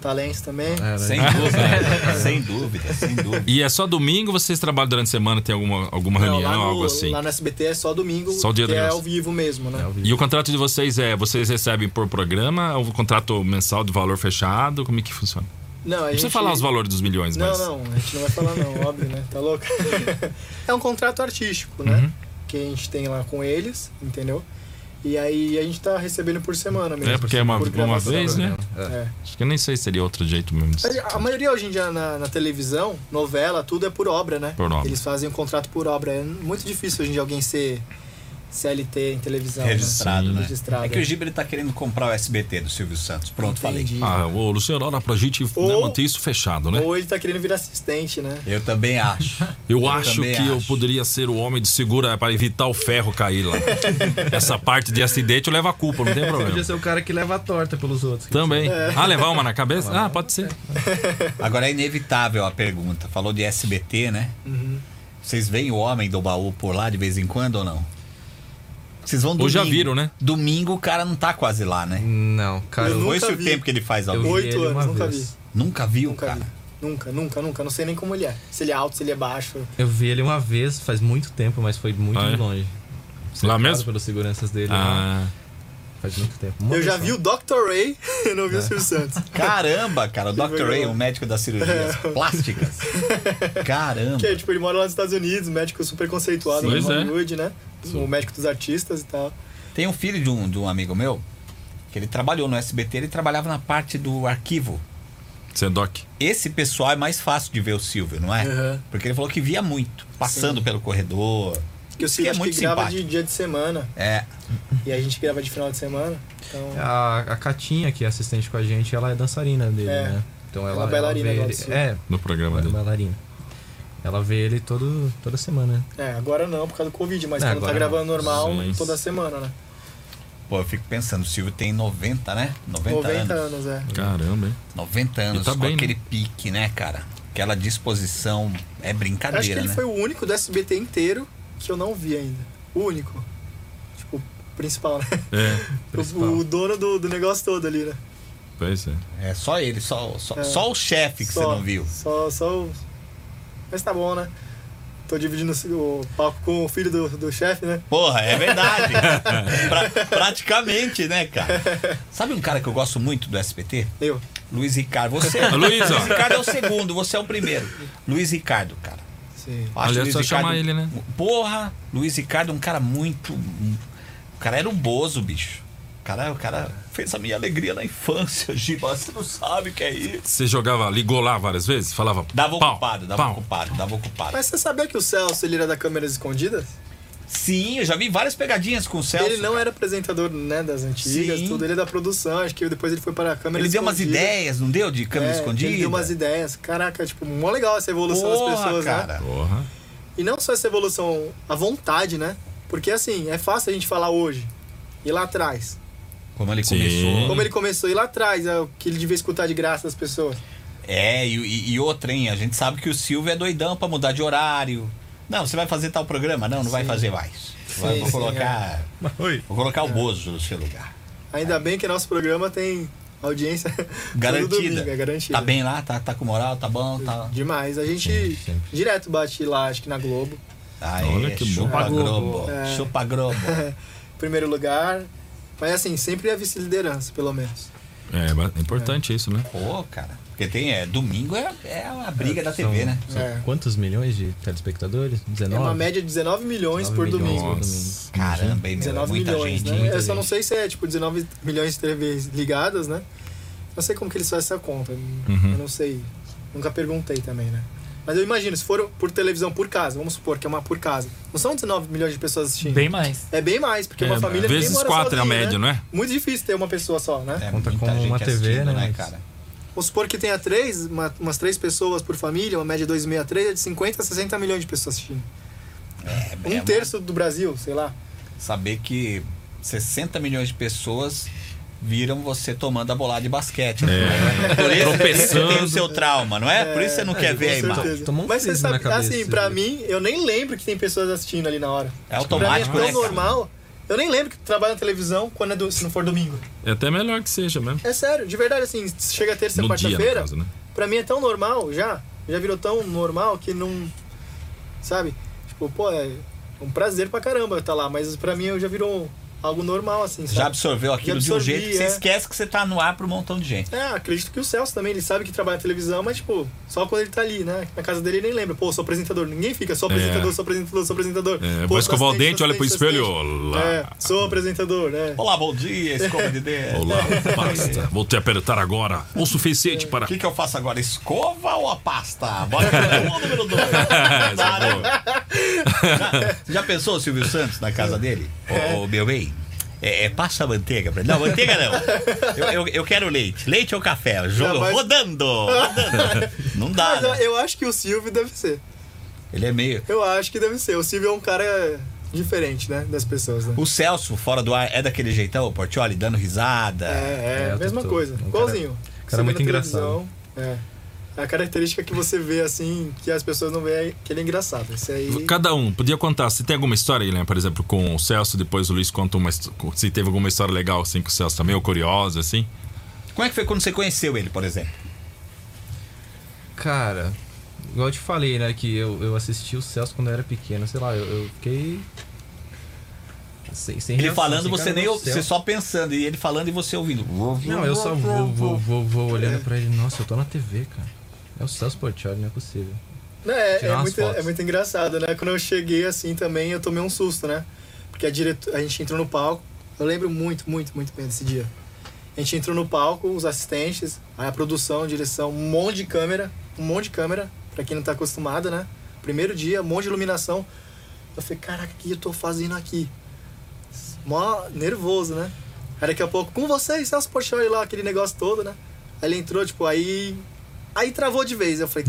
S4: talento também.
S5: é, né?
S3: Sem
S4: <laughs>
S3: dúvida. sem dúvida, sem dúvida.
S2: E é só domingo ou vocês trabalham durante a semana? Tem alguma, alguma
S4: Não,
S2: reunião,
S4: lá no,
S2: algo assim?
S4: Lá no SBT é só domingo,
S2: Só o dia
S4: que
S2: do
S4: é
S2: negócio.
S4: ao vivo mesmo, né?
S5: É, o vídeo.
S2: E o contrato de vocês é, vocês recebem por programa ou contrato mensal de valor fechado? Como é que funciona? Não
S4: Não, a
S2: precisa
S4: gente-
S2: falar os valores dos milhões,
S4: Não,
S2: mas...
S4: não, a gente não vai falar
S2: <laughs>
S4: não, óbvio, né? Tá louco? é um contrato artístico, né?
S2: Uhum.
S4: Que a gente tem lá com eles, entendeu? E aí a gente tá recebendo por semana mesmo.
S2: É, porque é uma,
S4: por
S2: uma
S4: gravação.
S2: vez, né?
S4: É.
S2: Acho que eu nem sei se seria outro jeito mesmo. disso.
S4: A maioria hoje em dia na, na televisão, novela, tudo é por obra, né?
S2: Por obra.
S4: Eles fazem um contrato por obra. É muito difícil hoje em dia alguém ser CLT em televisão.
S3: Registrado,
S4: né?
S3: né?
S4: Registrado.
S3: É que
S4: é.
S3: o Giba ele tá querendo comprar o SBT do Silvio Santos. Pronto, falei.
S4: Entendi.
S2: Ah, ô, Luciano, olha pra gente né,
S4: Ou-
S2: manter isso fechado, né?
S4: Ou ele tá querendo virar assistente, né?
S3: Eu também acho.
S2: Eu, acho que
S3: também
S2: eu
S3: acho.
S2: poderia ser o homem de segura para evitar o ferro cair lá. Essa parte de acidente eu levo a culpa, não tem
S5: Podia
S2: problema.
S5: ser o cara que leva a torta pelos outros. É. que
S2: Também. Ah, levar uma na cabeça? Ah, pode ser.
S3: Agora é inevitável a pergunta. Falou de SBT, né?
S4: Uhum.
S3: Vocês veem o homem do baú por lá de vez em quando ou não? Vocês vão
S2: Ou
S3: domingo.
S2: já viram, né?
S3: Domingo o cara não tá quase lá, né?
S5: Não, cara.
S4: Eu
S5: Eu,
S3: Ou
S4: nunca
S3: esse o
S4: vi.
S3: tempo que ele faz ao
S5: eu vi
S3: vivo?
S4: Oito
S5: ele
S4: anos,
S5: uma
S4: nunca
S5: vez.
S4: vi.
S3: Nunca viu,
S4: Nunca
S3: cara?
S4: vi. Nunca, nunca, nunca. Não sei nem como ele é. Se ele é alto, se ele é baixo.
S5: eu vi ele uma vez, faz muito tempo, mas foi muito
S2: Ah, é?
S5: longe.
S2: Lá
S5: Cercado
S2: mesmo?
S5: Pelas seguranças dele. né?
S2: Ah,
S5: Faz muito tempo. Uma
S4: eu já
S5: vez só.
S4: vi o Dr. Ray, <laughs> eu não vi o Silvio Santos.
S3: Caramba, cara. O Dr. Ray, o médico das
S4: <laughs>
S3: cirurgias plásticas. Caramba.
S4: Que é, tipo, ele mora lá nos Estados Unidos, médico super conceituado
S2: Pois
S4: no
S2: é.
S4: Hollywood, né? O médico dos artistas e tal.
S3: Tem um filho de um, de um amigo meu que ele trabalhou no SBT, ele trabalhava na parte do arquivo.
S2: Sedoc.
S3: Esse pessoal é mais fácil de ver o Silvio, não é?
S4: Uhum.
S3: Porque ele falou que via muito, passando pelo corredor.
S4: Que
S3: Que
S4: o Silvio
S3: é
S4: acho
S3: muito
S4: que grava de
S3: simpático.
S4: dia de semana.
S3: É,
S4: E a gente grava de final de semana. Então,
S5: A, a Catinha, que é assistente com a gente, ela é dançarina dele,
S4: É.
S5: né? Então ela,
S4: Ela é bailarina
S5: ela
S4: lá
S5: vê
S4: do sul.
S5: ele, É,
S2: no programa
S5: ela é
S2: dele.
S5: bailarina. Ela vê ele todo, toda semana.
S4: é, agora não, por causa do Covid, mas
S5: É,
S4: quando tá
S5: agora
S4: gravando normal,
S2: Sim.
S4: toda semana, né?
S3: pô, eu fico pensando, o Silvio tem 90, né? 90,
S4: 90
S3: anos.
S4: anos, é.
S2: Caramba, hein?
S3: 90 anos,
S2: tá
S3: com
S2: bem, né?
S3: aquele pique, né, cara? Aquela disposição é brincadeira,
S4: Acho que ele
S3: né?
S4: foi o único do SBT inteiro que eu não vi ainda. O único. Tipo, o principal, né?
S2: É,
S5: Principal.
S4: O, o dono do, do negócio todo ali, né?
S2: pois é.
S3: É só ele, só, só,
S4: É.
S3: só o chefe que você não viu.
S4: Só, só o... Mas tá bom, né? Tô dividindo o palco com o filho do, do chefe, né?
S3: Porra, é
S2: <laughs>
S3: verdade. Pra- praticamente, né, cara? Sabe um cara que eu gosto muito do SBT?
S4: Eu.
S3: Luiz Ricardo. Você.
S2: Luiz, ó.
S3: Ricardo é o segundo, você é o primeiro. Luiz Ricardo, cara.
S4: Sim.
S3: Eu acho
S2: Aliás,
S3: o Luiz
S2: só chamar ele, né?
S3: Porra, Luiz Ricardo é um cara muito. O cara era um bozo, bicho. O cara, o cara fez a minha alegria na infância, <laughs> Giba. Você não sabe o que é isso.
S2: Você jogava, ligou lá várias vezes? Falava.
S3: Dava um
S2: pau,
S3: ocupado, dava
S2: pau.
S3: ocupado, dava ocupado.
S4: Mas você sabia que o Celso ele era da Câmeras Escondidas?
S3: Sim, eu já vi várias pegadinhas com o Celso.
S4: ele não é era apresentador né, das antigas,
S3: Sim.
S4: tudo. Ele é da produção, acho que depois ele foi para a Câmera
S3: Ele deu umas
S4: Escondida.
S3: ideias, não deu? De câmera
S4: É,
S3: escondida?
S4: Ele deu umas ideias. Caraca, tipo, mó legal essa evolução das
S3: Porra,
S4: pessoas, né?
S3: cara.
S2: Porra.
S4: E não só essa evolução, a vontade, né? Porque assim, é fácil a gente falar hoje e lá atrás.
S3: Como ele
S2: Sim.
S3: começou.
S4: Como ele começou e lá atrás, é o que ele devia escutar de graça das pessoas.
S3: É, e, e- e outra, hein? A gente sabe que o Silvio é doidão pra mudar de horário. Não, você vai fazer tal programa? Não, não vai fazer mais. Vai-
S4: Sim,
S3: vou
S4: sim, é.
S3: colocar.
S5: Oi.
S3: Vou colocar o Bozo no seu lugar.
S4: Ainda bem que nosso programa tem audiência <laughs>
S3: Garantida.
S4: todo domingo, é garantida.
S3: Tá bem lá, tá, tá com moral, tá bom, tá.
S4: Demais. A gente direto bate lá, acho que na Globo.
S3: Aí,
S2: Olha que bom.
S3: chupa
S5: Globo.
S3: Globo.
S4: É. <laughs>
S3: Chupa Globo.
S4: Primeiro lugar. Mas assim, sempre a é vice-liderança, pelo menos.
S2: É, ba- é importante isso, né?
S3: Pô, cara. Porque tem. É, domingo é, é a briga da TV,
S5: São-
S3: né?
S5: são
S4: É.
S5: Quantos milhões de telespectadores? 19?
S4: É uma média de 19 milhões
S5: 19
S4: por
S5: milhões
S4: domingo.
S5: por
S3: Caramba, hein, meu, é
S4: 19
S3: muita
S4: milhões,
S3: gente,
S4: né?
S3: hein?
S5: muita
S4: eu só não
S5: gente.
S4: sei se é tipo 19 milhões de TVs ligadas, né? Não sei como que eles fazem essa conta.
S3: Uhum.
S4: Eu não sei. Nunca perguntei também, né? Mas eu imagino, se for por televisão por casa, vamos supor que é uma por casa. Não são 19 milhões de pessoas assistindo.
S6: Bem mais.
S4: É bem mais, porque uma
S2: É,
S4: família ninguém
S2: vezes
S4: mora
S2: quatro é a
S4: sozinha, né?
S2: média, não é?
S4: Muito difícil ter uma pessoa só, né?
S3: É
S5: Conta
S3: muita
S5: com
S3: gente
S5: uma TV,
S3: assistindo,
S5: né, mas-
S3: cara?
S4: Vamos supor que tenha três, uma- umas três pessoas por família, uma média de 2,63, é de 50 a 60 milhões de pessoas assistindo.
S3: É,
S4: Um
S3: é uma-
S4: terço do Brasil, sei lá.
S3: Saber que 60 milhões de pessoas viram você tomando a bolada de basquete. né? Por isso
S2: É. Tropeçando.
S3: você tem o seu trauma, não é? Por isso você não quer
S5: com
S3: ver a
S5: certeza.
S3: imagem.
S5: Tomou um
S4: Mas você
S5: cisma
S4: sabe,
S5: na cabeça,
S4: assim, pra
S5: né?
S4: mim, eu nem lembro que tem pessoas assistindo ali na hora.
S3: É
S4: Pra mim é
S3: automático, né?
S4: tão
S3: cara?
S4: normal. Eu nem lembro que trabalho na televisão quando é do- se não for domingo.
S2: É até melhor que seja mesmo.
S4: É sério, de verdade, assim, chega terça,
S2: No dia, no
S4: quarta-feira,
S2: caso, né?
S4: pra mim é tão normal já. Já virou tão normal que não. Sabe? Tipo, pô, é um prazer pra caramba eu estar lá, mas pra mim eu já virou algo normal, assim.
S3: Já
S4: Sabe?
S3: absorveu aquilo
S4: Já absorvi,
S3: de um jeito que você
S4: é.
S3: esquece que você tá no ar pra um montão de gente.
S4: É, acredito que o Celso também, ele sabe que trabalha na televisão, mas, tipo, só quando ele tá ali, né? Na casa dele ele nem lembra. Pô, sou apresentador. Ninguém fica, sou apresentador, sou apresentador, sou apresentador.
S2: É,
S4: Pô,
S2: vai
S4: sou
S2: escovar o
S4: assistente,
S2: dente,
S4: sou
S2: olha pro
S4: assistente,
S2: espelho.
S4: sou
S2: Olá.
S4: assistente. É, sou apresentador, né?
S3: Olá, bom dia, é escova de dedo.
S2: Olá, pasta. Vou te apertar agora. O suficiente para.
S3: O que, que eu faço agora? Escova ou a pasta? Bora pro número 2. <laughs>
S2: Essa é boa.
S3: né? Você já pensou o Silvio Santos na casa dele? Ô, meu bem, é, é, passa a manteiga pra ele. Não, manteiga não. Eu, eu- eu quero leite. Leite ou café? Jogo
S4: Não, mas-
S3: rodando, <laughs> rodando. Não dá,
S4: Mas eu,
S3: né?
S4: eu acho que o Silvio deve ser.
S3: Ele é meio...
S4: Eu acho que deve ser. O Silvio é um cara diferente, né? Das pessoas, né?
S3: O Celso, fora do ar, é daquele jeitão, o Portioli, dando risada.
S4: É, é,
S5: É, eu tô-
S4: mesma
S5: tô-
S4: coisa.
S5: um cara-
S4: Igualzinho.
S5: cara
S4: Você vê
S5: muito
S4: na
S5: engraçado.
S4: televisão, É. A característica que você vê, assim, que as pessoas não veem é que ele é engraçado. Isso aí.
S2: Cada um, podia contar. Se tem alguma história, Guilherme, por exemplo, com o Celso, depois o Luiz conta uma. his- Se teve alguma história legal assim com o Celso também, ou curiosa, assim.
S3: Como é que foi quando você conheceu ele, por exemplo?
S5: Cara, igual eu te falei, né? Que eu, eu assisti o Celso quando eu era pequeno, sei lá, eu, eu fiquei. Sem, sem
S3: Ele
S5: reação,
S3: falando,
S5: assim,
S3: você
S5: cara,
S3: nem
S5: meu
S3: ouve, você
S5: Celso.
S3: só pensando. E ele falando e você ouvindo.
S5: Não, eu só vou, vou, vou, vou olhando pra ele. Nossa, eu tô na TV, cara. É o Celso Portioli, não é possível.
S4: Não, é,
S5: Tirar
S4: é
S5: umas
S4: muito,
S5: fotos.
S4: é muito engraçado, né? Quando eu cheguei assim também, eu tomei um susto, né? Porque a, direto... a gente entrou no palco. Eu lembro muito, muito, muito bem desse dia. A gente entrou no palco, os assistentes, aí a produção, a direção, um monte de câmera, um monte de câmera, pra quem não tá acostumado, né? Primeiro dia, um monte de iluminação. Eu falei, caraca, o que eu tô fazendo aqui? Mó nervoso, né? Aí daqui a pouco, com vocês, Celso Portioli lá, aquele negócio todo, né? Aí ele entrou, tipo, aí. Aí travou de vez. Eu falei,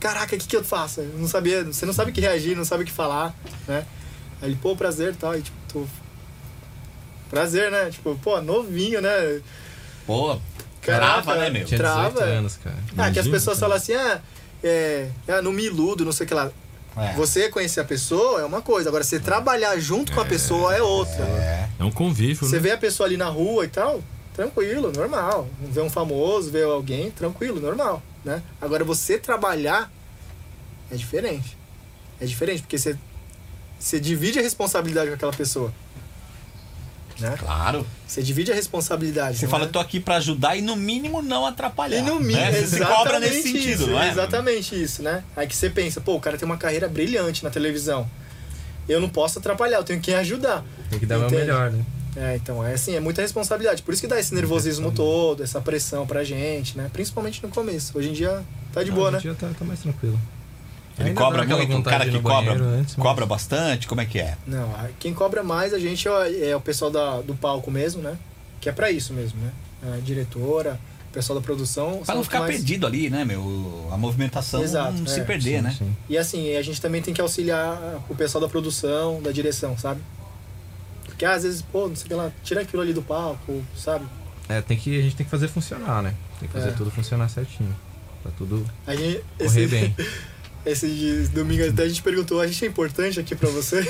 S4: caraca, o que, que eu faço? Eu não sabia, você não sabe o que reagir, não sabe o que falar, né? Aí ele, pô, prazer e tal. E tipo, tô. Prazer, né? Tipo, pô, novinho, né?
S3: Pô,
S4: Caraca,
S3: trava, né, meu?
S5: Tinha
S4: Trava,
S5: 18
S4: é.
S5: anos, cara.
S4: Ah, que as
S2: Imagina,
S4: pessoas falam assim, ah, é, ah, não me iludo, não sei o que lá.
S3: É.
S4: Você conhecer a pessoa é uma coisa, agora você trabalhar junto com a pessoa é outra.
S2: É um
S3: Tipo,
S2: convívio,
S4: Você
S2: né?
S4: vê a pessoa ali na rua e tal, tranquilo, normal. Vê um famoso, vê alguém, tranquilo, normal, né? Agora você trabalhar é diferente. É diferente, porque você, você divide a responsabilidade com aquela pessoa. Né?
S3: Claro.
S4: Você divide a responsabilidade.
S3: Você
S4: não
S3: fala,
S4: é?
S3: tô aqui pra ajudar e no mínimo não atrapalhar.
S4: E no mínimo,
S3: né? Você se
S4: exatamente
S3: cobra nesse sentido,
S4: isso,
S3: não é?
S4: Exatamente isso, né? Aí que você pensa, pô, o cara tem uma carreira brilhante na televisão. Eu não posso atrapalhar, eu tenho que ajudar.
S5: Tem que dar o meu
S4: Entende?
S5: melhor, né?
S4: É, então, é assim, é muita responsabilidade. Por isso que dá esse nervosismo todo, essa pressão pra gente, né? Principalmente no começo. Hoje em dia tá de boa,
S5: Hoje
S4: né?
S5: em dia tá, tá mais tranquilo.
S3: Ele
S5: Ainda dá
S3: cobra
S5: aquela
S3: muito, o
S5: vontade
S3: cara
S5: de ir
S3: que
S5: no
S3: cobra,
S5: banheiro antes, mas-
S3: cobra bastante, como é que é?
S4: Não, a- quem cobra mais a gente ó, é o pessoal da, do palco mesmo, né? Que é pra isso mesmo, né? A diretora, o pessoal da produção.
S3: Pra
S4: são
S3: não
S4: os que
S3: ficar
S4: mais-
S3: perdido ali, né, meu? A movimentação
S4: Exato,
S3: não se
S4: é.
S3: perder, né?
S5: Sim.
S4: E assim, a gente também tem que auxiliar o pessoal da produção, da direção, sabe? Porque às vezes, pô, não sei o que lá, tira aquilo ali do palco, sabe?
S5: É, tem que, a gente tem que fazer funcionar, né? Tem que fazer
S4: É.
S5: tudo funcionar certinho. Pra tudo
S4: A gente,
S5: correr bem.
S4: <laughs> esse de- domingo até a gente perguntou, a gente é importante aqui pra vocês?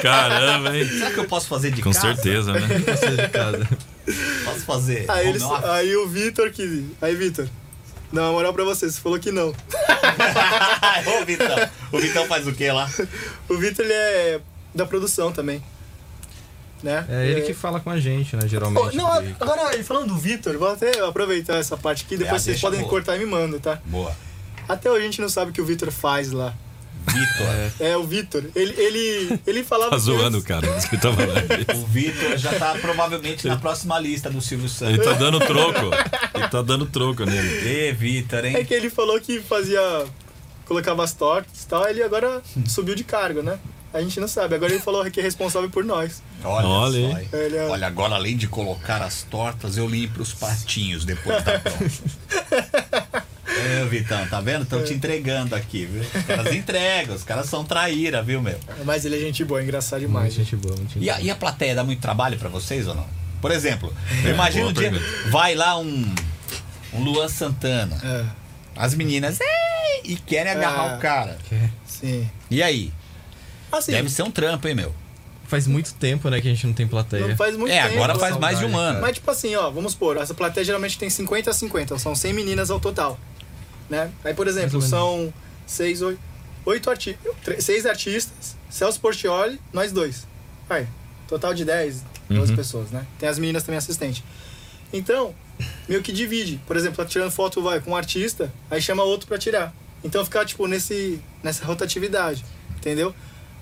S2: Caramba, hein?
S3: Será que eu posso fazer de
S2: Com
S3: casa?
S2: certeza, né?
S5: Precisa de casa.
S3: <laughs> Posso fazer
S4: Aí,
S3: home
S4: Ah, eles,
S3: office?
S4: aí o Vitor que. Aí, Vitor. Não, a moral pra você, você falou que não.
S3: <laughs> Ô, Vitão. O Vitão faz o quê lá?
S4: O Vitor ele é da produção também. né?
S5: É ele que fala com a gente, né?
S4: Ó,
S5: Geralmente.
S4: não,
S5: ele-
S4: agora, ele falando do Vitor, vou até aproveitar essa parte aqui, depois
S3: Ah,
S4: vocês
S3: deixa
S4: podem
S3: boa.
S4: cortar e me mandam, tá?
S3: Boa.
S4: Até hoje a gente não sabe o que o Vitor faz lá.
S3: Vitor.
S4: É, o Vitor, ele, ele, ele falava...
S2: Tá
S4: que
S2: zoando,
S4: antes-
S2: cara. Diz que tava lá.
S3: O Vitor já tá provavelmente na próxima lista do Silvio
S2: Ele
S3: Santos.
S2: tá dando troco. Ele tá dando troco nele.
S3: Ê, Vitor,
S4: É
S3: hein?
S4: que ele falou que fazia... Colocava as tortas e tal, ele agora subiu de cargo, né? A gente não sabe. Agora ele falou que é responsável por nós.
S3: Olha,
S2: Olha,
S3: só,
S2: hein?
S3: hein?
S4: Ele é-
S3: Olha, agora além de colocar as tortas, eu limpo os patinhos depois da
S4: <laughs>
S3: pronta. É, Vitão, tá vendo? Estão
S4: É.
S3: te entregando aqui, viu? Os caras entregam, os caras são traíra, viu, meu?
S4: Mas ele é gente boa, é engraçado
S5: Muito
S4: demais.
S5: gente boa, muito gente
S3: E a, e a plateia dá muito trabalho pra vocês ou não? Por
S2: <laughs>
S3: exemplo, eu imagino
S2: boa
S3: um dia.
S2: pergunta.
S3: Vai lá um, um Luan Santana.
S4: É,
S3: As meninas. "Ei!" E querem agarrar
S4: É.
S3: o cara.
S4: sim.
S3: E aí?
S4: Assim,
S3: Deve ser um trampo, hein, meu?
S5: Faz muito tempo, né, que a gente não tem plateia.
S4: não faz muito
S3: É,
S4: tempo.
S3: agora faz mais de um
S5: Saudade,
S3: ano.
S4: Mas tipo assim, ó, vamos supor, essa plateia geralmente tem 50 a 50, são 100 meninas ao total, né? Aí, por exemplo,
S5: Mais ou
S4: são 6, 8, 8 artistas, 6 artistas, Celso Portioli, nós dois. Aí, total de 10, 12 pessoas, né? Tem as meninas também assistente. Então, meio que divide. Por exemplo, tá tirando foto vai com um artista, aí chama outro pra tirar. Então fica tipo nesse nessa rotatividade, entendeu?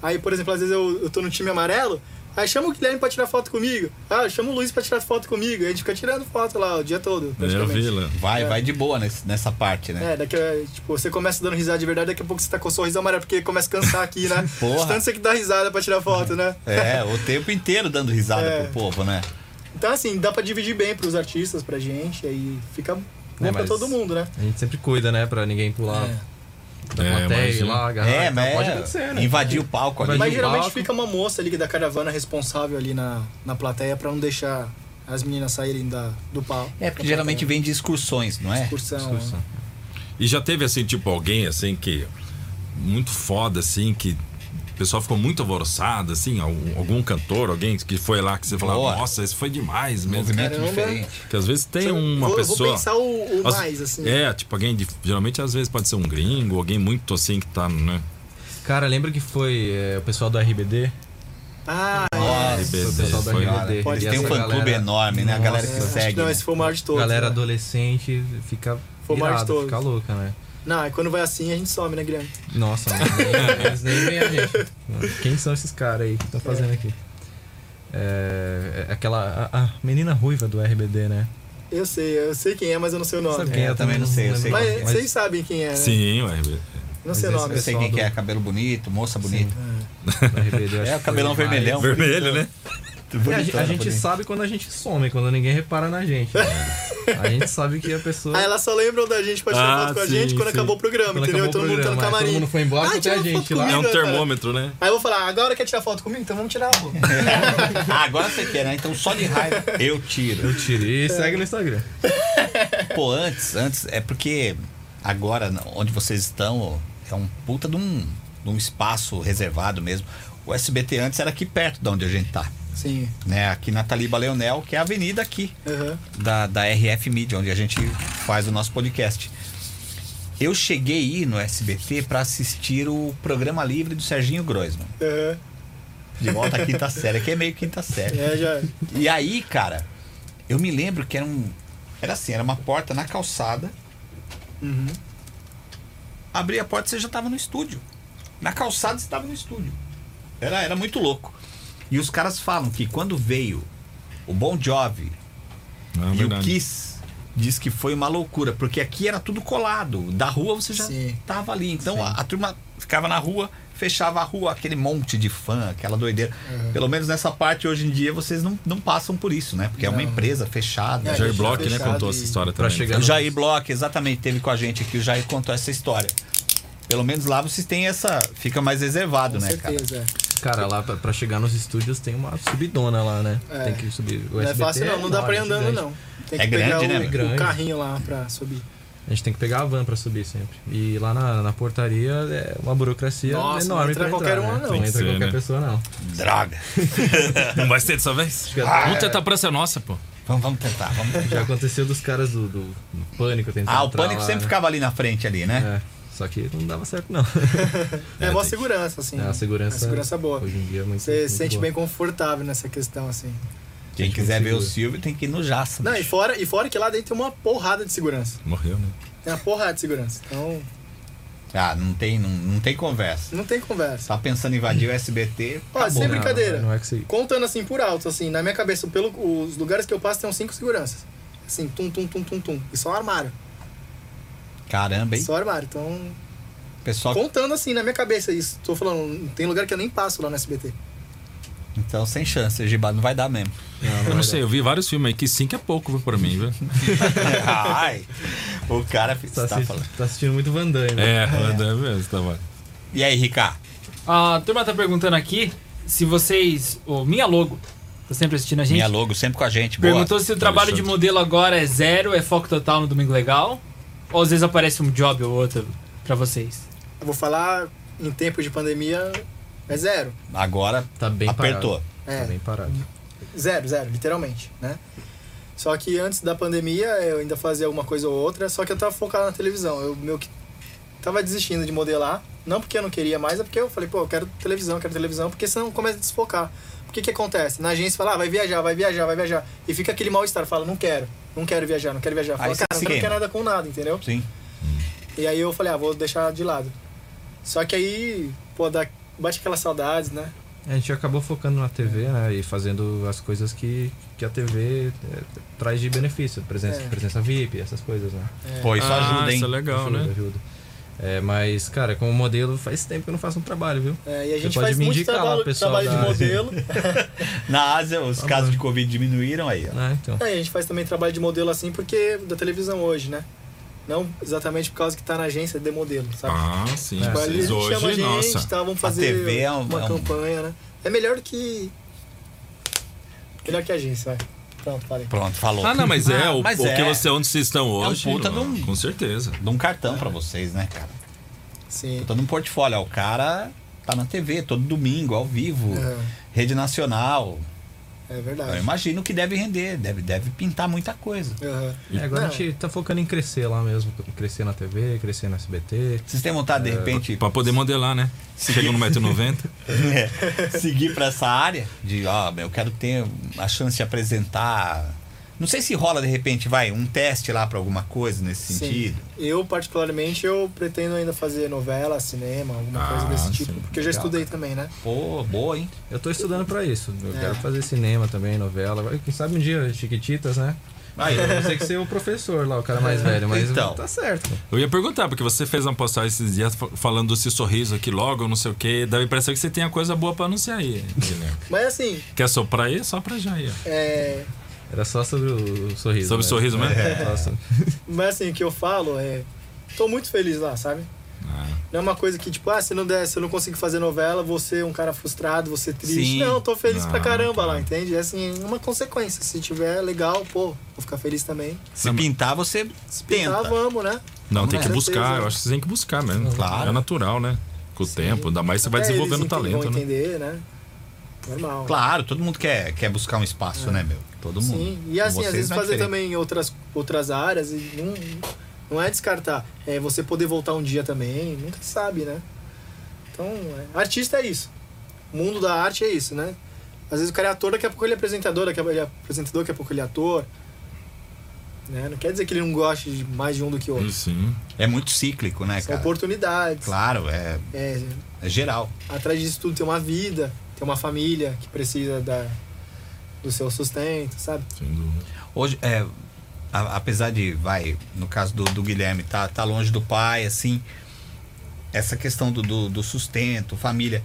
S4: Aí, por exemplo, às vezes eu, eu tô no time amarelo, aí chama o Guilherme pra tirar foto comigo. Ah, chama o Luiz pra tirar foto comigo. Aí a gente fica tirando foto lá o dia todo,
S2: Eu
S4: praticamente.
S2: vi lá.
S3: Vai, vai de boa nesse- nessa parte, né?
S4: É, daqui a, tipo, você começa dando risada de verdade, daqui a pouco você tá com o sorriso amarelo, porque começa a cansar aqui, né?
S3: Porra.
S4: De Tanto você que dá risada pra tirar foto, né?
S3: É, o tempo inteiro dando risada
S4: É.
S3: pro povo, né?
S4: Então, assim, dá pra dividir bem pros artistas, pra gente, aí fica bom
S5: É,
S4: pra
S5: mas-
S4: todo mundo, né?
S5: A gente sempre cuida, né, pra ninguém pular da
S2: É,
S5: plateia, ir
S2: imagina.
S5: lá, agarrar.
S3: é,
S5: então
S3: mas
S5: pode acontecer, né?
S3: invadir o palco ali.
S5: Mas
S4: Mas
S5: de
S4: geralmente
S5: barco.
S4: fica uma moça ali é da caravana responsável ali na, na plateia pra não deixar as meninas saírem da, do pau.
S3: É, porque geralmente vem de excursões, não é?
S4: Excursão.
S5: Discussão.
S4: né?
S2: E já teve assim, tipo, alguém assim que. Muito foda, assim, que. O pessoal ficou muito alvoroçado, assim, algum, algum cantor, alguém que foi lá que você falou,
S3: Boa.
S2: nossa, isso foi demais
S3: Um
S2: mesmo.
S3: Movimento
S4: Caramba.
S3: diferente.
S2: Porque às vezes tem
S4: Eu
S2: uma
S4: vou,
S2: pessoa.
S4: Vou pensar o, o
S2: As-
S4: mais, assim.
S2: É, tipo, alguém. de- geralmente às vezes pode ser um gringo, alguém muito assim que tá, né?
S5: Cara, lembra que foi é, o pessoal do RBD?
S4: Ah,
S3: Nossa,
S5: O
S2: RBD,
S5: pessoal do
S2: foi.
S5: RBD.
S4: Pode
S5: E
S4: ter
S3: Tem um
S5: essa
S3: fã-clube
S5: galera-
S3: enorme, né? A galera que
S5: Nossa,
S4: é, acho
S3: segue.
S4: que não,
S3: né?
S4: esse foi o maior de todos. né?
S5: Galera adolescente fica
S4: Foi mais
S5: irada,
S4: todos.
S5: fica louca, né?
S4: Não, e quando vai assim a gente some, né, Guilherme?
S5: Nossa, mano, nem- eles nem vêm a gente. Quem são esses caras aí que estão fazendo aqui? É, é aquela. A, a menina ruiva do RBD, né?
S4: Eu sei, eu sei quem é, mas eu não sei o nome.
S5: Sabe
S3: eu também não sei, eu sei
S5: lembro.
S4: mas
S3: quem é.
S4: vocês sabem quem é, né?
S2: Sim, o RBD.
S4: Não sei o
S5: Mas
S4: nome.
S3: Eu sei quem que é, cabelo bonito, moça bonita.
S5: do RBD, eu acho
S3: É, o
S5: que
S3: cabelão
S5: foi demais.
S3: vermelhão. né?
S2: Vermelho,
S3: <laughs>
S2: né?
S5: É, a, gente- a
S3: Bonitona,
S5: gente
S3: bonita.
S5: sabe quando a gente some, quando ninguém repara na gente. né? a gente sabe que
S3: <laughs>
S5: a pessoa.
S4: Ah, elas só lembram da gente pra tirar
S2: Ah,
S4: foto com a
S2: sim,
S4: gente quando
S2: sim.
S4: acabou o programa,
S5: Quando
S4: entendeu?
S5: acabou
S4: Todo
S5: o
S4: mundo tá no
S5: programa, aí todo
S4: camarim.
S5: mundo foi embora,
S4: Ah,
S5: só tem
S4: tira
S5: a
S4: uma
S5: gente
S4: foto
S5: lá.
S2: É
S4: comigo,
S2: um
S4: cara.
S2: termômetro, né?
S4: Aí eu vou falar, agora quer tirar foto comigo? Então vamos tirar,
S5: <laughs>
S4: pô.
S3: Ah, agora você quer, né? Então só de raiva. Eu tiro.
S5: Eu tirei e segue no Instagram.
S3: Pô, antes, antes, é porque agora, onde vocês estão, é um puta de um, de um espaço reservado mesmo. O SBT antes era aqui perto de onde a gente tá.
S4: Sim.
S3: Né? Aqui na Taliba Leonel, que é a avenida aqui.
S4: Aham.
S3: da, da RF Media, onde a gente faz o nosso podcast. Eu cheguei aí no SBT para assistir o programa livre do Serginho Groisman.
S4: Aham.
S3: De volta à quinta série, que é meio quinta série.
S4: É,
S5: Né,
S4: já.
S3: E aí, cara, eu me lembro que era um. Era assim, era uma porta na calçada.
S4: Uhum.
S3: Abri a porta e você já tava no estúdio. Na calçada você tava no estúdio. Era, era muito louco. E os caras falam que quando veio o Bon Jovi
S2: Não, é
S3: E o
S2: verdade.
S3: Kiss diz que foi uma loucura, porque aqui era tudo colado. Da rua você já
S4: Sim.
S3: tava ali. Então a, a turma ficava na rua, fechava a rua, aquele monte de fã, aquela doideira.
S4: É.
S3: Pelo menos nessa parte hoje em dia vocês não, não passam por isso, né? Porque é uma empresa fechada.
S4: É,
S2: Jair
S4: gente
S2: Block, né,
S4: fechado
S2: contou
S4: e-
S2: essa história
S5: pra
S2: também.
S5: chegar-
S3: O Jair Block, exatamente, teve com a gente aqui, o Jair contou essa história. Pelo menos lá vocês têm essa. Fica mais reservado,
S4: Com
S3: né, cara?
S4: certeza. é.
S5: Cara, lá pra, pra chegar nos estúdios tem uma subidona lá, né?
S4: É.
S5: Tem que subir. O
S4: Não é
S5: SBT
S4: fácil, não. Não dá pra ir
S5: enorme,
S4: andando,
S5: gigante.
S4: não. Tem que
S3: É
S4: pegar
S3: grande, né,
S4: o,
S5: velho?
S4: o carrinho lá pra subir.
S5: A gente tem que pegar a van pra subir sempre. E lá na, na portaria é uma burocracia
S4: Nossa, não
S5: enorme
S4: entra
S5: pra
S4: qualquer
S5: entrar,
S4: um,
S5: né?
S4: não.
S5: Não
S2: Tem que
S5: entra
S2: ser,
S5: qualquer
S2: né?
S5: pessoa, não.
S3: Droga!
S2: <laughs>
S3: é.
S2: Não vai ser dessa vez?
S5: que
S2: Ah, Vamos tentar praça nossa, pô.
S3: Vamos, vamos tentar,
S4: É.
S3: vamos tentar.
S5: Já aconteceu dos caras do, do, do Pânico tentando
S3: Ah, o
S5: entrar
S3: pânico
S5: lá,
S3: sempre
S5: né?
S3: ficava ali na frente ali, né?
S5: É, Só que não dava certo, não. <laughs>
S4: É, uma segurança, assim.
S5: É uma segurança,
S4: É uma segurança boa.
S5: Hoje em dia é muito
S4: Você
S5: muito
S4: se sente
S5: boa.
S4: bem confortável nessa questão, assim.
S3: Quem quiser ver o Silvio tem que ir no Jaça.
S4: Não, e
S3: bicho.
S4: fora, e fora que lá dentro tem uma porrada de segurança.
S2: Morreu, né?
S4: Tem uma porrada de segurança. Então,
S3: Ah, não tem, não, não tem conversa.
S4: não tem conversa.
S3: Só pensando em invadir o SBT.
S4: Ó,
S3: acabou.
S4: sem
S5: Não,
S4: brincadeira.
S5: Não, é que você...
S4: Contando assim por alto, assim, na minha cabeça, pelo, os lugares que eu passo tem uns cinco seguranças. Assim, tum, tum, tum, tum, tum. E só armário.
S3: Caramba, hein?
S4: Só armário. Então,
S3: Pessoal,
S4: contando assim na minha cabeça isso. Tô falando, tem lugar que eu nem passo lá no SBT.
S3: então sem chance, Gibá, não vai dar
S5: <laughs>
S3: mesmo.
S2: Eu não sei, eu vi vários filmes aí que cinco é pouco viu, pra mim, viu?
S3: Ai, o cara fez-
S5: Tá,
S3: tá
S5: assisti-
S3: falando.
S5: tá assistindo muito Van Damme.
S2: É, é mesmo, tá bom.
S3: E aí, Rica?
S6: A turma tá perguntando aqui se vocês. O Minha Logo, tá sempre assistindo a gente.
S3: Minha logo sempre com a gente, boa.
S6: Perguntou se o trabalho de
S2: Alexandre.
S6: modelo agora é zero, é foco total no Domingo Legal. Ou às vezes aparece um job ou outro pra vocês.
S4: Eu vou falar em tempo de pandemia, é zero.
S3: Agora
S5: Tá bem
S3: É, apertou.
S5: parado.
S4: É,
S5: Tá bem parado.
S4: Zero, zero, literalmente, né? Só que antes da pandemia eu ainda fazia alguma coisa ou outra, só que eu tava focado na televisão. Eu meio que tava desistindo de modelar, não porque eu não queria mais, é porque eu falei, pô, eu quero televisão, eu quero televisão, porque senão começa a desfocar. O que que acontece? Na agência fala, ah, vai viajar, vai viajar, vai viajar. E fica aquele mal-estar, fala, não quero, não quero viajar, não quero viajar. Fala,
S3: Aí você
S5: tá
S4: cara,
S3: se
S4: não quero
S3: queima.
S4: nada com nada, entendeu?
S3: Sim.
S4: E aí eu falei, ah, vou deixar de lado. Só que aí, pô, dá, bate aquelas saudades, né?
S5: A gente acabou focando na TV, né? E fazendo as coisas que, que a TV é, traz de benefício. Presença,
S4: É.
S5: presença VIP, essas coisas, né?
S3: Pô, isso
S2: Ah,
S3: ajuda, hein?
S2: Isso é legal,
S5: ajuda,
S2: né?
S5: ajuda. É, mas, cara, como modelo, faz tempo que eu não faço um trabalho, viu?
S4: É, e a
S5: Você
S4: gente
S5: pode
S4: faz
S5: me
S4: muito
S5: indicar lá,
S4: trabalho,
S5: pessoal
S4: trabalho de
S5: da-
S4: modelo.
S3: Na Ásia, os casos de Covid diminuíram aí. ó.
S5: Ah, então.
S4: É, a gente faz também trabalho de modelo assim porque da televisão hoje, né? Não exatamente por causa que tá na agência de modelo, sabe?
S2: Ah, sim.
S5: É.
S4: Tipo, ali a
S2: Vocês
S4: gente chama a
S2: hoje,
S4: gente,
S2: nossa.
S4: tá, vamos fazer
S3: TV é um-
S4: uma
S3: é um-
S4: campanha, né? É melhor do que. Melhor que a agência, vai. Pronto, falei.
S3: Pronto, falou.
S2: Ah,
S3: <laughs>
S2: não, mas é, o,
S3: mas
S2: o
S3: é.
S2: que você onde vocês estão
S3: um
S2: hoje.
S3: puta de um-
S2: Com certeza.
S3: Dou um cartão pra vocês, né, cara?
S4: Sim.
S3: Tô num portfólio, ó, o cara tá na TV todo domingo, ao vivo, rede nacional.
S4: É, é
S3: Eu
S4: verdade.
S3: imagino que deve render, deve, deve pintar muita coisa.
S4: Aham.
S5: É, agora
S4: Não.
S5: a gente tá focando em crescer lá mesmo. Crescer na TV, crescer no SBT.
S3: Vocês têm vontade, de <laughs> repente,
S2: Pra poder modelar, né? Chegou no 1,90m.
S3: <laughs> é, seguir pra essa área? De, ó, eu quero ter a chance de apresentar. Não sei se rola, de repente, vai, um teste lá pra alguma coisa nesse
S4: Sim.
S3: sentido.
S4: Eu, particularmente, eu pretendo ainda fazer novela, cinema, alguma coisa
S2: Ah,
S4: desse tipo.
S2: sim.
S4: Porque eu já
S3: Legal,
S4: estudei também, né?
S3: Pô, boa, hein?
S5: Eu tô estudando pra isso. Eu
S4: É.
S5: quero fazer cinema também, novela. Vai, Quem sabe um dia, Chiquititas, né?
S2: É.
S5: Aí, eu não sei que ser o professor lá, o cara
S2: <laughs>
S5: mais velho, mas
S3: Então.
S5: tá certo.
S2: Eu ia perguntar, porque você fez uma postagem esses dias fa- falando do seu sorriso aqui logo, não sei o quê. Dá a impressão que você tem a coisa boa pra anunciar aí,
S3: <laughs>
S2: Guilherme.
S4: Mas assim,
S2: Quer soprar aí? Sopra já aí. ó.
S4: é,
S5: Era só sobre o sorriso.
S2: Sobre o sorriso mesmo?
S5: É. Nossa.
S4: Mas assim, o que eu falo é. Tô muito feliz lá, sabe?
S2: Ah.
S4: Não é uma coisa que, tipo, ah, se não der, se eu não conseguir fazer novela, você é um cara frustrado, você triste.
S3: Sim.
S4: Não, tô feliz pra
S2: Não, tá.
S4: caramba
S2: cara.
S4: lá, entende? É assim, uma consequência. Se tiver legal, pô, vou ficar feliz também.
S3: <laughs> Se pintar, você
S4: Se pintar,
S3: tenta.
S4: vamos, né?
S2: Não, tem
S3: É.
S2: que buscar.
S4: Certeza.
S2: Eu acho que você tem que buscar mesmo.
S3: Claro.
S2: É natural, né? Com o tempo, ainda mais você vai
S4: Até
S2: desenvolvendo o
S4: eles ente-
S2: talento,
S4: vão
S2: né?
S4: entender, né? Normal.
S3: Claro, todo mundo quer, quer buscar um espaço, né, meu? Todo mundo.
S4: É. Sim, e assim,
S3: Vocês
S4: às vezes
S3: não é
S4: fazer
S3: diferente.
S4: também outras, outras áreas e não, não é descartar. É você poder voltar um dia também, nunca se sabe, né? Então, é- artista é isso. O mundo da arte é isso, né? Às vezes o cara é ator, daqui a pouco ele é apresentador, daqui a pouco ele é apresentador, daqui a pouco ele é ator. Né? Não quer dizer que ele não goste de mais de um do que o outro.
S2: Sim.
S3: É muito cíclico, né,
S4: São
S3: cara?
S4: oportunidades.
S3: Claro, é,
S4: É,
S3: é geral.
S4: atrás disso tudo tem uma vida, tem uma família que precisa da, do seu sustento, sabe?
S2: Sem dúvida.
S3: Hoje, é, a- apesar de, vai, no caso do, do Guilherme, tá, tá longe do pai, assim, essa questão do, do, do sustento, família.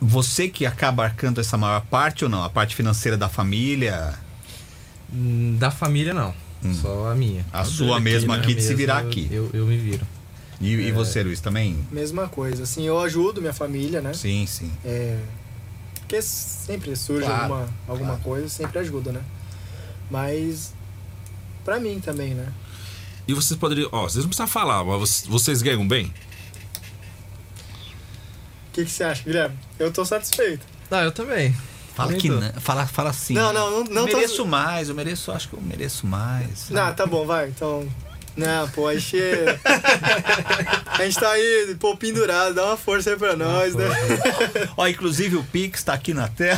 S3: Você que acaba arcando essa maior parte ou não? A parte financeira da família,
S5: Hum, Da família, não. Só a minha.
S3: Hum. a sua mesma
S5: né?
S3: aqui, de se
S5: Mesmo,
S3: virar
S5: eu-
S3: aqui.
S5: Eu, eu me viro.
S3: E,
S4: É.
S3: e você, Luiz, também?
S4: Mesma coisa. Assim, eu ajudo minha família, né?
S3: Sim, sim.
S4: É, porque sempre surge
S3: Claro,
S4: alguma, alguma
S3: claro.
S4: coisa, sempre ajuda, né? Mas pra mim também, né?
S2: E vocês poderiam. Ó, vocês não precisam falar, mas vocês- vocês ganham bem?
S4: O que, que você acha, Guilherme? Eu tô satisfeito.
S5: Ah, eu também.
S3: Fala
S5: Também
S3: que
S5: tô.
S3: não, fala, fala sim.
S4: Não, não, não, não
S3: eu mereço
S4: tô.
S3: mais, eu mereço, acho que eu mereço mais.
S4: Não, tá bom, Ah, vai. Então. Não, pô, aí chega. a gente tá aí, pô, pendurado, dá uma força aí pra nós, né?
S3: Ó, inclusive o Pix tá aqui na tela.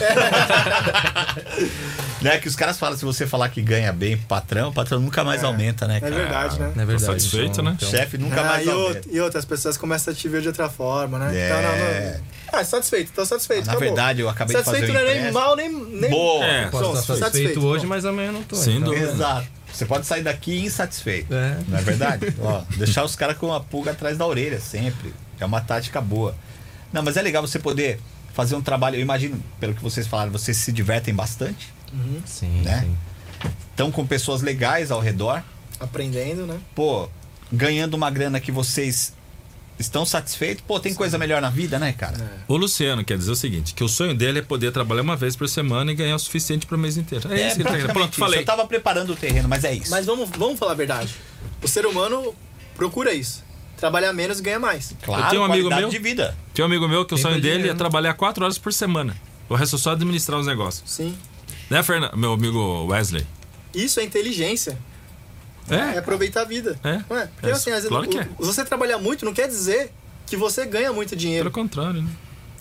S3: né, que os caras falam, se você falar que ganha bem pro patrão, o patrão nunca mais aumenta, né?
S4: É
S3: cara?
S4: verdade, né?
S5: Na verdade.
S2: satisfeito,
S5: então-
S2: né?
S5: então-
S3: O chefe nunca
S4: Ah,
S3: mais
S4: e,
S3: aumenta.
S4: outra- e outras pessoas começam a te ver de outra forma, né?
S3: É.
S4: Então, não, não. Ah, satisfeito, tô satisfeito.
S3: Na
S4: acabou.
S3: verdade, eu acabei de
S4: satisfeito
S3: fazer um
S4: não é nem
S3: empréstimo.
S4: mal, nem. nem
S3: Boa!
S2: É,
S5: Posso estar satisfeito,
S4: Satisfeito,
S5: hoje,
S4: bom.
S5: mas amanhã eu não tô.
S2: Sem dúvida.
S3: Exato. Você pode sair daqui insatisfeito.
S5: É.
S3: Não é verdade? Ó, deixar os caras com uma pulga atrás da orelha sempre. É uma tática boa. Não, mas é legal você poder fazer um trabalho. Eu imagino, pelo que vocês falaram, vocês se divertem bastante.
S5: Sim,
S3: Né?
S5: sim.
S3: Estão com pessoas legais ao redor.
S4: Aprendendo, né?
S3: Pô, ganhando uma grana que vocês estão satisfeitos. Pô, tem coisa melhor na vida, né, cara?
S4: É.
S2: O Luciano quer dizer o seguinte: que o sonho dele é poder trabalhar uma vez por semana e ganhar o suficiente para o mês inteiro. É, isso que ele tá querendo.
S3: praticamente
S2: Pronto,
S3: isso.
S2: falei.
S3: Eu tava preparando o terreno, mas é isso.
S4: Mas vamos, vamos falar a verdade. O ser humano procura isso. Trabalhar menos ganha mais.
S3: claro,
S2: Eu tenho um amigo
S3: qualidade
S2: meu-
S3: de vida.
S2: Tinha um amigo meu que o
S5: Tem
S2: sonho
S5: pra
S2: dele
S5: dinheiro,
S2: é
S5: né?
S2: trabalhar quatro horas por semana. O resto é só administrar os negócios.
S4: Sim.
S2: Né, Fernando? Meu amigo Wesley.
S4: Isso é inteligência. É,
S2: É?
S4: aproveitar a vida.
S2: É.
S4: Não é? Porque
S2: É,
S4: assim, às vezes,
S2: claro que
S4: o-
S2: é.
S4: você trabalhar muito não quer dizer que você ganha muito dinheiro.
S2: Pelo contrário, né?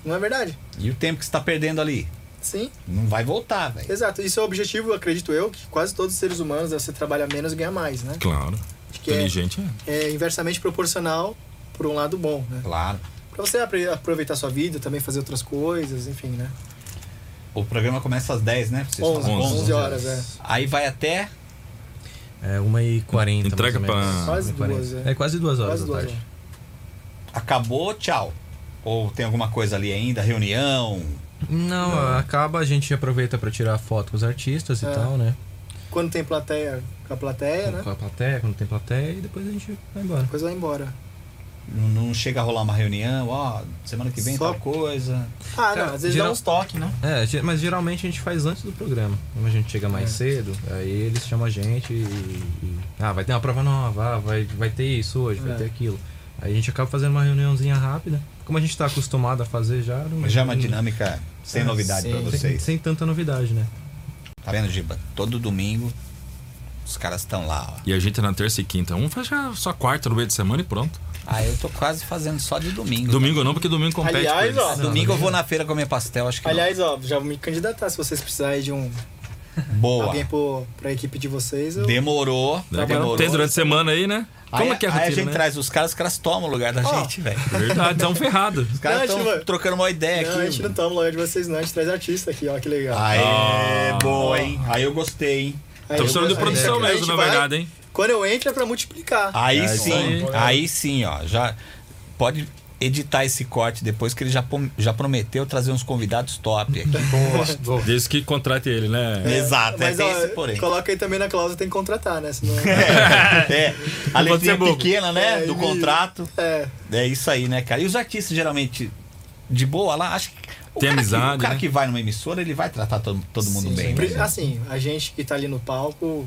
S4: Não é verdade?
S3: E o tempo que você tá perdendo ali?
S4: Sim,
S3: Não vai voltar, velho.
S4: exato. Isso é o objetivo, acredito eu, que quase todos os seres humanos, né, você trabalha menos ganha mais, né?
S2: Claro.
S4: Acho que é,
S2: Inteligente é.
S4: é inversamente proporcional por um lado bom, né?
S3: Claro.
S4: Pra você apre- aproveitar sua vida, também fazer outras coisas, enfim, né?
S3: O programa começa às 10, né? Pra vocês
S4: 11,
S3: falarem.
S2: 11,
S4: 11 horas, é.
S3: Aí vai até.
S5: É, 1h40.
S2: Entrega
S5: mais ou menos.
S2: pra-
S4: Quase
S5: 1h40.
S4: duas, é.
S5: É quase duas horas
S4: Quase
S5: da
S4: duas
S5: tarde.
S4: horas.
S3: Acabou, tchau. Ou tem alguma coisa ali ainda? Reunião?
S5: Não, acaba, a gente aproveita pra tirar foto com os artistas
S4: É.
S5: e tal, né?
S4: Quando tem plateia, com a plateia, né?
S5: Com a plateia, quando tem plateia, e depois a gente vai embora.
S4: Depois vai embora. Ah,
S3: Não, não chega a rolar uma reunião? Ó, semana que vem
S4: Só-
S3: tal coisa.
S4: Ah,
S5: Cara,
S4: não, às vezes
S5: geral-
S4: dá uns toques, né?
S5: É, ge- mas geralmente a gente faz antes do programa. Como a gente chega mais
S4: É.
S5: cedo, aí eles chamam a gente e, e- Ah, vai ter uma prova nova, ah, vai, vai ter isso hoje, vai
S4: É.
S5: ter aquilo. Aí a gente acaba fazendo uma reuniãozinha rápida. Como a gente tá acostumado a fazer já. Não,
S3: Já é uma
S5: não-
S3: dinâmica sem
S5: é,
S3: novidade
S5: sem-
S3: pra
S5: Sem,
S3: vocês.
S5: sem tanta novidade, né?
S3: Tá vendo, Giba? Todo domingo os caras estão lá, ó.
S2: E a gente na terça e quinta. Um fecha só quarta no meio de semana e pronto.
S3: Ah, eu tô quase fazendo só de domingo. Ah,
S2: Domingo não, porque domingo compete
S4: Aliás,
S2: com eles.
S4: ó,
S3: Domingo, eu vou na feira comer pastel, acho que não.
S4: Aliás, ó, já vou me candidatar se vocês precisarem de um
S3: Boa.
S4: alguém pro, pra equipe de vocês. Eu...
S3: Demorou.
S2: Daqui a pouco
S3: Demorou.
S2: Tem durante a semana aí, né?
S3: Aí,
S2: Como é que é a
S3: aí a
S2: rotina,
S3: gente
S2: né?
S3: traz os caras, os caras tomam o lugar da
S4: Ó.
S3: gente,
S4: <laughs>
S3: velho.
S2: Verdade, tão ferrado.
S3: Os caras
S4: Não, a gente
S3: estão
S4: vai-
S3: trocando uma ideia
S4: não,
S3: aqui.
S4: a gente não tá. toma loja de vocês, não. A gente traz artista aqui, ó, que legal.
S3: Aê,
S2: Ah.
S3: boa, hein? Aí eu gostei, hein?
S4: Aí
S2: Tô
S4: eu-
S2: precisando de
S4: a
S2: produção
S4: gente- a
S2: mesmo,
S4: gente
S2: na
S4: vai-
S2: verdade, hein?
S4: Quando eu entro é pra multiplicar.
S3: Aí
S2: É, isso
S3: sim,
S2: aí.
S3: aí. sim, ó. Já pode editar esse corte depois que ele já, pom- já prometeu trazer uns convidados top aqui.
S4: <laughs>
S2: Diz que contrate ele, né?
S3: Exato,
S4: Mas,
S3: é
S4: ó,
S3: tem esse porém.
S4: coloca aí também na cláusula tem que contratar, né? Senão...
S3: <laughs> É, a
S2: Não pode ser
S3: letrinha
S2: bobo.
S3: pequena, né?
S4: É,
S3: do
S4: e-
S3: contrato.
S4: é,
S3: É isso aí, né, cara? E os artistas geralmente de boa lá, acho que. O cara que,
S2: Tem amizade,
S3: o cara
S2: né?
S3: que vai numa emissora, ele vai tratar todo, todo mundo
S4: sim.
S3: bem.
S4: Pri-
S3: né?
S4: Assim, a gente que tá ali no palco,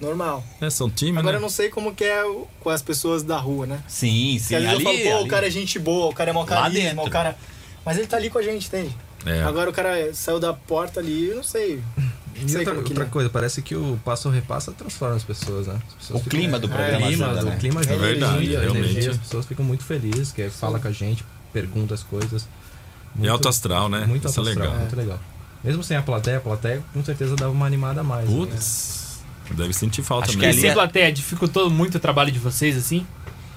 S4: normal.
S2: É, são time,
S4: Agora eu
S2: né?
S4: não sei como que é o- com as pessoas da rua, né?
S3: Sim,
S4: Porque
S3: sim.
S4: às vezes
S3: Ali,
S4: eu falo, pô,
S3: ali.
S4: o cara é gente boa, o cara é mau
S3: Lá
S4: carisma,
S3: dentro.
S4: o cara... Mas ele tá ali com a gente, entende?
S2: É.
S4: Agora o cara saiu da porta ali, eu não sei.
S5: E
S4: Sei
S5: outra,
S4: como que
S5: outra
S4: é.
S5: coisa, parece que o passo repassa transforma as pessoas, né? As pessoas
S3: O clima do
S5: é,
S3: programa
S5: o clima,
S3: ajuda, né?
S5: O clima ajuda,
S2: É verdade,
S5: energia,
S2: realmente.
S5: energia, as pessoas ficam muito felizes, que fala com a gente, pergunta as coisas.
S2: É alto astral, né?
S5: Muito
S2: Isso é
S5: legal.
S2: legal.
S5: Muito legal. Mesmo sem a plateia, a plateia com certeza dava uma animada a mais. né?
S2: Putz, deve sentir falta
S3: Acho que
S6: E
S2: mesmo.
S3: ali
S6: sem
S3: é-
S6: plateia, dificultou muito o trabalho de vocês, assim?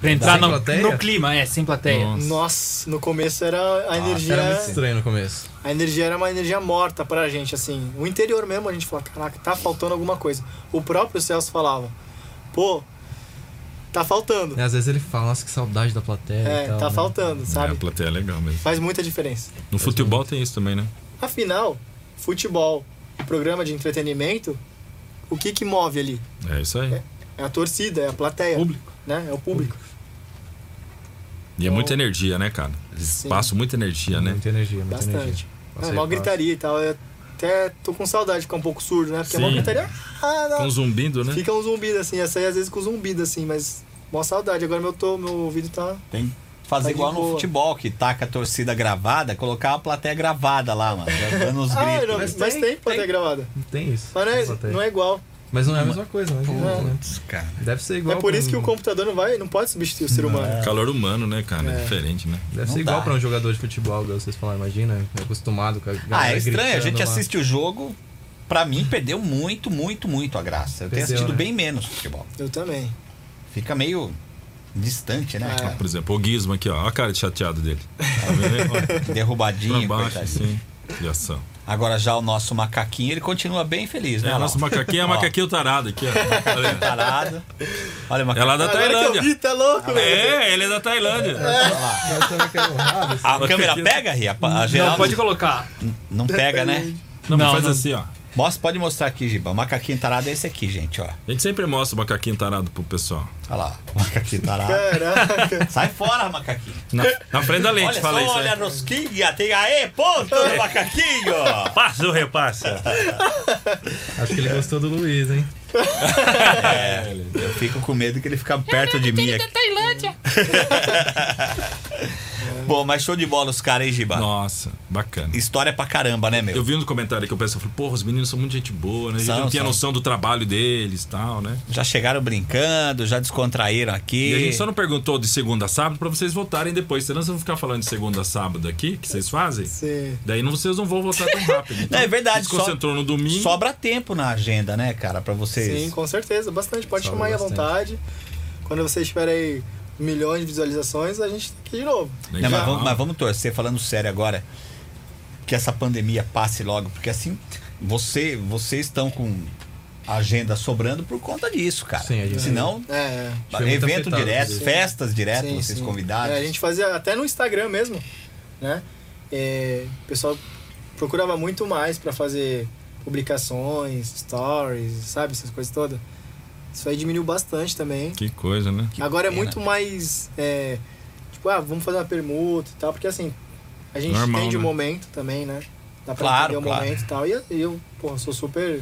S6: Pra entrar
S5: Sem
S6: no,
S5: plateia?
S6: no clima, é, sem plateia.
S2: Nossa.
S4: Nossa, no começo era a energia.
S5: Ah, Era muito estranho no começo.
S4: a energia era uma energia morta pra gente, assim. O interior mesmo a gente falava, caraca, tá faltando alguma coisa. O próprio Celso falava, pô, tá faltando.
S5: Às vezes ele fala, nossa, que saudade da plateia
S4: É,
S5: e tal.
S4: tá
S5: né?
S4: faltando,
S2: É,
S4: sabe?
S2: a plateia é legal mesmo.
S4: Faz muita diferença.
S2: No futebol tem isso também, né?
S4: Afinal, futebol, programa de entretenimento, o que que move ali?
S2: É isso aí.
S4: É a torcida, é a plateia.
S6: Público.
S4: Né? É o público.
S2: E é muita energia, né, cara? Espaço, muita energia, né?
S5: Muita energia, muita
S4: Bastante.
S5: energia.
S4: É,
S5: Passei
S4: mó
S5: fácil.
S4: gritaria e tal. Eu até tô com saudade de ficar um pouco surdo, né? Porque é mó
S2: Sim.
S4: gritaria. Ah, não.
S2: Com zumbindo, né?
S4: Fica um zumbido assim, essa aí às vezes com zumbido assim, mas mó saudade. Agora meu, tô, meu ouvido tá.
S3: Tem que fazer
S4: Tá de
S3: igual no
S4: boa.
S3: futebol, que taca a torcida gravada, colocar a plateia gravada lá, mano. Dando os
S4: Ah, <laughs>
S3: gritos.
S4: não, mas,
S5: Mas
S4: tem,
S5: tem,
S4: plateia
S5: tem.
S4: gravada.
S5: Não tem isso.
S4: Mas não é,
S5: Plateia.
S4: não é igual.
S5: Mas não é a mesma coisa, né?
S3: Putz, cara.
S5: Deve ser igual.
S4: É por
S5: pra
S4: isso que
S5: um-
S4: o computador não vai, não pode substituir o ser humano.
S2: Calor humano, né, cara? É diferente, né?
S5: Deve
S3: Não
S5: ser igual
S3: dá.
S5: pra um jogador de futebol, igual vocês falaram, imagina, é acostumado com a galera
S3: Ah, é estranho. A
S5: gritando
S3: gente
S5: lá.
S3: assiste o jogo. Pra mim, perdeu muito, muito, muito a graça. Eu tenho
S5: Perdeu,
S3: assistido
S5: né?
S3: bem menos futebol.
S4: Eu também.
S3: Fica meio distante, né?
S4: É.
S2: Por exemplo, o Gizmo aqui, ó. Olha a cara de chateado dele. Tá vendo? Olha, pra
S3: Derrubadinho,
S2: baixo,
S3: coitadinho.
S2: assim. De ação.
S3: Agora já o nosso macaquinho, ele continua bem feliz,
S2: É,
S3: né?
S2: o nosso macaquinho é
S3: Ó.
S2: macaquinho tarado aqui, ó. Olha aí.
S3: parado. Olha o
S2: É lá
S3: macaquinho.
S2: da
S4: Agora que eu
S2: Tailândia.
S4: vi, tá louco, velho.
S2: É, ele é da Tailândia.
S5: Mas também que é o rabo, assim,
S3: A câmera
S2: né?
S3: pega, Ria? A
S6: Não,
S3: geral
S6: pode colocar.
S3: não pega, né?
S2: Não, mas
S6: Não,
S2: faz
S6: não.
S2: assim, ó.
S3: Mostra, pode mostrar aqui, Giba. O macaquinho tarado é esse aqui, gente, ó.
S2: A gente sempre mostra o macaquinho tarado pro pessoal.
S3: Olha lá, o macaquinho tarado.
S4: Caraca.
S3: Sai fora, macaquinho.
S2: Na, na frente da lente,
S3: olha
S2: fala
S3: só,
S2: isso. né?
S3: olha a
S2: aí.
S3: rosquinha. Tem aí, ponto do macaquinho.
S2: Passa ou repassa?
S5: Acho que
S4: É.
S5: ele gostou do Luiz, hein?
S3: Eu fico com medo que ele fica perto de mim aqui.
S7: Tailândia.
S3: <laughs> Bom, mas show de bola os caras, hein, Giba?
S2: Nossa, bacana.
S3: História pra caramba, né, meu?
S2: Eu vi no comentário que o pessoal falou, porra, os meninos são muito gente boa, né? A gente
S3: São,
S2: não tinha
S3: são.
S2: noção do trabalho deles e tal, né?
S3: Já chegaram brincando, já descontraíram aqui.
S2: E a gente só não perguntou de segunda a sábado pra vocês votarem depois. Senão vocês vão ficar falando de segunda a sábado aqui, que vocês fazem.
S4: Sim.
S2: Daí não, vocês não vão votar tão rápido.
S3: <laughs>
S2: Então,
S3: Não, é verdade,
S2: Se concentrou no domingo. né,
S3: Sobra tempo na agenda, né, cara, pra vocês.
S4: Sim, com certeza, bastante. Pode
S5: Sobra
S4: chamar aí à
S5: bastante.
S4: vontade. Quando você tiver aí milhões de visualizações, a gente tá aqui de novo.
S3: Não,
S2: Legal.
S3: Né, mas, vamos, mas vamos torcer, falando sério agora, que essa pandemia passe logo, porque assim, você, vocês estão com agenda sobrando por conta disso, cara.
S5: Sim, a gente-
S3: Senão,
S4: É. é.
S5: Foi muito
S3: evento
S5: afetado,
S3: direto,
S5: sim.
S3: festas direto,
S4: Sim,
S3: vocês
S4: sim.
S3: convidados.
S4: É, a gente fazia até no Instagram mesmo, né? É, o pessoal procurava muito mais pra fazer publicações, stories, sabe? Essas coisas todas. Isso aí diminuiu bastante também.
S2: Que coisa, né?
S3: Que
S4: Agora é
S3: pena.
S4: muito mais. é, tipo, ah, vamos fazer uma permuta e tal, porque assim, a gente
S2: Normal,
S4: entende o
S2: né?
S4: momento também, né? Dá pra
S3: Claro,
S4: entender o
S3: claro.
S4: momento e tal. E eu, porra, sou super.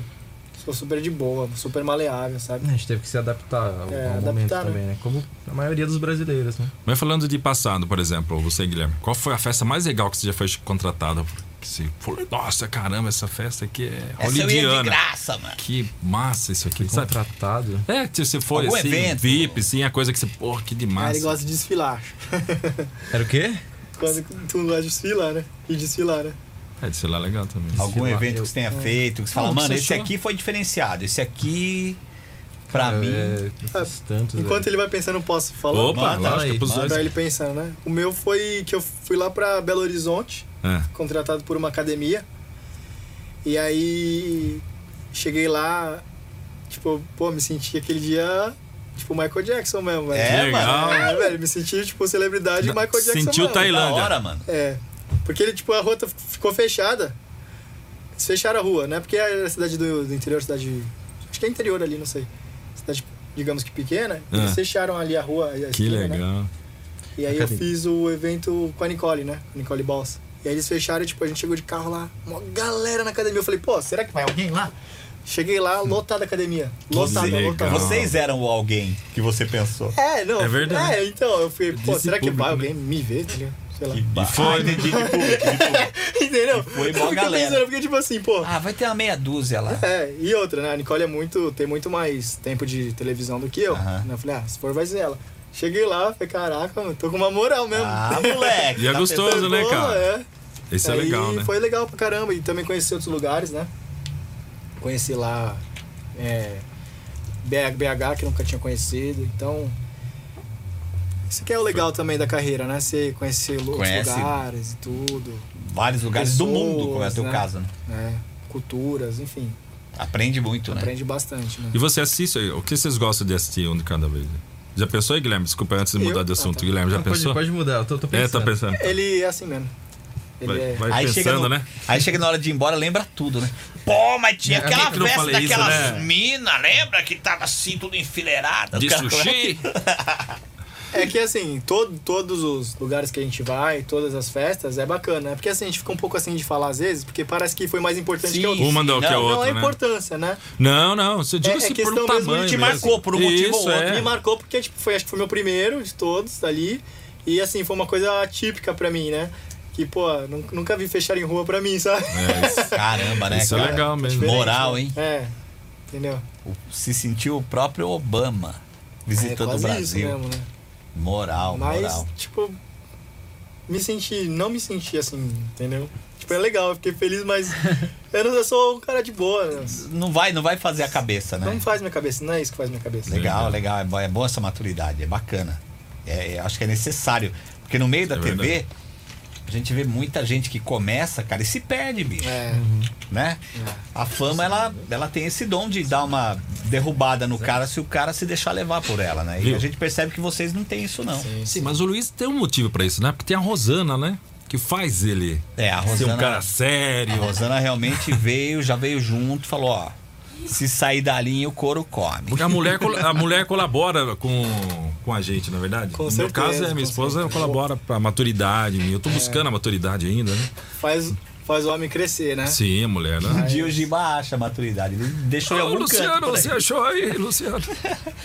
S4: Sou super de boa, super maleável, sabe?
S5: A gente teve que se adaptar ao,
S4: É,
S5: ao
S4: adaptar,
S5: momento
S4: né?
S5: também, né? Como a maioria dos brasileiros, né?
S2: Mas falando de passado, por exemplo, você, Guilherme, qual foi a festa mais legal que você já foi contratado? Que você falou, nossa, caramba, essa festa aqui é
S3: Essa eu ia de
S2: holidiana.
S3: graça, mano.
S2: Que massa isso aqui, sabe?
S5: Contratado.
S2: É, se você for
S3: Algum
S2: assim,
S3: evento.
S2: VIP, sim, a coisa que você, porra, que
S4: Aí
S2: demais.
S4: É, ele gosta de desfilar.
S5: Era o quê?
S4: Quando tu gosta de desfilar, né? E desfilar, né?
S2: É, de celular legal também.
S3: Algum
S5: lá,
S3: evento
S5: eu-
S3: que você
S4: É.
S3: tenha feito, que você fala,
S2: Não, que
S3: mano,
S2: você
S3: esse
S2: achou?
S3: aqui foi diferenciado, esse aqui, pra
S5: Ah,
S3: mim. tá
S5: É, esses tantos,
S4: Enquanto ele vai pensando, eu posso falar.
S2: Opa,
S3: Manda
S2: lógico,
S5: aí,
S2: pros dois.
S4: Pra ele pensando, né? O meu foi que eu fui lá pra Belo Horizonte,
S2: É.
S4: contratado por uma academia. E aí cheguei lá, tipo, pô, me senti aquele dia, tipo, Michael Jackson mesmo, velho.
S3: É,
S2: legal.
S3: mano.
S4: É, velho, me senti, tipo, celebridade
S2: Na-
S4: Michael Jackson
S2: sentiu
S4: mesmo.
S2: Tailândia.
S3: Da hora, mano.
S4: É. Porque ele, tipo, a rota f- ficou fechada. Eles fecharam a rua, né? Porque é a cidade do, do interior, cidade. Acho que é interior ali, não sei. Cidade, digamos que pequena. Eles
S2: Ah.
S4: fecharam ali a rua. a
S2: Que
S4: esquina, né?
S2: legal.
S4: E aí eu
S5: Academia.
S4: fiz o evento com a Nicole, né? Com a Nicole Balls. E aí eles fecharam, tipo, a gente chegou de carro lá, uma galera na academia. Eu falei, pô, será que vai alguém lá? Cheguei
S2: Hum.
S4: lá, lotada a academia. Lotada,
S2: legal.
S4: lotada.
S2: Você-
S3: Vocês eram o alguém que você pensou.
S4: É, não.
S2: É verdade.
S4: É, então, eu fui, pô,
S2: Disse
S4: será que
S2: público,
S4: vai
S2: né?
S4: alguém me ver? tá ligado? Sei lá.
S3: Que ba-
S2: foi,
S3: Ah,
S2: né?
S3: entendi, de público, de público.
S4: <laughs> Entendeu?
S3: foi
S4: Eu
S3: mó
S4: fiquei
S3: galera.
S4: pensando, eu fiquei tipo assim, pô.
S3: Ah, vai ter uma meia dúzia lá.
S4: É, e outra, né? A Nicole é muito, tem muito mais tempo de televisão do que eu.
S3: Aham.
S4: Né? Eu falei, ah, se for, vai ser ela. Cheguei lá, falei, caraca, mano, tô com uma moral mesmo. <laughs>
S3: Ah, moleque.
S2: E é
S3: tá
S2: gostoso,
S3: pensando-
S2: né? cara?
S4: É.
S2: Isso é
S4: Aí
S2: legal, né?
S4: Foi legal pra caramba. E também conheci outros lugares, né? Conheci lá é, BH, BH, que eu nunca tinha conhecido. Então. Isso que é o legal também da carreira, né? Você conhecer outros
S3: Conhece.
S4: lugares e tudo,
S3: Vários lugares do mundo, como é o teu
S4: Pessoas, né?
S3: caso, né?
S4: né? Culturas, enfim.
S3: Aprende muito, né?
S4: Aprende bastante, né?
S2: E você assiste, o que vocês gostam de assistir um de cada vez? Já pensou aí, Guilherme? Desculpa, antes de
S4: Eu?
S2: mudar
S4: Ah,
S2: de assunto.
S4: tá.
S2: Guilherme, já
S5: Não, pode,
S2: pensou?
S5: pode mudar, eu tô, tô pensando.
S2: É, tá pensando.
S4: Ele é assim mesmo. Ele
S2: Vai,
S4: é.
S2: vai
S3: chega
S2: pensando,
S3: no-
S2: né?
S3: Aí chega na hora de ir embora, lembra tudo, né? Pô, mas tinha
S5: É,
S3: aquela
S2: por que que eu não
S3: festa
S2: falei isso,
S3: daquelas
S2: né?
S3: mina, lembra? Que tava assim, tudo enfileirada.
S2: De
S3: Cara,
S2: sushi?
S4: É que assim, todo, todos os lugares que a gente vai, todas as festas, é bacana, né? Porque assim, a gente fica um pouco assim de falar às vezes, porque parece que foi mais importante
S3: Sim.
S4: que a outra.
S2: Um mandou que é
S3: assim. Não,
S2: o
S4: não
S2: outro,
S4: é
S2: né?
S4: importância, né?
S2: Não, não. Você diga
S4: é
S2: se por um
S4: questão mesmo de
S2: tamanho.
S3: te
S2: mesmo.
S3: marcou por um motivo ou
S2: Isso, é.
S4: Me marcou porque tipo, foi, acho que foi meu primeiro de todos ali. E assim, foi uma coisa atípica pra mim, né? Que, pô, nun- nunca <laughs> vi fechar em rua pra mim, sabe?
S2: É, isso-
S3: Caramba, né,
S2: Isso é
S3: cara?
S2: legal mesmo.
S3: Moral, hein?
S4: É. Entendeu?
S3: O- se sentiu o próprio Obama visitando
S4: é,
S3: o
S4: quase
S3: Brasil. Ah,
S4: Isso mesmo, né?
S3: Moral,
S4: Mas,
S3: moral.
S4: tipo, me senti, não me senti assim, entendeu? Tipo, é legal, eu fiquei feliz, mas eu não eu sou um cara de boa. né?
S3: Não vai, não vai fazer a cabeça, né?
S4: Não faz minha cabeça, não é isso que faz minha cabeça.
S3: Legal, legal. É bo- É boa essa maturidade, é bacana. É, é- acho que é necessário. Porque no meio da
S2: É
S3: TV,
S2: verdade.
S3: a gente vê muita gente que começa, cara, e se perde, bicho.
S4: É,
S3: Né? A fama, ela, ela tem esse dom de dar uma derrubada no cara se o cara se deixar levar por ela, né? E
S2: Viu?
S3: a gente percebe que vocês não têm isso, não.
S2: Sim, mas o Luiz tem um motivo pra isso, né? Porque tem a Rosana, né? Que faz ele
S3: É, a
S2: ser
S3: Rosana,
S2: um cara
S3: a
S2: sério.
S3: Rosana realmente veio, já veio junto, falou, ó, se sair da linha, o couro come.
S2: Porque a mulher, col- a mulher colabora com, com a gente, na verdade.
S4: Com
S2: no meu
S4: certeza,
S2: caso, é,
S4: com
S2: minha esposa
S4: certeza. É.
S2: colabora pra maturidade. em mim. Eu tô buscando a maturidade ainda, né?
S4: faz, faz o homem crescer, né?
S2: Sim, a mulher,
S3: Um
S2: né?
S3: dia o Giba acha a maturidade, ele deixou em
S2: Ô,
S3: algum canto
S2: Luciano,
S3: por aí.
S2: você achou aí, Luciano?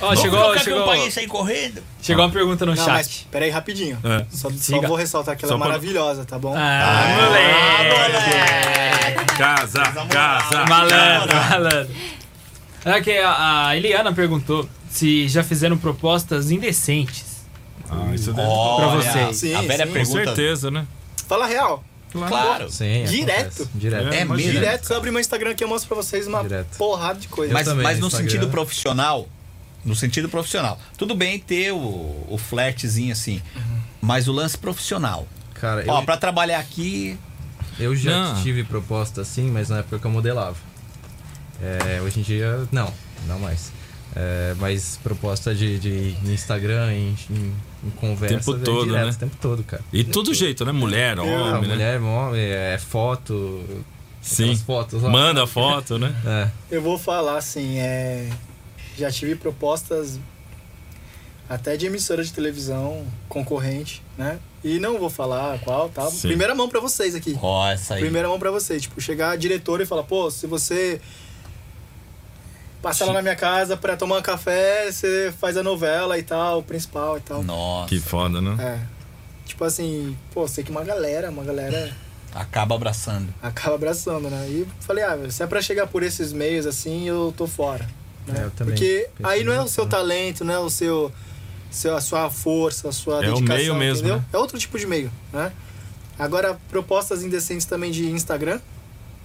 S6: Ó, chegou,
S3: Vamos colocar um
S6: chegou,
S3: que eu paguei sair correndo.
S6: chegou uma pergunta no
S4: Não, mas
S6: chat.
S4: peraí, rapidinho.
S2: É.
S4: Só, só
S6: Diga.
S4: vou ressaltar que ela
S2: Só
S4: é
S2: pra-
S4: maravilhosa, tá bom?
S3: É.
S6: Ah, moleque!
S2: É, Casa, casa,
S6: Malandro, malandro. É que a a Eliana perguntou se já fizeram propostas indecentes.
S2: Ah, isso deve...
S3: Olha,
S6: vocês.
S4: Sim,
S3: a velha
S4: sim.
S2: Com
S3: pergunta.
S2: certeza, né?
S4: Fala a real.
S3: Claro.
S5: Sim,
S4: Direto?
S5: acontece. Direto.
S2: É,
S3: É
S2: mas
S3: mesmo.
S4: Direto, você abre meu Instagram aqui, eu mostro pra vocês uma
S5: Direto.
S4: porrada de coisa.
S5: Eu
S3: Mas,
S5: também,
S3: mas no
S5: Instagram.
S3: sentido profissional, no sentido profissional, tudo bem ter o, o flertezinho assim, mas o lance profissional.
S5: Cara,
S3: Ó,
S5: eu,
S3: pra trabalhar aqui,
S5: eu já
S2: Não.
S5: tive proposta assim, mas na época que eu modelava. É, hoje em dia, não, não mais. É, mas proposta de, de em Instagram, em, em, em conversa.
S2: Tempo
S5: é
S2: todo,
S5: direto,
S2: né?
S5: tempo todo, cara.
S2: E todo jeito, né?
S4: É,
S2: Mulher,
S5: Ah,
S2: homem, né?
S5: mulher, homem, é foto.
S2: Sim.
S5: aquelas fotos lá.
S2: Manda foto, né?
S5: É.
S4: Eu vou falar assim, é... já tive propostas até de emissora de televisão concorrente, né? E não vou falar qual, tá?
S2: Sim.
S4: Primeira mão pra vocês aqui.
S3: ó, essa aí.
S4: Primeira mão pra vocês. Tipo, chegar a diretora e falar, pô, se você passar lá na minha casa pra tomar um café, você faz a novela e tal, o principal e
S3: Então,
S4: tal.
S3: Nossa,
S2: Que foda, né?
S4: É. Tipo assim, pô, sei que uma galera, uma galera <laughs>
S3: acaba abraçando.
S4: acaba abraçando, né? E falei, ah, velho, se é pra chegar por esses meios assim, eu tô fora. Né?
S5: É, eu também
S4: Porque
S5: pensei
S4: aí não é o
S5: nisso,
S4: seu
S5: né?
S4: talento, não é o seu, seu a sua força, a sua
S2: É o
S4: dedicação,
S2: meio mesmo,
S4: entendeu?
S2: né?
S4: É outro tipo de meio, né? Agora, propostas indecentes também de Instagram.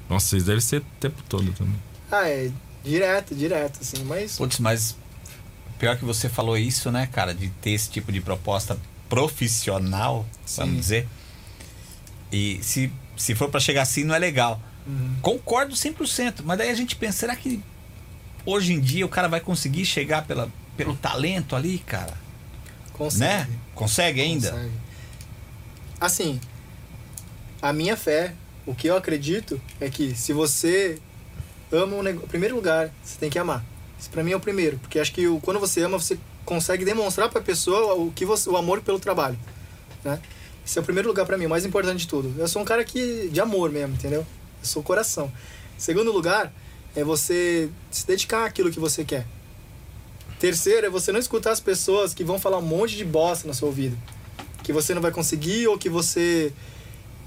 S2: Nossa, isso deve ser o tempo todo também.
S4: Ah, é direto, direto, assim, mas.
S5: Né?
S3: Putz, mas pior que você falou isso, né, cara, de ter esse tipo de proposta profissional, vamos dizer. E se, se for pra chegar assim, não é legal.
S2: Uhum.
S3: Concordo 100%, mas daí a gente pensa, será que hoje em dia o cara vai conseguir chegar pela, pelo talento ali, cara?
S4: Consegue.
S3: Né? Consegue ainda?
S4: Consegue. Assim, a minha fé, o que eu acredito é que se você ama um negócio, primeiro lugar, você tem que amar. Isso pra mim é o primeiro, porque acho que o- quando você ama, você consegue demonstrar pra pessoa o que você, o amor pelo trabalho, né? Esse é o primeiro lugar pra mim, o mais importante de tudo. Eu sou um cara que de amor mesmo, entendeu? Eu sou coração. Segundo lugar é você se dedicar àquilo que você quer. Terceiro é você não escutar as pessoas que vão falar um monte de bosta no seu ouvido. Que você não vai conseguir, ou que você.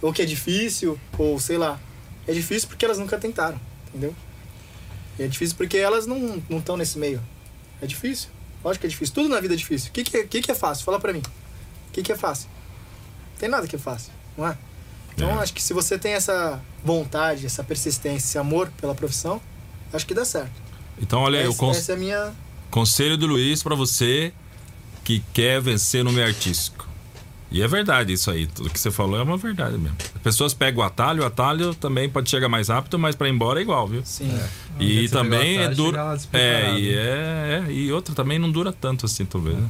S4: ou que é difícil, ou sei lá. É difícil porque elas nunca tentaram, entendeu? E é difícil porque elas não estão nesse meio. É difícil. Lógico que é difícil. Tudo na vida é difícil. O que, que, é- o que, que é fácil? Fala pra mim. O que, que é fácil? Não tem nada que é fácil, não é? Então
S2: É.
S4: acho que se você tem essa vontade, essa persistência, esse amor pela profissão, acho que dá certo.
S2: Então, olha aí, o
S4: Essa-
S2: con-
S4: essa é a minha
S2: conselho do Luiz pra você que quer vencer no meio artístico. E é verdade isso aí. Tudo que você falou é uma verdade mesmo. As pessoas pegam o atalho, o atalho também pode chegar mais rápido, mas pra ir embora é igual, viu?
S4: Sim.
S5: Você
S2: E
S5: pegou
S2: também é
S5: atalho,
S2: duro.
S5: chega lá despreparado,
S2: É, e é, é, E outra também não dura tanto assim, talvez, né?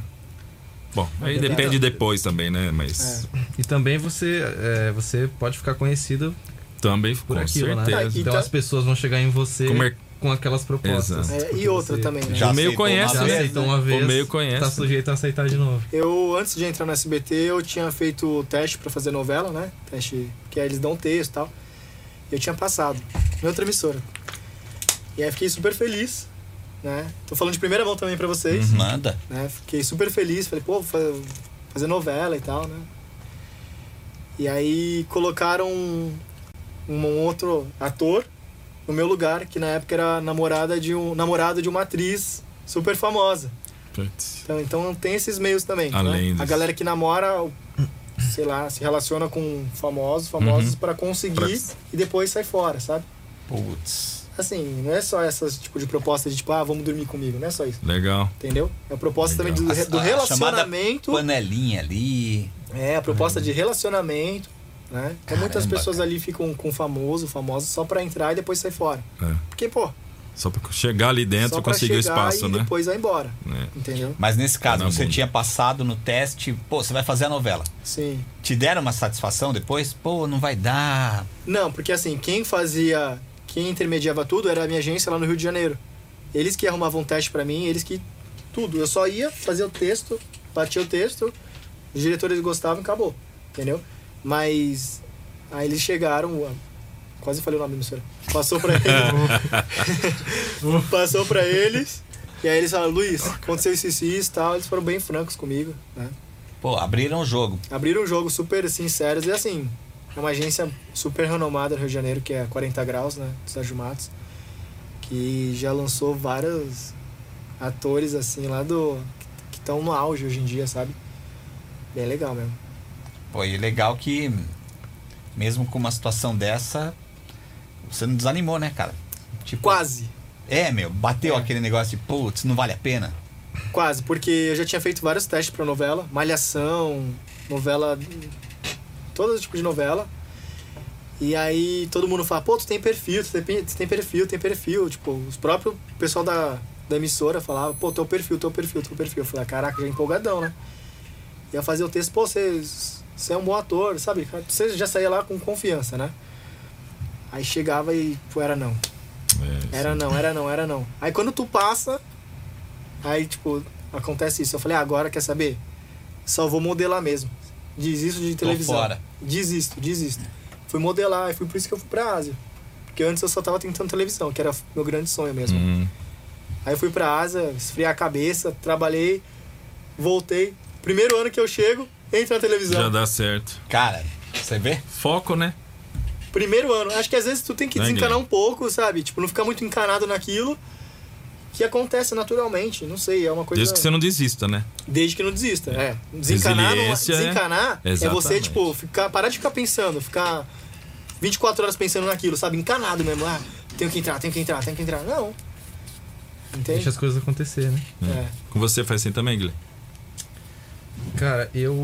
S2: Bom, aí
S4: Depende.
S2: depende depois também, né? Mas
S5: E também você, é, você pode ficar conhecido
S2: também
S5: por
S2: com
S5: aquilo, né?
S2: certeza. é
S4: Tá,
S5: Então
S4: Então-
S5: as pessoas vão chegar em você
S2: Com mer-
S5: com aquelas propostas.
S2: Exato.
S4: É,
S5: Porque
S4: e outra
S5: você
S4: também, né?
S2: O meio
S3: aceitou uma
S2: conhece,
S5: Já
S2: né?
S3: vez,
S5: aceitou uma vez,
S2: O meio conhece. né?
S5: tá sujeito a aceitar de novo.
S4: Eu, antes de entrar no SBT, eu tinha feito o teste pra fazer novela, né? Teste, que aí eles dão texto e tal. Eu tinha passado, em outra emissora. E aí fiquei super feliz, né? Tô falando de primeira mão também pra vocês,
S2: Uhum.
S3: Manda.
S4: né? Fiquei super feliz, falei, pô, vou fa- fazer novela e tal, né? E aí colocaram um, um outro ator no meu lugar, que na época era namorada de um namorado de uma atriz super famosa.
S2: Putz.
S4: Então, então tem esses meios também. né?
S2: Além
S4: A
S2: disso.
S4: galera que namora, o- sei lá, se relaciona com famosos,
S2: Uhum.
S4: famosos pra conseguir e depois sai fora, sabe?
S3: Putz.
S4: Assim, não é só essas tipo de proposta de tipo, ah, vamos dormir comigo, não é só isso,
S2: Legal.
S4: entendeu? É a proposta
S2: Legal.
S4: também do, do
S3: A- a chamada
S4: relacionamento.
S3: Panelinha ali.
S4: É, a proposta
S2: Uhum.
S4: de relacionamento, né? Então muitas
S3: Caramba,
S4: pessoas ali ficam com famoso, famoso só pra entrar e depois sair fora.
S2: É.
S4: Porque, pô,
S2: Só pra chegar ali dentro
S4: só
S2: e
S4: pra
S2: conseguir o
S4: chegar
S2: espaço,
S4: e
S2: né?
S4: depois vai embora,
S2: É.
S4: entendeu?
S3: Mas nesse caso,
S2: Na
S3: você
S2: bunda.
S3: tinha passado no teste, pô, você vai fazer a novela.
S4: Sim.
S3: Te deram uma satisfação depois? Pô, não vai dar.
S4: Não, porque assim, quem fazia, quem intermediava tudo era a minha agência lá no Rio de Janeiro. Eles que arrumavam um teste pra mim, eles que tudo. Eu só ia fazer o texto, batia o texto, os diretores gostavam e acabou, entendeu? Mas aí eles chegaram, quase falei o nome da emissora. Passou pra eles. <laughs> passou pra eles. E aí eles falaram, Luiz, aconteceu isso, isso, isso, tal. Eles foram bem francos comigo, né?
S3: Pô, abriram o jogo.
S4: abriram um jogo super sinceros e assim, é uma agência super renomada no Rio de Janeiro, que é a 40 graus, né, dos Ajumatos, que já lançou vários atores assim lá do que estão no auge hoje em dia, sabe? Bem legal mesmo.
S3: Pô, e legal que, mesmo com uma situação dessa, você não desanimou, né, cara? Tipo,
S4: Quase,
S3: É, meu, bateu aquele negócio de, putz, não vale a pena.
S4: quase, porque eu já tinha feito vários testes pra novela, Malhação, novela todo tipo de novela. E aí todo mundo fala, pô, tu tem perfil, tu tem, pe- tu tem perfil, tem perfil. Tipo, os próprios o pessoal da, da emissora falava, pô, teu perfil, teu perfil, teu perfil. Eu falei, ah, caraca, já empolgadão, né? Ia fazer o texto, pô, você você é um bom ator, sabe? Você já saía lá com confiança, né? Aí chegava e, pô, era não.
S2: É.
S4: era não, era não, era não. Aí quando tu passa, aí, tipo, acontece isso. Eu falei, ah, agora quer saber? Só vou modelar mesmo. Diz isso de televisão.
S3: fora.
S4: Desisto, desisto. Fui modelar, e foi por isso que eu fui pra Ásia. Porque antes eu só tava tentando televisão, que era meu grande sonho mesmo.
S2: Hum,
S4: Aí eu fui pra Ásia, esfriar a cabeça, trabalhei, voltei. Primeiro ano que eu chego, entra na televisão.
S2: já dá certo.
S3: Cara, você vê?
S2: Foco, né?
S4: Primeiro ano. Acho que às vezes tu tem que
S2: Não é
S4: desencanar um pouco, sabe? Tipo, não ficar muito encanado naquilo. Que acontece naturalmente, não sei, é uma coisa.
S2: Desde que você não desista, né?
S4: Desde que não desista. É. Desencanar, não,
S2: Resiliência,
S4: desencanar
S2: é.
S4: é, você,
S2: Exatamente.
S4: tipo, ficar, parar de ficar pensando, ficar 24 horas pensando naquilo, sabe? Encanado mesmo. Ah, tenho que entrar, tenho que entrar, tenho que entrar. Não. Entende?
S5: Deixa as coisas acontecer, né?
S4: É.
S2: Com você faz assim também, Guilherme.
S5: Cara, eu.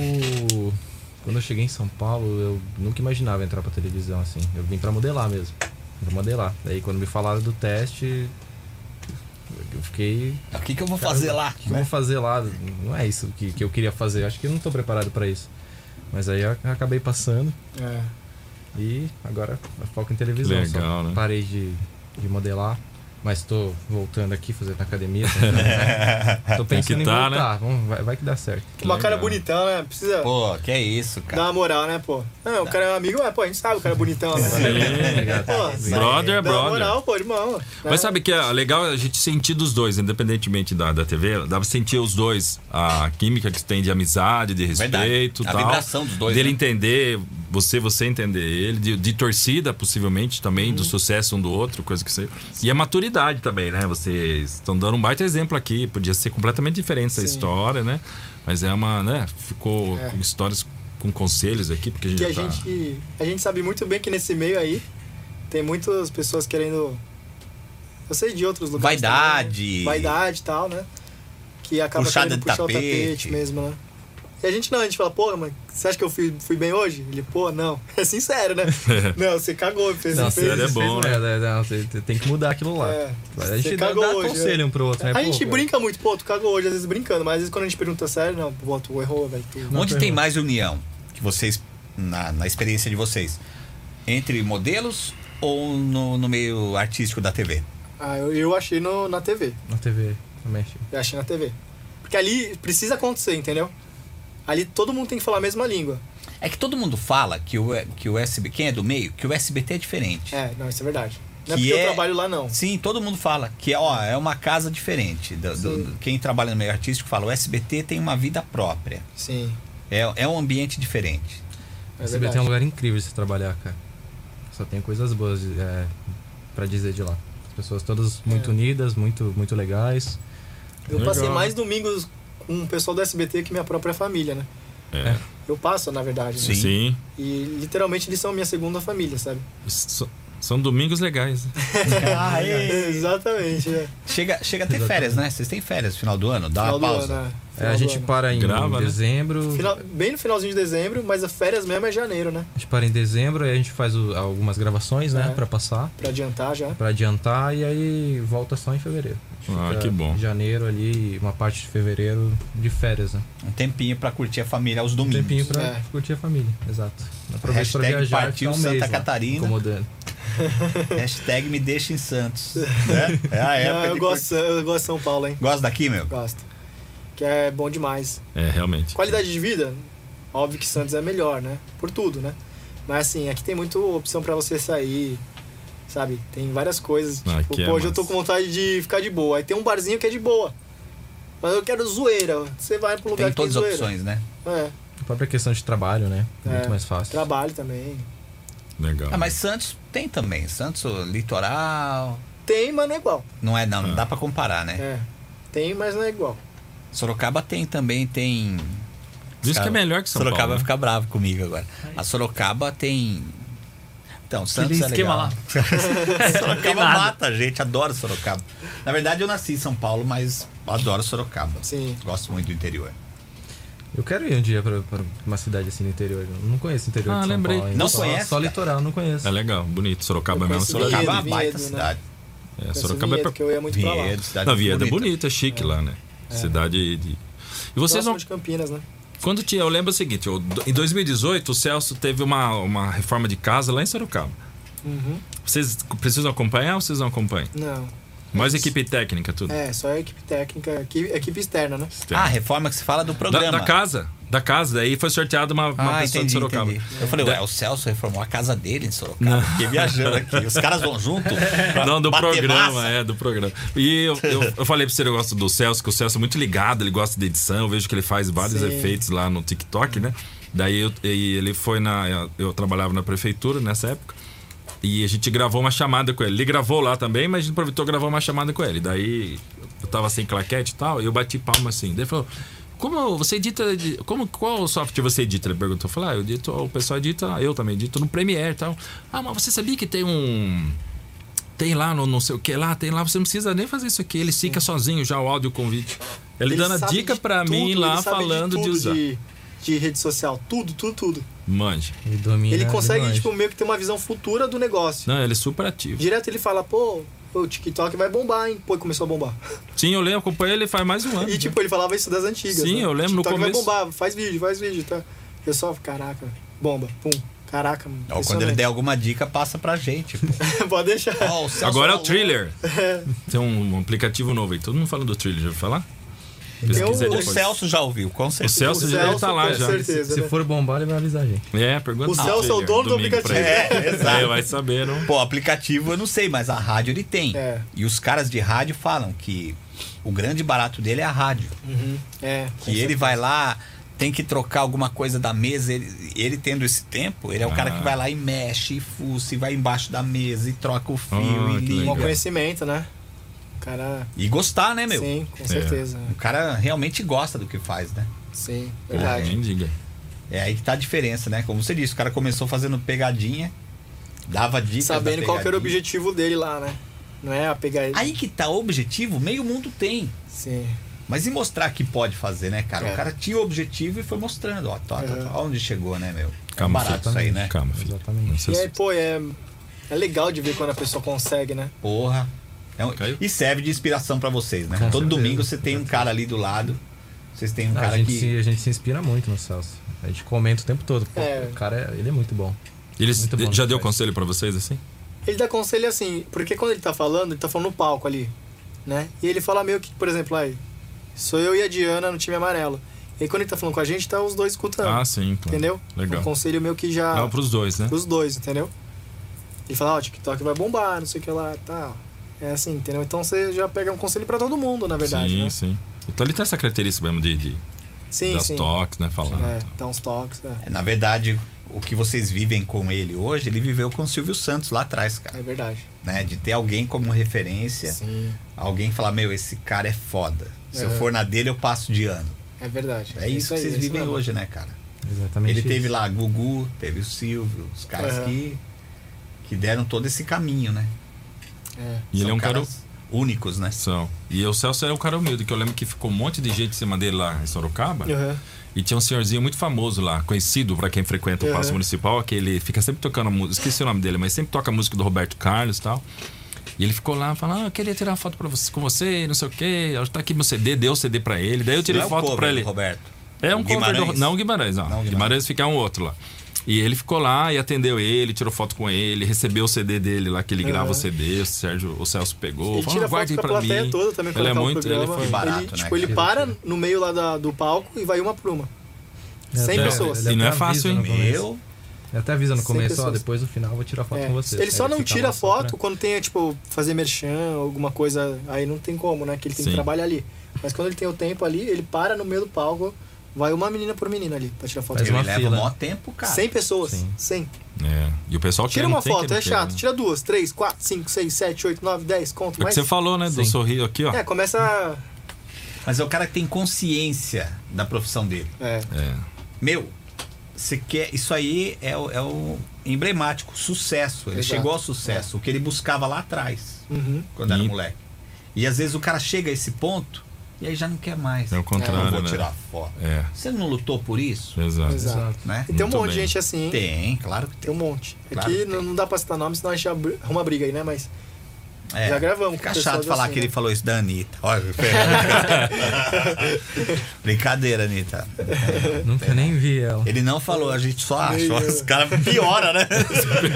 S5: Quando eu cheguei em São Paulo, eu nunca imaginava entrar pra televisão assim. Eu vim pra modelar mesmo. Pra modelar. Daí quando me falaram do teste, eu fiquei.
S3: O que, que eu vou fazer lá?
S5: O que eu
S2: É.
S5: vou fazer lá? Não é isso que, que eu queria fazer. Acho que eu não tô preparado pra isso. Mas aí eu acabei passando
S4: É.
S5: e agora eu foco em televisão. só.
S2: Legal, né?
S5: Parei de, de modelar. Mas tô voltando aqui, fazendo na
S2: <laughs>
S5: academia. Tô, tô
S2: Tem que
S5: pensando em
S2: tá, né?
S5: voltar. Vamos, vai, vai que dá certo.
S4: Uma cara
S2: legal.
S4: bonitão, né? Precisa
S3: Pô, que é isso,
S4: dar
S3: cara.
S4: uma moral, né, pô? Não, o cara é um amigo, mas, pô, a gente sabe o cara é bonitão, né?
S2: É,
S5: Obrigado.
S4: Pô,
S2: Brother é
S4: dá uma
S2: brother.
S4: moral, pô, irmão. né?
S2: Mas sabe que é legal a gente sentir dos dois, independentemente da, da TV, dá pra sentir os dois, a química que tem de amizade, de respeito,
S3: Verdade. A
S2: tal.
S3: vibração dos dois,
S2: Dele
S3: né?
S2: entender, você, você entender ele, de, de torcida, possivelmente, também, do sucesso um do outro, coisa que seja. E a maturidade também, né? Vocês estão dando um baita exemplo aqui, podia ser completamente diferente essa
S4: Sim.
S2: história, né? Mas é uma, né? Ficou
S4: É.
S2: com histórias com conselhos aqui, porque a gente
S4: que
S2: já
S4: a
S2: tá...
S4: gente, a gente sabe muito bem que nesse meio aí tem muitas pessoas querendo. Eu sei de outros lugares.
S3: Vaidade.
S4: também, né? Vaidade e tal, né? Que acaba
S3: Puxada
S4: querendo
S3: de
S4: puxar o
S3: tapete.
S4: tapete mesmo, né? E a gente não, a gente fala, pô, mano, você acha que eu fui, fui bem hoje? Ele, pô, não. <laughs> É sincero,
S5: <laughs>
S4: né? não, você cagou, fez
S5: Não,
S4: fez.
S5: você
S2: sério, é bom, né?
S5: Não, você você tem que mudar aquilo lá.
S4: É,
S5: a
S4: você
S5: gente dá,
S4: cagou
S5: dá
S4: hoje,
S5: conselho um pro outro, né?
S4: A
S5: Pô,
S4: gente
S5: cara,
S4: brinca muito, pô, tu cagou hoje, às vezes brincando, mas às vezes quando a gente pergunta sério, não, pô, tu errou, velho. tu-
S3: Onde
S5: foi
S3: tem
S5: ruim.
S3: mais união que vocês, na, na experiência de vocês? Entre modelos ou no, no meio artístico da TV?
S4: Ah, eu, eu achei no, na TV.
S5: Na TV, não mexe.
S4: Eu achei na TV. Porque ali precisa acontecer, entendeu? Ali todo mundo tem que falar a mesma língua.
S3: É que todo mundo fala que o, que o SBT, quem é do meio, que o SBT é diferente.
S4: É, não, isso é verdade. Não é
S3: Que
S4: porque
S3: é-
S4: eu trabalho lá, não.
S3: Sim, todo mundo fala que ó, é uma casa diferente. do- do- do- quem trabalha no meio artístico fala, o SBT tem uma vida própria.
S4: Sim,
S3: É, é um ambiente
S4: <laughs>
S3: diferente.
S4: é
S5: O SBT
S4: verdade.
S5: é um lugar incrível de se trabalhar, cara. Só tem coisas boas. é, pra dizer de lá. As pessoas todas
S4: É.
S5: muito unidas, muito, muito legais.
S4: Eu
S2: Legal.
S4: passei mais domingos com o pessoal do SBT que minha própria família, né?
S2: É.
S4: Eu passo, na verdade. né?
S2: Sim.
S4: E literalmente eles são minha segunda família, sabe?
S2: S- São domingos legais. né?
S4: <laughs> Exatamente. Ah, É.
S3: Chega, chega a ter férias, né? Vocês têm férias no final do ano? Dá
S4: Final
S3: uma
S4: do
S3: pausa.
S4: ano, é.
S5: É,
S4: Final
S5: a
S4: do
S5: gente
S4: ano.
S5: para em
S2: Grava, né?
S5: dezembro.
S4: Final- bem no finalzinho de dezembro, mas as férias mesmo é janeiro, né?
S5: A gente para em dezembro e a gente faz o- algumas gravações, né?
S4: É.
S5: Pra passar,
S4: Pra adiantar já.
S5: pra adiantar e aí volta só em fevereiro.
S2: Ah,
S5: Fica
S2: que bom.
S5: Janeiro ali, e uma parte de fevereiro de férias, né?
S3: Um tempinho pra curtir a família aos
S5: Um
S3: domingos.
S5: tempinho pra
S4: É.
S5: curtir a família, exato. Aproveita pra
S3: Hashtag
S5: viajar,
S3: partiu
S5: ficar um
S3: Santa
S5: mês lá,
S3: Catarina.
S5: incomodando.
S3: Hashtag me deixa em
S4: <laughs>
S3: Santos. né? É a época.
S4: Ah, eu,
S3: de
S4: gosto, eu gosto de São Paulo, hein?
S3: curtir. Gosta daqui, meu?
S4: Gosto. Que é bom demais.
S2: É, realmente.
S4: Qualidade de vida, óbvio que Santos é melhor, né? Por tudo, né? Mas assim, aqui tem muita opção pra você sair, sabe? Tem várias coisas.
S2: Ah,
S4: Tipo,
S2: aqui é
S4: pô, hoje eu tô
S2: massa.
S4: com vontade de ficar de boa. Aí tem um barzinho que é de boa. Mas eu quero zoeira. Você vai pro lugar
S3: Tem
S4: que tem
S3: todas as
S4: zoeira.
S3: opções, né?
S4: É,
S5: A própria questão de trabalho, né?
S4: É,
S5: Muito mais fácil.
S4: trabalho também.
S2: Legal.
S3: Ah, mas Santos tem também. Santos, o litoral.
S4: Tem, mas não é igual.
S3: Não é, não. Não
S2: Ah.
S3: dá pra comparar, né?
S4: É. Tem, mas não é igual.
S3: Sorocaba tem também, tem.
S2: Diz que é melhor que São
S3: Sorocaba
S2: Paulo.
S3: vai
S2: né?
S3: ficar bravo comigo agora.
S4: É.
S3: A Sorocaba tem. Então, Santos é
S6: esquema
S3: legal.
S6: lá.
S3: <laughs>
S6: Tem
S3: Sorocaba
S6: nada.
S3: mata a gente, adoro Sorocaba. Na verdade, eu nasci em São Paulo, mas adoro Sorocaba.
S4: Sim.
S3: Gosto muito do interior.
S5: Eu quero ir um dia pra, pra uma cidade assim no interior. Eu não conheço o interior
S2: Ah,
S5: de São
S2: lembrei.
S5: Paulo. ainda.
S3: Não
S5: só,
S3: conhece,
S5: Só
S3: cara?
S5: litoral, não conheço.
S2: É legal, bonito. Sorocaba
S4: Eu
S2: mesmo.
S4: conheço
S2: Sorocaba,
S3: Sorocaba é uma
S4: Vinhedo,
S3: baita
S4: né?
S3: cidade.
S2: é,
S4: Esse
S2: Sorocaba é
S4: Vinhedo,
S2: pra...
S4: que eu ia muito pra lá.
S3: Vinhedo, cidade
S2: Não, Vieira é bonita, é chique lá, né? Cidade de. E vocês
S4: Próximo
S2: não.
S4: de Campinas, né?
S2: Quando tinha, eu lembro o seguinte, eu- em 2018 o Celso teve uma, uma reforma de casa lá em Sorocaba.
S4: Uhum.
S2: Vocês precisam acompanhar ou vocês não acompanham?
S4: Não.
S2: Mais equipe técnica, tudo.
S4: É, só a equipe técnica, equipe, equipe externa, né?
S3: Ah, a reforma que se fala do
S2: é. da,
S3: É programa.
S2: da casa, da casa, daí foi sorteada uma, uma
S3: Ah,
S2: pessoa
S3: entendi,
S2: de Sorocaba.
S3: entendi. Eu falei, ué, o Celso reformou a casa dele em Sorocaba. Fiquei viajando aqui. Os caras vão junto?
S2: <laughs>
S3: pra
S2: Não, do
S3: bater
S2: programa,
S3: massa.
S2: é, do programa. E eu, eu, eu falei pra você, eu gosto do Celso, que o Celso é muito ligado, ele gosta de edição, eu vejo que ele faz vários
S4: Sim.
S2: efeitos lá no TikTok, né? Daí eu- e ele foi na. Eu trabalhava na prefeitura nessa época. E a gente gravou uma chamada com ele. Ele gravou lá também, mas a gente aproveitou e gravou uma chamada com ele. Daí eu tava sem claquete e tal, e eu bati palma assim. Daí ele falou: Como você edita. de- Como, qual software você edita? Ele perguntou. Eu falei: Ah, eu edito, o pessoal edita, eu também edito no Premiere e tal. Ah, mas você sabia que tem um. Tem lá no não sei o que lá, tem lá, você não precisa nem fazer isso aqui. Ele fica sozinho já o áudio com o vídeo. Ele, dando a
S4: sabe
S2: dica
S4: de
S2: pra
S4: tudo,
S2: mim
S4: ele
S2: lá
S4: sabe
S2: falando de,
S4: de, tudo
S2: usar.
S4: de, de rede social, tudo, tudo, tudo.
S2: Mande.
S5: Ele
S2: É
S5: domina.
S4: ele consegue,
S5: demais.
S4: tipo, meio que ter uma visão futura do negócio.
S2: Não, ele é super ativo.
S4: Direto ele fala, pô, o TikTok vai bombar, hein? Pô, e começou a bombar. <laughs>
S2: Sim, eu lembro, acompanhei ele faz mais um ano.
S4: E, tipo, ele falava isso das antigas.
S2: Sim,
S4: né?
S2: eu lembro no
S4: TikTok
S2: começo-
S4: vai bombar, faz vídeo, faz vídeo, tá? Eu só, caraca, bomba, pum. Caraca, mano.
S3: Ó, quando ele der alguma dica, passa pra gente.
S2: <laughs>
S3: pô.
S4: <laughs> Pode deixar.
S3: Ó, Celso
S2: Agora é o
S3: falou.
S2: Thriller. Tem um aplicativo novo aí. Todo mundo fala do Thriller, já ouviu falar? Pesquisa
S4: um o
S3: O
S2: depois.
S3: Celso já ouviu, com
S2: O
S3: certeza.
S2: Celso,
S4: O
S2: já ele
S4: Celso,
S2: tá lá
S4: com
S2: já.
S4: certeza.
S5: Se
S4: né?
S5: for bombar, ele vai avisar a gente.
S2: É, pergunta
S4: O
S2: pro
S4: Celso é o
S2: Thriller,
S4: dono do
S2: domingo pra
S3: aplicativo.
S2: ele.
S3: É, <laughs> exato.
S2: É, vai saber, não?
S3: Pô, aplicativo eu não sei, mas a rádio ele tem.
S4: É.
S3: E os caras de rádio falam que o grande barato dele é a rádio.
S4: Uhum. É.
S3: Que ele vai lá, tem que trocar alguma coisa da mesa. Ele, ele tendo esse tempo, ele é o cara
S2: Ah.
S3: que vai lá e mexe, e fuça, e vai embaixo da mesa, e troca o fio,
S2: Ah,
S3: e
S2: que
S3: liga.
S4: Um
S2: legal.
S4: conhecimento, né? O cara.
S3: E gostar,
S2: É
S3: né, meu?
S4: Sim, com certeza.
S3: O cara realmente gosta do que faz, né?
S4: Sim,
S2: Pô,
S4: verdade.
S2: nem diga.
S3: É aí que tá a diferença, né? Como você disse, o cara começou fazendo pegadinha, dava dicas. da
S4: Sabendo qual que era o
S3: pegadinha.
S4: objetivo dele lá, né? Não é a pegar ele.
S3: Aí que tá o objetivo, meio mundo tem.
S4: Sim.
S3: Mas e mostrar que pode fazer, né, cara?
S4: É.
S3: O cara tinha o objetivo e foi mostrando. Ó, tá, tá,
S4: É.
S3: tá, onde chegou, né, meu? É
S2: Calma, tá
S3: barato
S2: filho.
S3: isso aí, né?
S2: Calma, filho.
S5: Exatamente.
S2: Não
S4: E
S2: sei se-
S4: aí, pô, é, é legal de ver quando a pessoa consegue, né?
S3: Porra. É um-
S2: Caiu?
S3: E serve de inspiração pra vocês, né?
S5: Com
S3: Todo
S5: certeza.
S3: domingo você tem um cara ali do lado. Vocês têm um
S5: Ah, a,
S3: cara
S5: gente
S3: que.
S5: se, a gente se inspira muito no Celso. A gente comenta o tempo todo. Pô,
S4: É.
S5: O cara, é- ele é muito bom.
S2: Eles
S5: Muito bom,
S2: já deu
S5: cara.
S2: conselho pra vocês assim?
S4: Ele dá conselho assim, porque quando ele tá falando, ele tá falando no palco ali, né? E ele fala meio que, por exemplo, aí, sou eu e a Diana no time amarelo. E aí, quando ele tá falando com a gente, tá os dois escutando,
S2: Ah, sim. claro.
S4: entendeu?
S2: Legal.
S4: Um conselho meio que já
S2: Dá pros dois, né?
S4: pros dois, entendeu? Ele fala, ó, o TikTok vai bombar, não sei o que lá, tá. É assim, entendeu? Então você já pega um conselho pra todo mundo, na verdade,
S2: sim,
S4: né?
S2: sim. Então ele tem essa característica mesmo de, de
S4: Sim,
S2: das
S4: sim. Ah.
S2: toques, né? Falar.
S4: É, dá uns tá toques, é.
S3: Na verdade, o que vocês vivem com ele hoje, ele viveu com o Silvio Santos lá atrás, cara.
S4: É verdade.
S3: Né? De ter alguém como referência,
S4: Sim.
S3: alguém falar, meu, esse cara é foda. Se eu
S4: É.
S3: for na dele, eu passo de ano.
S4: É verdade.
S3: É isso,
S4: aí,
S3: que vocês
S4: é isso
S3: vivem
S4: mesmo.
S3: hoje, né, cara?
S5: Exatamente.
S3: ele teve lá Gugu, teve o Silvio, os caras
S4: Aham.
S3: que, que deram todo esse caminho, né?
S4: É.
S2: E ele é um cara.
S3: únicos, né?
S2: São. E o Celso era um cara humilde, que eu lembro que ficou um monte de gente em cima dele lá em Sorocaba.
S4: Aham.
S2: E tinha um senhorzinho muito famoso lá, conhecido pra quem frequenta o
S4: Uhum.
S2: Paço Municipal, que ele fica sempre tocando música, esqueci o nome dele, mas sempre toca a música do Roberto Carlos e tal. E ele ficou lá falando, ah, eu queria tirar uma foto pra você, com você, não sei o quê. Eu- Tá aqui meu CD, deu o CD pra ele. Daí eu tirei
S3: Não é o
S2: foto
S3: cover
S2: pra
S3: do
S2: ele.
S3: Roberto.
S2: É um cover do.
S3: Guimarães?
S2: Não, Guimarães, não.
S3: Não, Guimarães.
S2: Guimarães. fica um outro lá. E ele ficou lá e atendeu ele, tirou foto com ele, recebeu o CD dele lá, que ele grava o CD, o Sérgio, o Celso pegou.
S4: Ele
S2: falou,
S4: É. tira
S2: "Ah, guarda
S4: foto
S2: aí
S4: com a
S2: pra
S4: plateia
S2: mim."
S4: toda também pra
S2: Ele é
S4: cantar o
S2: muito, ele
S4: programa.
S2: foi.
S3: Que barato, né,
S4: Tipo, ele
S5: cara?
S4: para no meio lá da- do palco e vai uma por uma. 100
S5: até-
S4: pessoas.
S5: ele
S2: E não é
S5: até avisa
S2: fácil, hein?
S5: no começo.
S3: Meu,
S5: Ele até avisa no
S4: 100
S5: começo, ó,
S4: pessoas.
S5: depois no final eu vou tirar foto
S4: É.
S5: com você.
S4: Ele só não tira foto
S5: com
S4: quando tem, tipo, fazer merchan, alguma coisa. Aí não tem como, né? Que ele tem
S2: Sim.
S4: que trabalhar ali. Mas quando ele tem o tempo ali, ele para no meio do palco, vai uma menina por menina ali pra tirar foto.
S5: Faz
S2: um
S3: ele
S5: uma
S3: leva
S5: fila.
S3: mó tempo, cara.
S4: 100 pessoas.
S5: Sim.
S4: 100.
S2: É. E o pessoal
S4: Tira
S2: quer, não
S4: uma
S2: tem que
S4: foto,
S2: não
S4: é
S2: queira,
S4: chato.
S2: né?
S4: Tira duas, três, quatro, cinco, seis, sete, oito, nove, dez, conto
S2: É o que
S4: mais.
S2: você falou, né? Do
S5: Sim.
S2: sorriso aqui, ó.
S4: É, começa. a-
S3: Mas é o cara que tem consciência da profissão dele.
S4: É.
S2: É.
S3: Meu, você quer. Isso aí é, o- é o emblemático, sucesso. Ele
S4: Exato.
S3: chegou ao sucesso, o que ele buscava lá atrás,
S4: Uhum.
S3: quando era
S2: E-
S3: moleque. E às vezes o cara chega a esse ponto e aí já não quer mais.
S2: É o contrário,
S3: não vou
S2: né?
S3: tirar foto.
S2: É,
S3: Você não lutou por isso?
S2: exato.
S4: Exato.
S3: Né?
S4: E tem um
S2: Muito
S4: monte de
S2: bem.
S4: gente assim, hein?
S3: Tem, claro que
S4: Tem um
S3: tem.
S4: monte.
S3: Claro
S4: Aqui
S3: que
S4: não,
S3: tem.
S4: não dá pra citar nome, senão a gente abri- arruma briga aí, né? Mas.
S3: É.
S4: Já gravamos
S3: Fica
S4: com o pessoal
S3: chato falar
S4: assim,
S3: que ele
S4: né?
S3: falou isso da Anitta. Olha,
S4: <laughs>
S3: <laughs> Fernando. Brincadeira, Anitta.
S4: É.
S5: Nunca nem vi é um ela.
S3: Ele não falou, a gente só acha.
S4: Meu.
S3: Os caras piora, né?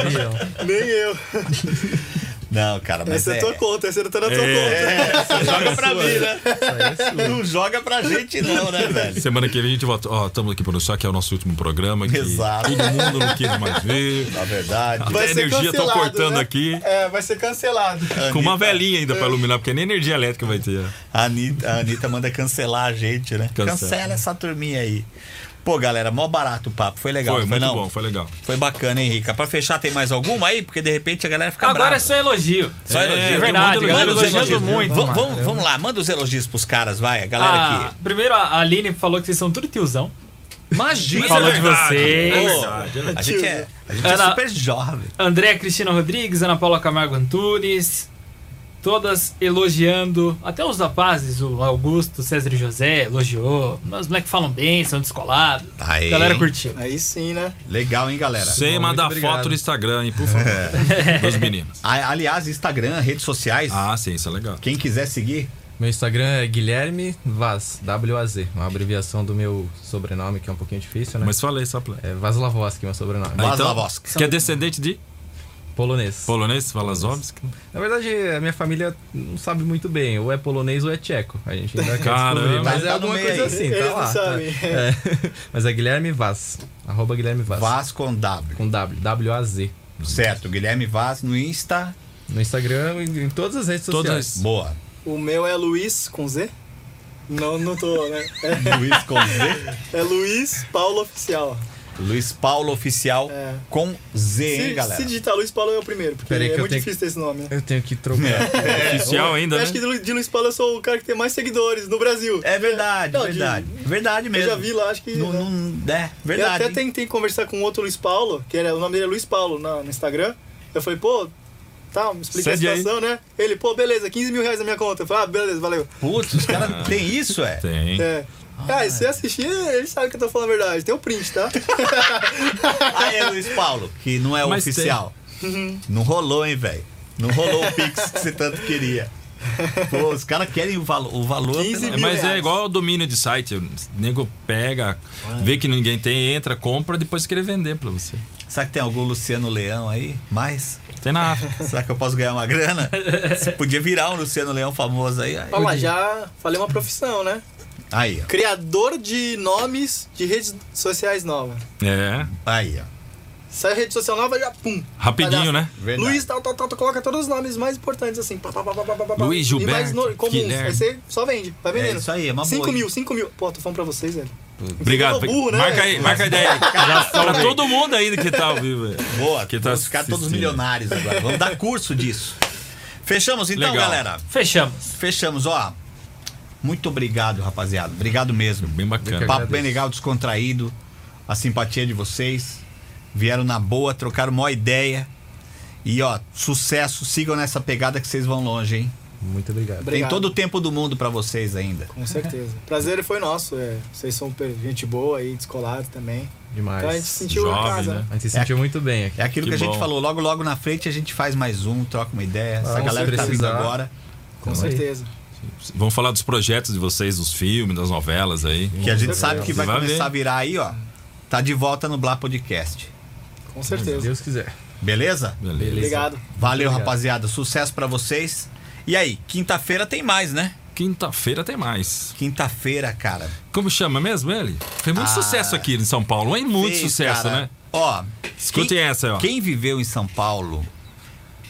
S5: Vi ela.
S4: Nem eu.
S3: Não, cara, mas
S4: Essa é
S3: é...
S4: tua conta, essa não tá na tua conta.
S3: É, você joga pra mim,
S5: Isso aí é
S3: né? Não joga pra gente não, né, velho?
S2: Semana que vem a gente volta. Ó, estamos aqui para o chá, que é o nosso último programa. Que
S3: Exato.
S2: Todo mundo não quis mais
S4: <laughs>
S2: ver.
S3: Na verdade.
S2: Até
S4: Vai
S2: a
S4: ser
S2: energia estão
S4: cancelado,
S2: cortando
S4: né?
S2: aqui. É.
S4: É, vai ser cancelado.
S2: Com uma velhinha ainda para iluminar, porque nem energia elétrica vai ter.
S3: A Anitta, a Anitta manda cancelar a gente, né? Cancela.
S2: Cancela.
S3: essa turminha aí. Pô, galera, mó barato o papo. Foi legal,
S2: foi,
S3: foi,
S2: muito
S3: não?
S2: bom, foi legal.
S3: Foi bacana, hein, Rica? Pra fechar, tem mais alguma aí? Porque de repente a galera fica
S6: Agora
S3: brava.
S6: é só elogio.
S3: Só elogio.
S6: É
S3: Tem
S6: verdade,
S2: muito elogio,
S6: galera
S3: Manda os
S6: elogiando
S3: elogios.
S6: muito.
S3: Vamos, vamos, vamos lá, manda os elogios pros caras, vai, a galera
S6: Ah,
S3: aqui.
S6: primeiro a Aline falou que vocês são tudo tiozão.
S3: Imagina, é
S6: Falou de
S3: velho.
S6: vocês.
S3: Pô, a gente é, a gente é
S6: é Ela-
S3: super jovem.
S6: André Cristina Rodrigues, Ana Paula Camargo Antunes, todas elogiando, até os rapazes, o Augusto, o César e José elogiou, mas os moleques falam bem, são descolados,
S3: Aí,
S6: a galera
S3: hein?
S6: curtiu.
S4: Aí sim, né?
S3: Legal, hein, galera?
S2: Sem
S5: Bom,
S2: mandar
S5: muito obrigado.
S2: foto no Instagram, hein, por
S3: <laughs>
S2: favor.
S3: É.
S2: Dos meninos.
S3: A- Ah, aliás, Instagram, redes sociais,
S2: Ah, sim, isso é legal.
S3: quem quiser seguir,
S5: Meu Instagram é Guilherme Vaz, W-A-Z, uma abreviação do meu sobrenome, que é um pouquinho difícil, né?
S2: Mas falei só pra.
S5: É Vaslavoski, meu sobrenome.
S2: Ah,
S3: Vaslavosky.
S2: que é descendente de
S5: Polonês.
S2: polonês, Valazovski.
S5: Na verdade, a minha família não sabe muito bem, ou é polonês ou é tcheco. A gente ainda quer
S2: Caramba.
S5: descobrir, mas
S3: Tá
S5: é
S3: no
S5: alguma
S3: meio
S5: coisa
S3: aí.
S5: assim,
S4: Eles
S5: tá
S4: não
S5: lá.
S4: sabem.
S5: É. Mas é <laughs> Guilherme Vaz, arroba Guilherme Vaz.
S3: Vaz com W.
S5: Com W, W-A-Z.
S3: Certo, Guilherme Vaz no Insta.
S5: No Instagram e em todas as redes
S2: Todas
S5: sociais.
S2: as-
S3: Boa. <laughs>
S4: O meu é Luiz com Z? Não, não tô, né?
S3: Luiz com Z.
S4: É, é Luiz Paulo Oficial.
S3: Luiz Paulo Oficial
S4: É.
S3: com Z, hein,
S4: Se,
S3: galera?
S4: se digitar Luiz Paulo é o primeiro, porque
S5: Peraí que
S4: é
S5: eu
S4: muito
S5: tenho
S4: difícil ter esse nome, né?
S5: Eu tenho
S4: <laughs>
S5: que trocar.
S3: É,
S2: Oficial ainda,
S4: Eu
S2: né?
S4: acho que de Lu- de Luiz Paulo eu sou o cara que tem mais seguidores no Brasil.
S3: É verdade,
S4: Não, de-
S3: verdade. Verdade
S4: eu
S3: mesmo.
S4: já vi lá, acho que.
S3: Não,
S4: né?
S3: não, é,
S4: Eu
S3: verdade.
S4: até
S3: hein?
S4: tentei conversar com outro Luiz Paulo, que era, o nome dele é Luiz Paulo na- no Instagram. Eu falei, pô, tá, me explica
S2: Cede
S4: a
S2: aí.
S4: situação, né? Ele, pô, beleza, 15 mil reais na minha conta. Eu falei, ah, beleza, valeu.
S3: Putz, os
S2: <laughs>
S3: caras têm isso, é?
S2: Tem.
S4: É. Ah, e se você assistir, ele sabe que eu tô falando a verdade. Tem o print, tá?
S3: Ah, é Luiz Paulo, que não é o
S2: Mas
S3: oficial.
S4: Uhum.
S3: Não rolou, hein, velho? Não rolou o Pix que você tanto
S4: <laughs>
S3: queria. Pô, os caras querem o, valo, o valor.
S4: 15
S3: pela-
S2: É, mas é
S4: reais.
S2: igual o domínio de site. O nego pega, vê que ninguém tem, entra, compra, depois querer vender pra você. <laughs>
S3: Será que tem algum Luciano Leão aí? Mais?
S2: Tem na África.
S3: <laughs> Será que eu posso ganhar uma grana? Você podia virar um Luciano Leão famoso aí. Aí,
S4: <laughs> Olha lá, já falei uma profissão, né?
S3: aí ó.
S4: Criador de nomes de redes sociais novas.
S2: É.
S3: Aí, ó.
S4: Sai a rede social nova, já pum.
S2: Rapidinho, né?
S3: Verdade.
S4: Luiz, tal, tal, tal, tu coloca todos os nomes mais importantes assim. Pá, pá, pá, pá, pá, pá, pá,
S2: Luiz
S4: E mais
S2: Gilberto,
S4: no- comuns.
S2: Guilherme.
S4: Aí você só vende, vai
S3: É
S4: vendendo.
S3: isso aí, é uma boa.
S4: 5
S3: hein?
S4: mil, 5 mil. Pô, tô falando pra vocês, velho.
S2: Obrigado.
S4: Você falou burro, né?
S2: marca aí, marca a
S3: <laughs>
S2: ideia aí. Pra todo mundo aí que tá ao vivo. aí.
S3: Boa,
S2: Que
S3: que
S2: tá
S3: vamos ficar todos
S2: assistindo.
S3: milionários agora. Vamos dar curso disso. Fechamos então,
S2: Legal.
S3: galera.
S6: Fechamos.
S3: Fechamos, ó. Muito obrigado, rapaziada. Obrigado mesmo.
S2: Bem bacana.
S3: Papo bem legal, descontraído. A simpatia de vocês. Vieram na boa, trocaram uma ideia. E ó, sucesso. Sigam nessa pegada que vocês vão longe, hein?
S5: Muito obrigado.
S3: Tem
S4: Obrigado.
S3: todo o tempo do mundo pra vocês ainda.
S4: Com certeza. Prazer foi nosso. é. Vocês são pe- gente boa aí, descolado também.
S5: Demais.
S4: Então a gente se sentiu
S2: Jovem,
S4: em casa.
S2: né?
S5: A gente se sentiu muito bem aqui.
S3: É aquilo
S2: Que
S3: que, a
S2: bom.
S3: gente falou. Logo, logo na frente a gente faz mais um, troca uma ideia. Essa
S5: Vamos,
S3: galera
S5: se
S3: que tá vindo
S5: precisar.
S3: agora.
S4: Com
S2: é?
S4: certeza.
S2: Vamos falar dos projetos de vocês, dos filmes, das novelas aí.
S3: Que a gente sabe que vai
S2: Vai
S3: começar
S2: ver.
S3: a virar aí, ó. Tá de volta no Blá Podcast.
S4: Com
S5: Se
S4: certeza.
S5: Deus quiser.
S3: Beleza?
S2: Beleza.
S4: Obrigado.
S3: Valeu,
S5: Obrigado.
S3: rapaziada. Sucesso pra vocês. E aí, quinta-feira tem mais, né?
S2: Quinta-feira tem mais.
S3: Quinta-feira, cara.
S2: Como chama mesmo ele? Tem muito
S3: Ah.
S2: sucesso aqui em São Paulo. É muito
S3: Fez,
S2: sucesso,
S3: cara.
S2: né?
S3: Ó,
S2: Escutem
S3: quem,
S2: essa aí, ó.
S3: Quem viveu em São Paulo,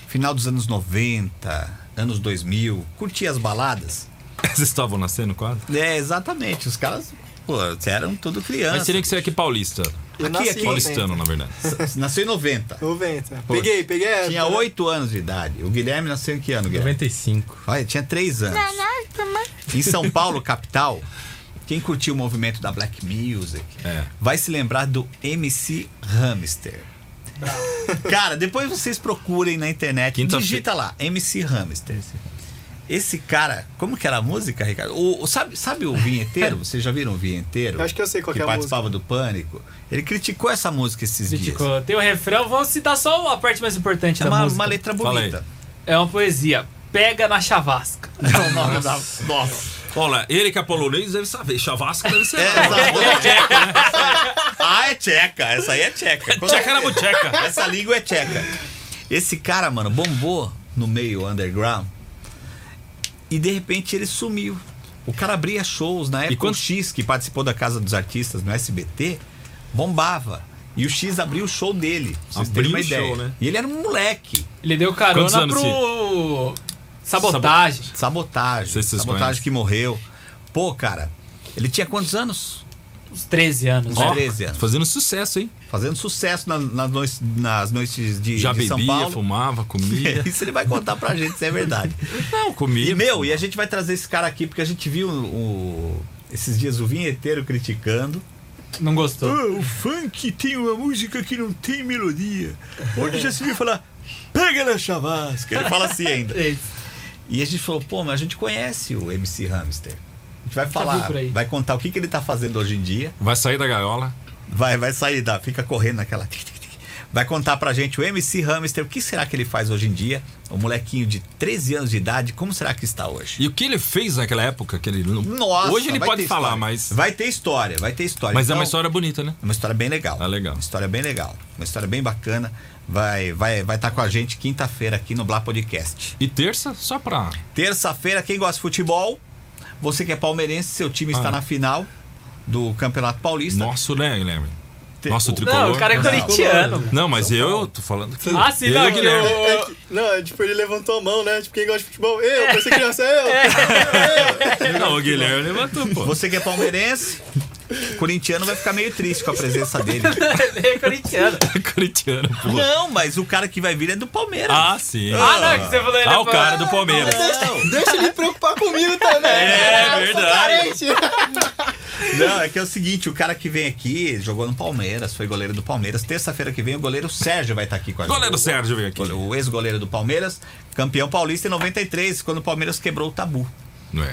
S3: final dos anos 90, anos 2000, curtia as baladas?
S2: Vocês estavam nascendo quase?
S3: É, exatamente. Os caras, pô, eram tudo criança.
S2: Mas teria que ser aqui paulista.
S4: Eu
S3: Aqui,
S4: nasci
S3: aqui.
S4: em
S2: Paulistano, na verdade.
S3: Nasceu em 90.
S4: 90. 90. Peguei, peguei. essa,
S3: Tinha
S4: né?
S3: 8 anos de idade. O Guilherme nasceu em que
S4: É.
S3: ano, Guilherme?
S5: 95.
S3: Olha, tinha 3 anos. Em São Paulo, capital, quem curtiu o movimento da Black Music
S2: É.
S3: vai se lembrar do MC Hamster. Cara, depois vocês procurem na internet,
S2: Quinta-fe-
S3: digita lá, MC Hamster. Esse cara, como que era a música, Ricardo? O, o- sabe, sabe o vinheteiro? Vocês já viram o vinheteiro?
S4: Eu acho que eu sei qual
S3: que
S4: que é a música.
S3: participava do Pânico. Ele criticou essa música esses dias.
S6: Criticou. Tem o refrão, vou citar só a parte mais importante
S3: É
S6: da
S3: uma,
S6: música.
S3: uma letra
S2: Fala aí.
S3: bonita.
S6: É uma poesia. Pega na chavasca. É
S3: Não, não, não, não. Nossa.
S2: Olha, ele que é polonês deve saber. Chavasca deve ser.
S3: É. <laughs> Ah, é tcheca. Essa aí é tcheca.
S2: Tcheca na bucheca.
S3: Essa língua é tcheca. Esse cara, mano, bombou no meio underground e de repente ele sumiu. O cara abria shows na época.
S2: quando-
S3: O X, que participou da Casa dos Artistas no SBT, bombava. E o X abriu o show dele. pra Vocês terem
S2: Abriu
S3: uma
S2: o show,
S3: ideia.
S2: né?
S3: E ele era um moleque.
S6: Ele deu
S2: Quantos
S6: carona
S2: anos,
S6: pro. Sabotagem.
S3: Sabotagem.
S2: Sei se vocês
S3: sabotagem
S2: conhecem.
S3: que morreu. Pô, cara, ele tinha quantos anos?
S6: Uns 13 anos.
S3: Ó.
S6: né?
S3: 13 anos.
S2: Fazendo sucesso, hein?
S3: Fazendo sucesso na- nas, noites, nas noites de,
S2: Já
S3: de São
S2: bebia,
S3: Paulo.
S2: fumava,
S1: <laughs>
S2: comia.
S3: <laughs> Isso ele vai contar pra gente se é verdade.
S2: Não, comia.
S3: E, meu, e a gente vai trazer esse cara aqui, porque a gente viu o- esses dias o vinheteiro criticando.
S6: Não gostou.
S3: Ah, o funk tem uma música que não tem melodia. Hoje já se viu falar, pega na chavasca. Ele fala assim ainda.
S6: Ele
S3: E a gente falou, pô, mas a gente conhece o MC Hamster. A gente vai
S6: viu
S3: falar,
S6: por aí.
S3: vai contar o que, que ele tá fazendo hoje em dia.
S2: Vai sair da gaiola.
S3: Vai, vai sair, da, fica correndo naquela. tic, tic, tic. Vai contar pra gente o MC Hamster, o que será que ele faz hoje em dia? O molequinho de 13 anos de idade, como será que está hoje?
S2: E o que ele fez naquela época? Que ele... não-
S3: Nossa,
S2: Hoje ele
S3: vai
S2: pode
S3: ter
S2: falar,
S3: história.
S2: mas.
S3: Vai ter história, vai ter história.
S2: Mas é
S3: Então,
S2: uma história bonita, né?
S3: é uma história bem legal.
S2: Ah, legal.
S3: Uma história bem legal. Uma história bem bacana. Vai vai vai estar com a gente quinta-feira aqui no Blá Podcast.
S2: E terça, só pra.
S3: Terça-feira, quem gosta de futebol, você que é palmeirense, seu time está
S2: Ah.
S3: na final do Campeonato Paulista.
S2: Nosso, né, Guilherme?
S3: Te-
S2: Nosso
S3: o-
S2: tricolor.
S6: Não, o cara é corintiano.
S2: Não, mas eu, eu tô falando. que-
S6: Ah, sim,
S2: Ele
S6: não,
S2: é o Guilherme.
S6: eu-
S4: É que- não, tipo, ele levantou a mão, né? Tipo, quem gosta de futebol? Eu,
S2: É.
S4: pensei que criança, eu.
S2: Não, o Guilherme levantou, pô.
S3: Você que é palmeirense, o corintiano vai ficar meio triste com a presença
S6: <laughs>
S3: dele. tipo,
S6: Ele é corintiano.
S2: é corintiano, pô.
S3: Não, mas o cara que vai vir é do Palmeiras.
S2: Ah, sim.
S6: Ah, não, que você falou ele
S2: Ah,
S6: é
S2: o cara do Palmeiras.
S3: Não.
S4: Deixa ele preocupar comigo também.
S2: É,
S4: Eu sou
S2: verdade.
S4: carente.
S3: Não, é que é o seguinte, o cara que vem aqui jogou no Palmeiras, foi goleiro do Palmeiras. Terça-feira que vem o goleiro Sérgio vai estar aqui com a gente.
S2: Goleiro é Sérgio veio aqui.
S3: O ex-goleiro do Palmeiras, campeão paulista em 93, quando o Palmeiras quebrou o tabu.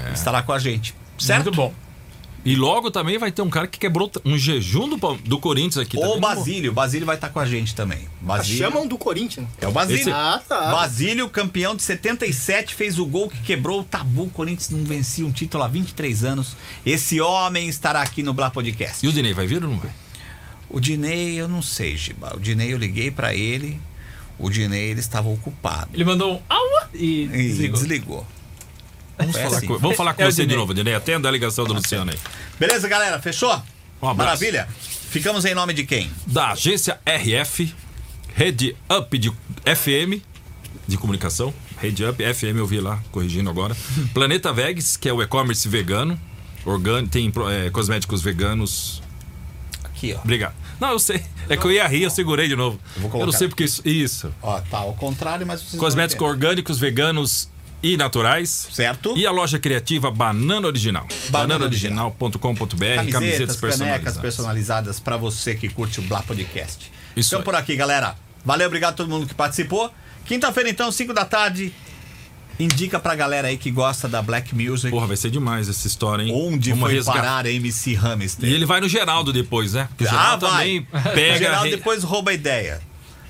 S2: É.
S3: Estará com a gente. Certo?
S6: Muito bom.
S2: E logo também vai ter um cara que quebrou um jejum do, Pal- do Corinthians
S6: tá
S2: aqui.
S3: O
S2: também.
S3: Basílio, o Basílio vai estar com a gente
S6: Ah,
S3: também. Basílio.
S6: um-
S4: Chamam do Corinthians.
S3: É o Basílio.
S2: Esse-
S4: Ah, tá.
S3: Basílio, campeão de 77, fez o gol que quebrou o tabu. O Corinthians não vencia um título há 23 anos. Esse homem estará aqui no Blá Podcast.
S2: E o Dinei vai vir ou não vai?
S3: O Dinei, eu não sei, Giba. O Dinei, eu liguei pra ele. O Dinei, ele estava ocupado.
S6: Ele mandou um aua e
S3: E desligou. assim.
S6: desligou.
S3: Vamos
S2: Falar com- vamos falar com
S6: É o
S2: você de
S6: Dinei.
S2: novo, Dinei. Atenda a ligação do Luciano aí.
S3: Beleza, galera? Fechou?
S2: Um abraço.
S3: Maravilha. Ficamos em nome de quem?
S2: Da agência RF, Rede Up de FM,
S3: <laughs>
S2: de comunicação. Rede Up, FM, eu vi lá, corrigindo agora. Planeta Vegas, que é o e-commerce vegano. Orgânico, tem pro- é, cosméticos veganos.
S3: Aqui, ó.
S2: Obrigado. Não, eu sei. É que eu ia rir, eu segurei de novo.
S3: Eu vou
S2: eu
S3: colocar
S2: não sei porque isso. Isso.
S3: Ó, tá ao contrário, mas vocês. vão
S2: Cosméticos
S3: entender.
S2: orgânicos, veganos e naturais.
S3: Certo?
S2: E a loja criativa Banana Original.
S3: Banana
S2: Bananaoriginal.com.br, É, camisetas,
S3: Camisetas, canecas
S2: personalizadas.
S3: personalizadas pra você que curte o Blá Podcast.
S2: Isso
S3: então
S2: aí.
S3: por aqui, galera. Valeu, obrigado a todo mundo que participou. Quinta-feira, então, 5 da tarde. Indica pra galera aí que gosta da Black Music.
S2: Porra, vai ser demais essa história, hein?
S3: onde
S2: Vamos
S3: foi
S2: resgatar.
S3: parar MC Hamster.
S2: E ele vai no Geraldo depois, né? Porque o
S3: Ah,
S2: Geraldo também
S3: vai.
S2: pega.
S3: Geraldo depois rouba a ideia.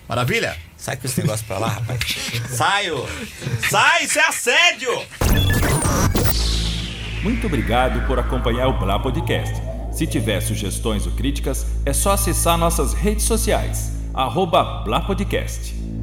S3: Maravilha? Sai com esse negócio pra lá,
S2: <laughs>
S3: rapaz. Saio! Sai, isso é assédio!
S1: Muito obrigado por acompanhar o Blá Podcast. Se tiver sugestões ou críticas, é só acessar nossas redes sociais. Arroba Blá Podcast.